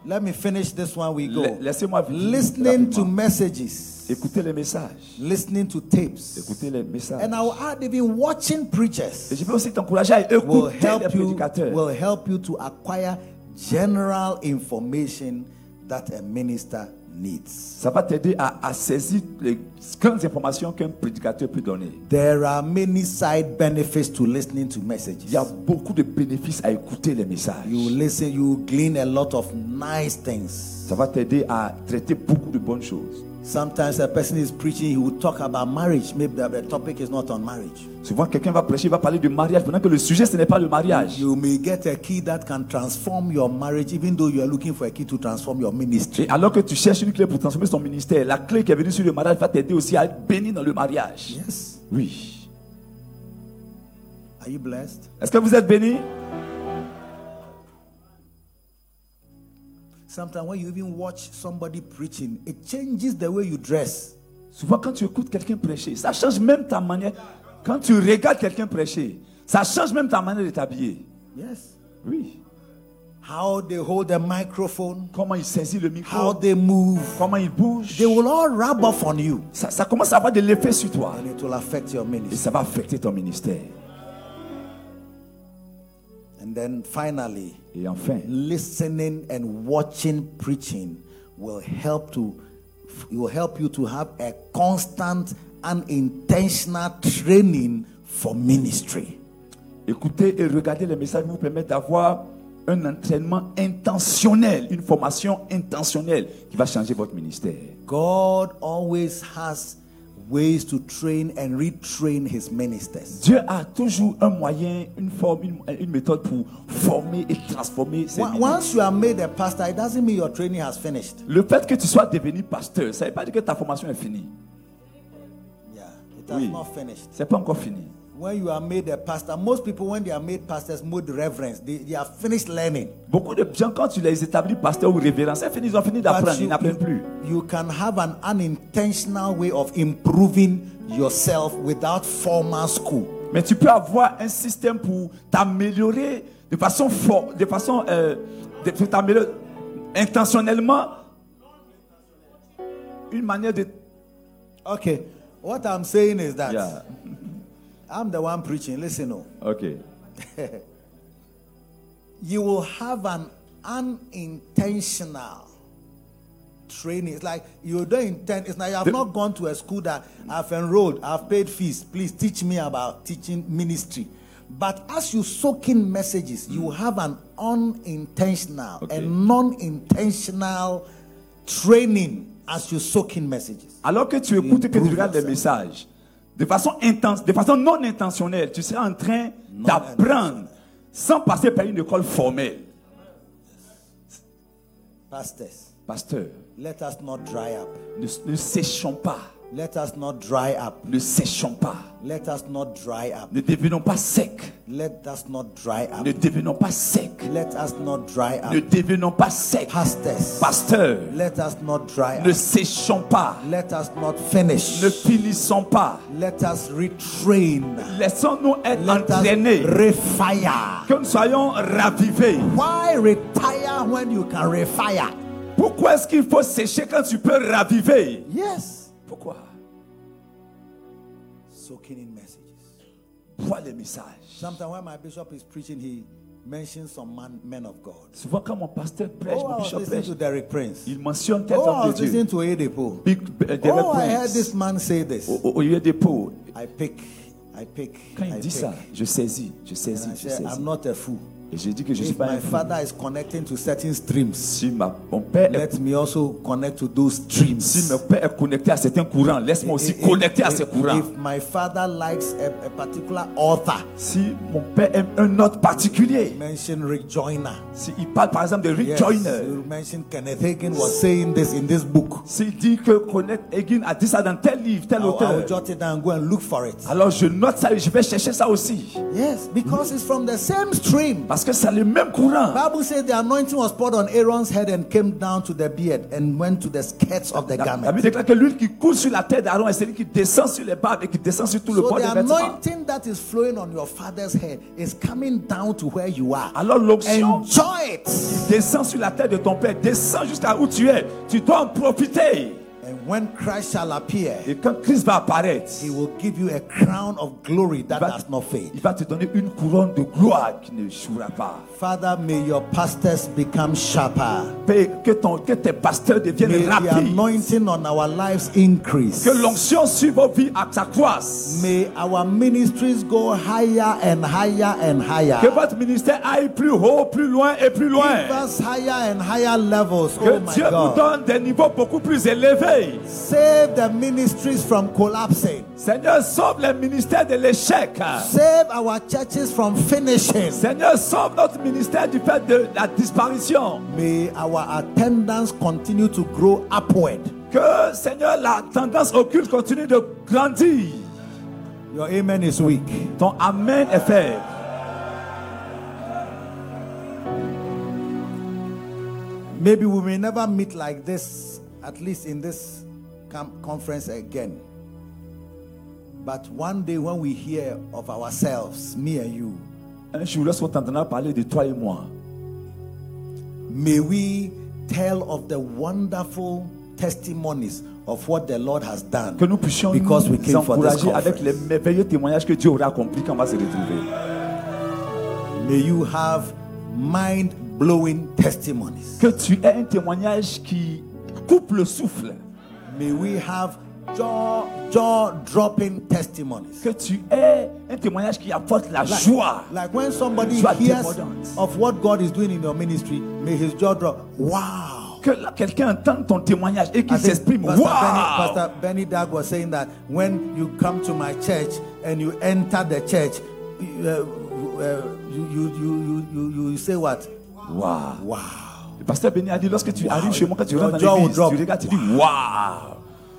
Speaker 2: Let me finish this one. We go.
Speaker 3: La- laissez-moi finir
Speaker 2: listening to
Speaker 3: rapidement.
Speaker 2: messages,
Speaker 3: Écoutez les messages.
Speaker 2: listening to tapes,
Speaker 3: Écoutez les messages.
Speaker 2: and I will add even watching
Speaker 3: Et
Speaker 2: preachers
Speaker 3: je veux aussi t'encourager à
Speaker 2: will
Speaker 3: écouter les
Speaker 2: help you
Speaker 3: prédicateurs.
Speaker 2: will help you to acquire general information that a minister needs.
Speaker 3: Ça va t'aider à, à saisir les grandes informations qu'un prédicateur peut donner.
Speaker 2: There are many side benefits to listening to messages.
Speaker 3: Il y a beaucoup de bénéfices à écouter les messages.
Speaker 2: You listen, you glean a lot of nice things.
Speaker 3: Ça va t'aider à traiter beaucoup de bonnes choses.
Speaker 2: Sometimes a person is preaching, he will talk about marriage. Maybe the the topic is not on marriage.
Speaker 3: Souvent, quelqu'un va prêcher, il va parler de mariage, pendant que le sujet, ce n'est pas le mariage.
Speaker 2: You may get a key that can transform your marriage, even though you are looking for a key to transform your ministry.
Speaker 3: Et alors que tu cherches une clé pour transformer ton ministère, la clé qui est venue sur le mariage va t'aider aussi à être béni dans le mariage.
Speaker 2: Yes.
Speaker 3: Oui.
Speaker 2: Are you blessed?
Speaker 3: Est-ce que vous êtes béni
Speaker 2: Sometimes when you even watch somebody preaching, it changes the way you dress.
Speaker 3: Souvent, quand tu écoutes quelqu'un prêcher, ça change même ta manière. Quand tu regardes quelqu'un prêcher, ça change même ta manière de t'habiller.
Speaker 2: Yes.
Speaker 3: Oui.
Speaker 2: How they hold the microphone,
Speaker 3: Comment il saisit le
Speaker 2: how
Speaker 3: micro,
Speaker 2: they move.
Speaker 3: comment il bouge.
Speaker 2: They will all rub off on you
Speaker 3: Ça, ça commence à avoir de l'effet sur toi.
Speaker 2: and it will affect your
Speaker 3: Et
Speaker 2: ministry.
Speaker 3: ça va affecter ton ministère.
Speaker 2: And then finally,
Speaker 3: Et enfin,
Speaker 2: listening and watching preaching will help to will help you to have a constant and intentional training for ministry
Speaker 3: écouter et regarder les messages vous permettent d'avoir un entraînement intentionnel, une formation intentionnelle qui va changer votre ministère.
Speaker 2: god always has ways to train and retrain his ministers
Speaker 3: Dieu a toujours un moyen, une forme, une, une méthode pour former et transformer ses
Speaker 2: Wa-
Speaker 3: ministres.
Speaker 2: once you are made a pastor it doesn't mean your training has finished
Speaker 3: Le fait que tu sois devenu pasteur, ça ne veut pas dire que ta formation est finie.
Speaker 2: yeah it It has
Speaker 3: Oui.
Speaker 2: not finished.
Speaker 3: C'est pas encore fini.
Speaker 2: When you are made a pastor, most people, when they are made pastors, mode reverence. They, they are finished learning.
Speaker 3: Beaucoup de gens, quand tu les établis pasteur ou révérend, c'est fini, ils ont fini d'apprendre, ils n'apprennent plus.
Speaker 2: you can have an unintentional way of improving yourself without formal school.
Speaker 3: Mais tu peux avoir un système pour t'améliorer de façon forte, de façon euh, de- pour t'améliorer intentionnellement. Une manière de.
Speaker 2: Okay. What I'm saying is that
Speaker 3: Yeah.
Speaker 2: I'm the one preaching. Listen, oh.
Speaker 3: Ok.
Speaker 2: you will have an unintentional training. It's like you don't intend. It's like I've
Speaker 3: The-
Speaker 2: not gone to a school that I've enrolled. I've paid fees. Please teach me about teaching ministry. But as you soak in messages, you have an unintentional
Speaker 3: Mm. Okay.
Speaker 2: and non-intentional training as you soak in messages.
Speaker 3: Alors que tu écoutes et que tu
Speaker 2: Improve
Speaker 3: regardes les
Speaker 2: yourself.
Speaker 3: messages de façon intense, de façon non intentionnelle, tu seras en train d'apprendre sans passer par une école formelle.
Speaker 2: Pastors,
Speaker 3: Pasteur,
Speaker 2: let us not dry up.
Speaker 3: ne, ne séchons pas,
Speaker 2: Let us not dry up.
Speaker 3: ne séchons pas,
Speaker 2: Let us not dry up.
Speaker 3: ne devenons pas secs,
Speaker 2: Let us not dry up.
Speaker 3: ne devenons pas secs,
Speaker 2: Let us not dry up.
Speaker 3: ne devenons pas secs.
Speaker 2: Pastors,
Speaker 3: Pasteur,
Speaker 2: let us not dry
Speaker 3: ne
Speaker 2: up.
Speaker 3: séchons pas,
Speaker 2: Let us not finish.
Speaker 3: ne finissons pas.
Speaker 2: Let us retrain.
Speaker 3: Laissons-nous être
Speaker 2: Let us
Speaker 3: entraînés,
Speaker 2: refire.
Speaker 3: que nous soyons ravivés.
Speaker 2: Why retire when you can refire?
Speaker 3: Pourquoi est-ce qu'il faut sécher quand tu peux raviver
Speaker 2: Yes.
Speaker 3: Pourquoi
Speaker 2: Soaking in messages.
Speaker 3: Vois les messages.
Speaker 2: Sometimes when my bishop is preaching, he mentions some man, men of God.
Speaker 3: Souvent quand mon pasteur prêche,
Speaker 2: Oh, I
Speaker 3: mon
Speaker 2: was
Speaker 3: bishop
Speaker 2: listening
Speaker 3: prêche,
Speaker 2: to Derek Prince.
Speaker 3: il mentionne tel
Speaker 2: Oh, I
Speaker 3: homme
Speaker 2: was
Speaker 3: de Dieu.
Speaker 2: listening to Adepo.
Speaker 3: Big, euh, Derek
Speaker 2: Oh, I heard
Speaker 3: Prince. Oh.
Speaker 2: this man say this.
Speaker 3: Au- au, au lieu des pots.
Speaker 2: I pick. I pick.
Speaker 3: Quand
Speaker 2: I
Speaker 3: il dit
Speaker 2: pick.
Speaker 3: ça, je saisis, je
Speaker 2: And I
Speaker 3: saisis, je
Speaker 2: said, I'm
Speaker 3: saisis.
Speaker 2: not a fool.
Speaker 3: Et j'ai dit que je ne suis
Speaker 2: If
Speaker 3: pas
Speaker 2: my
Speaker 3: un fou.
Speaker 2: father is connecting to certain streams,
Speaker 3: Si ma, mon père est,
Speaker 2: let me also connect to those
Speaker 3: si
Speaker 2: streams.
Speaker 3: mon père est connecté à certains courants, laisse-moi aussi
Speaker 2: If-
Speaker 3: connecter à
Speaker 2: if-
Speaker 3: ces courants.
Speaker 2: If my father likes a, a particular author,
Speaker 3: Si mon père aime un autre particulier,
Speaker 2: mention Rick Joyner.
Speaker 3: s'il parle par exemple de Rick
Speaker 2: Yes,
Speaker 3: Joyner,
Speaker 2: You mentioned Kenneth Hagin was saying this in this book.
Speaker 3: s'il dit que Connect Hagin a dit ça dans tel livre, tel
Speaker 2: I will, I will
Speaker 3: auteur,
Speaker 2: jot it down and go and look for it.
Speaker 3: alors je note ça et je vais chercher ça aussi.
Speaker 2: Yes, because it's from the same stream.
Speaker 3: Parce que c'est le même courant.
Speaker 2: Bible says the anointing was poured on Aaron's head and came down to the beard and went to the skirts of the
Speaker 3: La Bible
Speaker 2: garment.
Speaker 3: déclare que l'huile qui coule sur la tête d'Aaron est celle qui descend sur les barbes et qui descend sur tout le
Speaker 2: So
Speaker 3: corps des
Speaker 2: the
Speaker 3: vêtements.
Speaker 2: anointing that is flowing on your father's head is coming down to where you are.
Speaker 3: Alors l'onction
Speaker 2: Enjoy it.
Speaker 3: descend sur la tête de ton père, descend jusqu'à où tu es. Tu dois en profiter.
Speaker 2: And when Christ shall appear,
Speaker 3: Et quand Christ va apparaître,
Speaker 2: he will give you a crown of glory that
Speaker 3: But-
Speaker 2: does not fade.
Speaker 3: il va te donner une couronne de gloire qui ne jouera pas.
Speaker 2: Father, may your pastors become sharper.
Speaker 3: Père, Que, ton, que tes pasteurs
Speaker 2: May
Speaker 3: deviennent
Speaker 2: the
Speaker 3: rapides.
Speaker 2: anointing on our lives increase.
Speaker 3: Que l'onction sur vos vies à s'accroisse.
Speaker 2: May our ministries go higher and higher and higher.
Speaker 3: Que votre ministère aille plus haut, plus loin et plus
Speaker 2: Give
Speaker 3: loin.
Speaker 2: us higher and higher levels.
Speaker 3: Que
Speaker 2: Oh my
Speaker 3: Dieu nous
Speaker 2: God.
Speaker 3: donne des niveaux beaucoup plus élevés.
Speaker 2: Save the ministries from collapsing.
Speaker 3: Seigneur, sauve le ministère de l'échec.
Speaker 2: Save our churches from finishing.
Speaker 3: Seigneur, sauve notre ministère du fait de la disparition.
Speaker 2: May our attendance continue to grow upward.
Speaker 3: Que, Seigneur, la tendance occulte continue de grandir.
Speaker 2: Your amen is weak.
Speaker 3: Ton Amen est faible.
Speaker 2: Maybe we may never meet like this, at least in this com- conference again. But one day when we hear of ourselves, me and you,
Speaker 3: Un jour, lorsqu'on t'entendra parler de toi et moi,
Speaker 2: may we tell of the wonderful testimonies of what the Lord has done.
Speaker 3: que nous puissions
Speaker 2: because we
Speaker 3: nous
Speaker 2: came for this
Speaker 3: encourager avec
Speaker 2: conference.
Speaker 3: les merveilleux témoignages que Dieu aura accomplis quand on va se retrouver.
Speaker 2: May you have mind-blowing testimonies.
Speaker 3: Que tu aies un témoignage qui coupe le souffle.
Speaker 2: May we have jaw jaw dropping testimonies.
Speaker 3: Que tu aies un témoignage qui apporte la joie.
Speaker 2: Like when somebody
Speaker 3: Joie
Speaker 2: hears
Speaker 3: débordante.
Speaker 2: of what God is doing in your ministry, may his jaw drop. Wow.
Speaker 3: Que là, quelqu'un entende ton témoignage et
Speaker 2: I
Speaker 3: qu'il
Speaker 2: think
Speaker 3: s'exprime.
Speaker 2: Pastor,
Speaker 3: Wow!
Speaker 2: Benny, Pastor Benny Dag was saying that when you come to my church and you enter the church, you, uh, uh, you, you, you, you, you, you say what?
Speaker 3: Wow.
Speaker 2: Wow.
Speaker 3: Le pasteur Béni a dit lorsque tu arrives chez moi, quand tu
Speaker 2: Your
Speaker 3: rentres
Speaker 2: jaw
Speaker 3: dans
Speaker 2: will
Speaker 3: l'église,
Speaker 2: drop.
Speaker 3: tu regardes, tu dis Waouh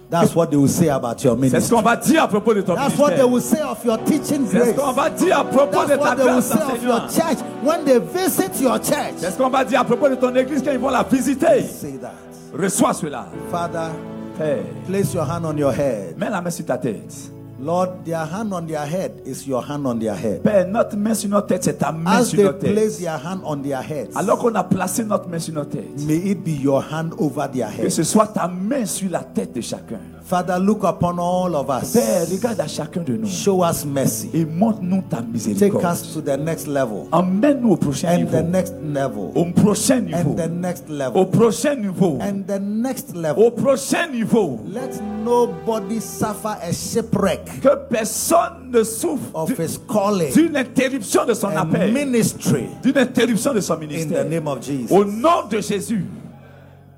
Speaker 2: That's what they will say about your
Speaker 3: C'est ce
Speaker 2: ministry.
Speaker 3: qu'on va dire à propos de ton
Speaker 2: That's what they
Speaker 3: ministère.
Speaker 2: will say of your teaching
Speaker 3: C'est ce
Speaker 2: grace.
Speaker 3: qu'on va dire à propos
Speaker 2: That's
Speaker 3: de ta
Speaker 2: what they will
Speaker 3: grâce
Speaker 2: say of your
Speaker 3: d'enseignement.
Speaker 2: church when they visit your church.
Speaker 3: C'est ce qu'on va dire à propos de ton église quand ils vont la visiter.
Speaker 2: Say that.
Speaker 3: Reçois cela.
Speaker 2: Father,
Speaker 3: Père,
Speaker 2: place your hand on your head.
Speaker 3: mets la main sur ta tête.
Speaker 2: Lord, their hand on their head is your hand on their head.
Speaker 3: Père, notre main sur notre tête, c'est ta main
Speaker 2: As
Speaker 3: sur
Speaker 2: they
Speaker 3: notre tête.
Speaker 2: place their hand on their heads,
Speaker 3: Alors qu'on a placé notre main sur notre tête,
Speaker 2: may it be your hand over their
Speaker 3: que
Speaker 2: heads.
Speaker 3: ce soit ta main sur la tête de chacun.
Speaker 2: Father, look upon all of us.
Speaker 3: Père, regarde à chacun de nous
Speaker 2: Show us mercy.
Speaker 3: et montre-nous ta
Speaker 2: Take
Speaker 3: miséricorde.
Speaker 2: us to the next level
Speaker 3: Emmène-nous au prochain
Speaker 2: and the
Speaker 3: niveau.
Speaker 2: next level
Speaker 3: Au prochain niveau.
Speaker 2: and the next
Speaker 3: Au
Speaker 2: level
Speaker 3: prochain niveau.
Speaker 2: and the next level.
Speaker 3: Au prochain niveau.
Speaker 2: Let nobody suffer a shipwreck
Speaker 3: Que personne ne souffre
Speaker 2: of his
Speaker 3: du-
Speaker 2: calling
Speaker 3: d'une interruption de son
Speaker 2: and
Speaker 3: appel.
Speaker 2: ministry
Speaker 3: D'une interruption de son
Speaker 2: in the
Speaker 3: ministère.
Speaker 2: name of
Speaker 3: Au
Speaker 2: Jesus.
Speaker 3: nom de Jésus,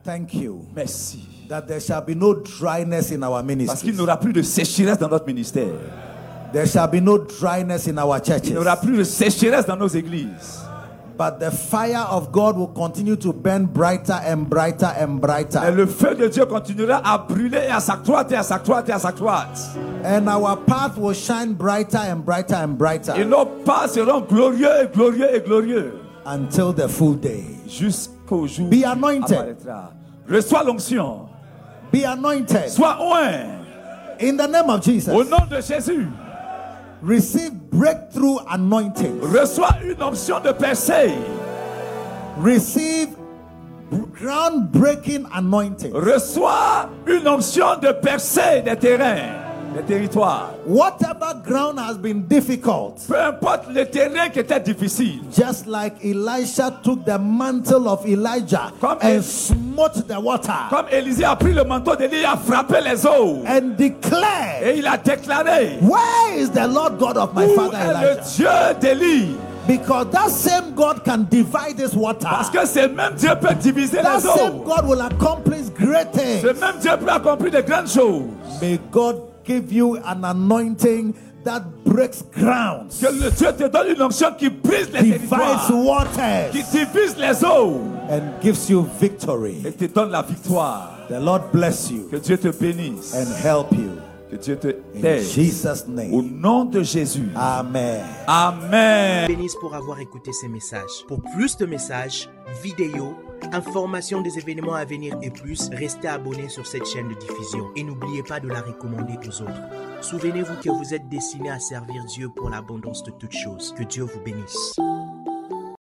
Speaker 2: Thank you
Speaker 3: merci.
Speaker 2: that there shall be no dryness in our
Speaker 3: Parce qu'il
Speaker 2: ministry.
Speaker 3: n'y aura plus de sécheresse dans notre ministère.
Speaker 2: There shall be no dryness in our
Speaker 3: Il n'y
Speaker 2: churches.
Speaker 3: aura plus de sécheresse dans nos églises.
Speaker 2: But the fire of God will continue to burn brighter and brighter and
Speaker 3: Et
Speaker 2: brighter.
Speaker 3: le feu de Dieu continuera à brûler et à s'accroître et à s'accroître et à s'accroître.
Speaker 2: And our path will shine brighter and brighter and
Speaker 3: Et
Speaker 2: brighter
Speaker 3: nos pas seront glorieux et glorieux et glorieux.
Speaker 2: until the full day.
Speaker 3: Jusqu'au jour
Speaker 2: Be anointed.
Speaker 3: où apparaîtra. Reçois l'onction.
Speaker 2: Be anointed
Speaker 3: Sois oint.
Speaker 2: in the name of
Speaker 3: Au
Speaker 2: Jesus.
Speaker 3: nom de Jésus.
Speaker 2: Receive breakthrough anointing.
Speaker 3: Reçois une onction de percée.
Speaker 2: Receive groundbreaking anointing.
Speaker 3: Reçois une onction de percée des terrains, des territoires.
Speaker 2: Whatever ground has been difficult,
Speaker 3: Peu importe le terrain qui était difficile.
Speaker 2: just like Elisha took the mantle of Elijah
Speaker 3: Come in.
Speaker 2: and smote the water
Speaker 3: Comme Élisée a pris le manteau d'Élie, il a frappé les eaux.
Speaker 2: and declared.
Speaker 3: Et il a déclaré
Speaker 2: Where is the Lord God of my
Speaker 3: Où
Speaker 2: father
Speaker 3: est le
Speaker 2: Elijah?
Speaker 3: Dieu d'Élie
Speaker 2: Because that same God can divide this water.
Speaker 3: Parce que ce même Dieu peut diviser
Speaker 2: That
Speaker 3: les
Speaker 2: same
Speaker 3: eaux.
Speaker 2: God will accomplish great things.
Speaker 3: Ce même Dieu peut accomplir de grandes choses.
Speaker 2: May God give you an anointing that breaks grounds,
Speaker 3: Que le Dieu te donne une onction qui brise les
Speaker 2: divides
Speaker 3: territoires, qui
Speaker 2: waters,
Speaker 3: divise les eaux
Speaker 2: and gives you
Speaker 3: et
Speaker 2: victory.
Speaker 3: te donne la victoire.
Speaker 2: The Lord bless you
Speaker 3: Que Dieu te bénisse.
Speaker 2: and help you.
Speaker 3: Que Dieu te
Speaker 2: In
Speaker 3: t'aide.
Speaker 2: Jesus'
Speaker 3: Au
Speaker 2: name.
Speaker 3: nom de Jésus.
Speaker 2: Amen.
Speaker 3: Amen.
Speaker 1: bénisse pour avoir écouté ces messages. Pour plus de messages, vidéos, informations des événements à venir et plus, restez abonné sur cette chaîne de diffusion et n'oubliez pas de la recommander aux autres. Souvenez-vous que vous êtes destiné à servir Dieu pour l'abondance de toutes choses. Que Dieu vous bénisse.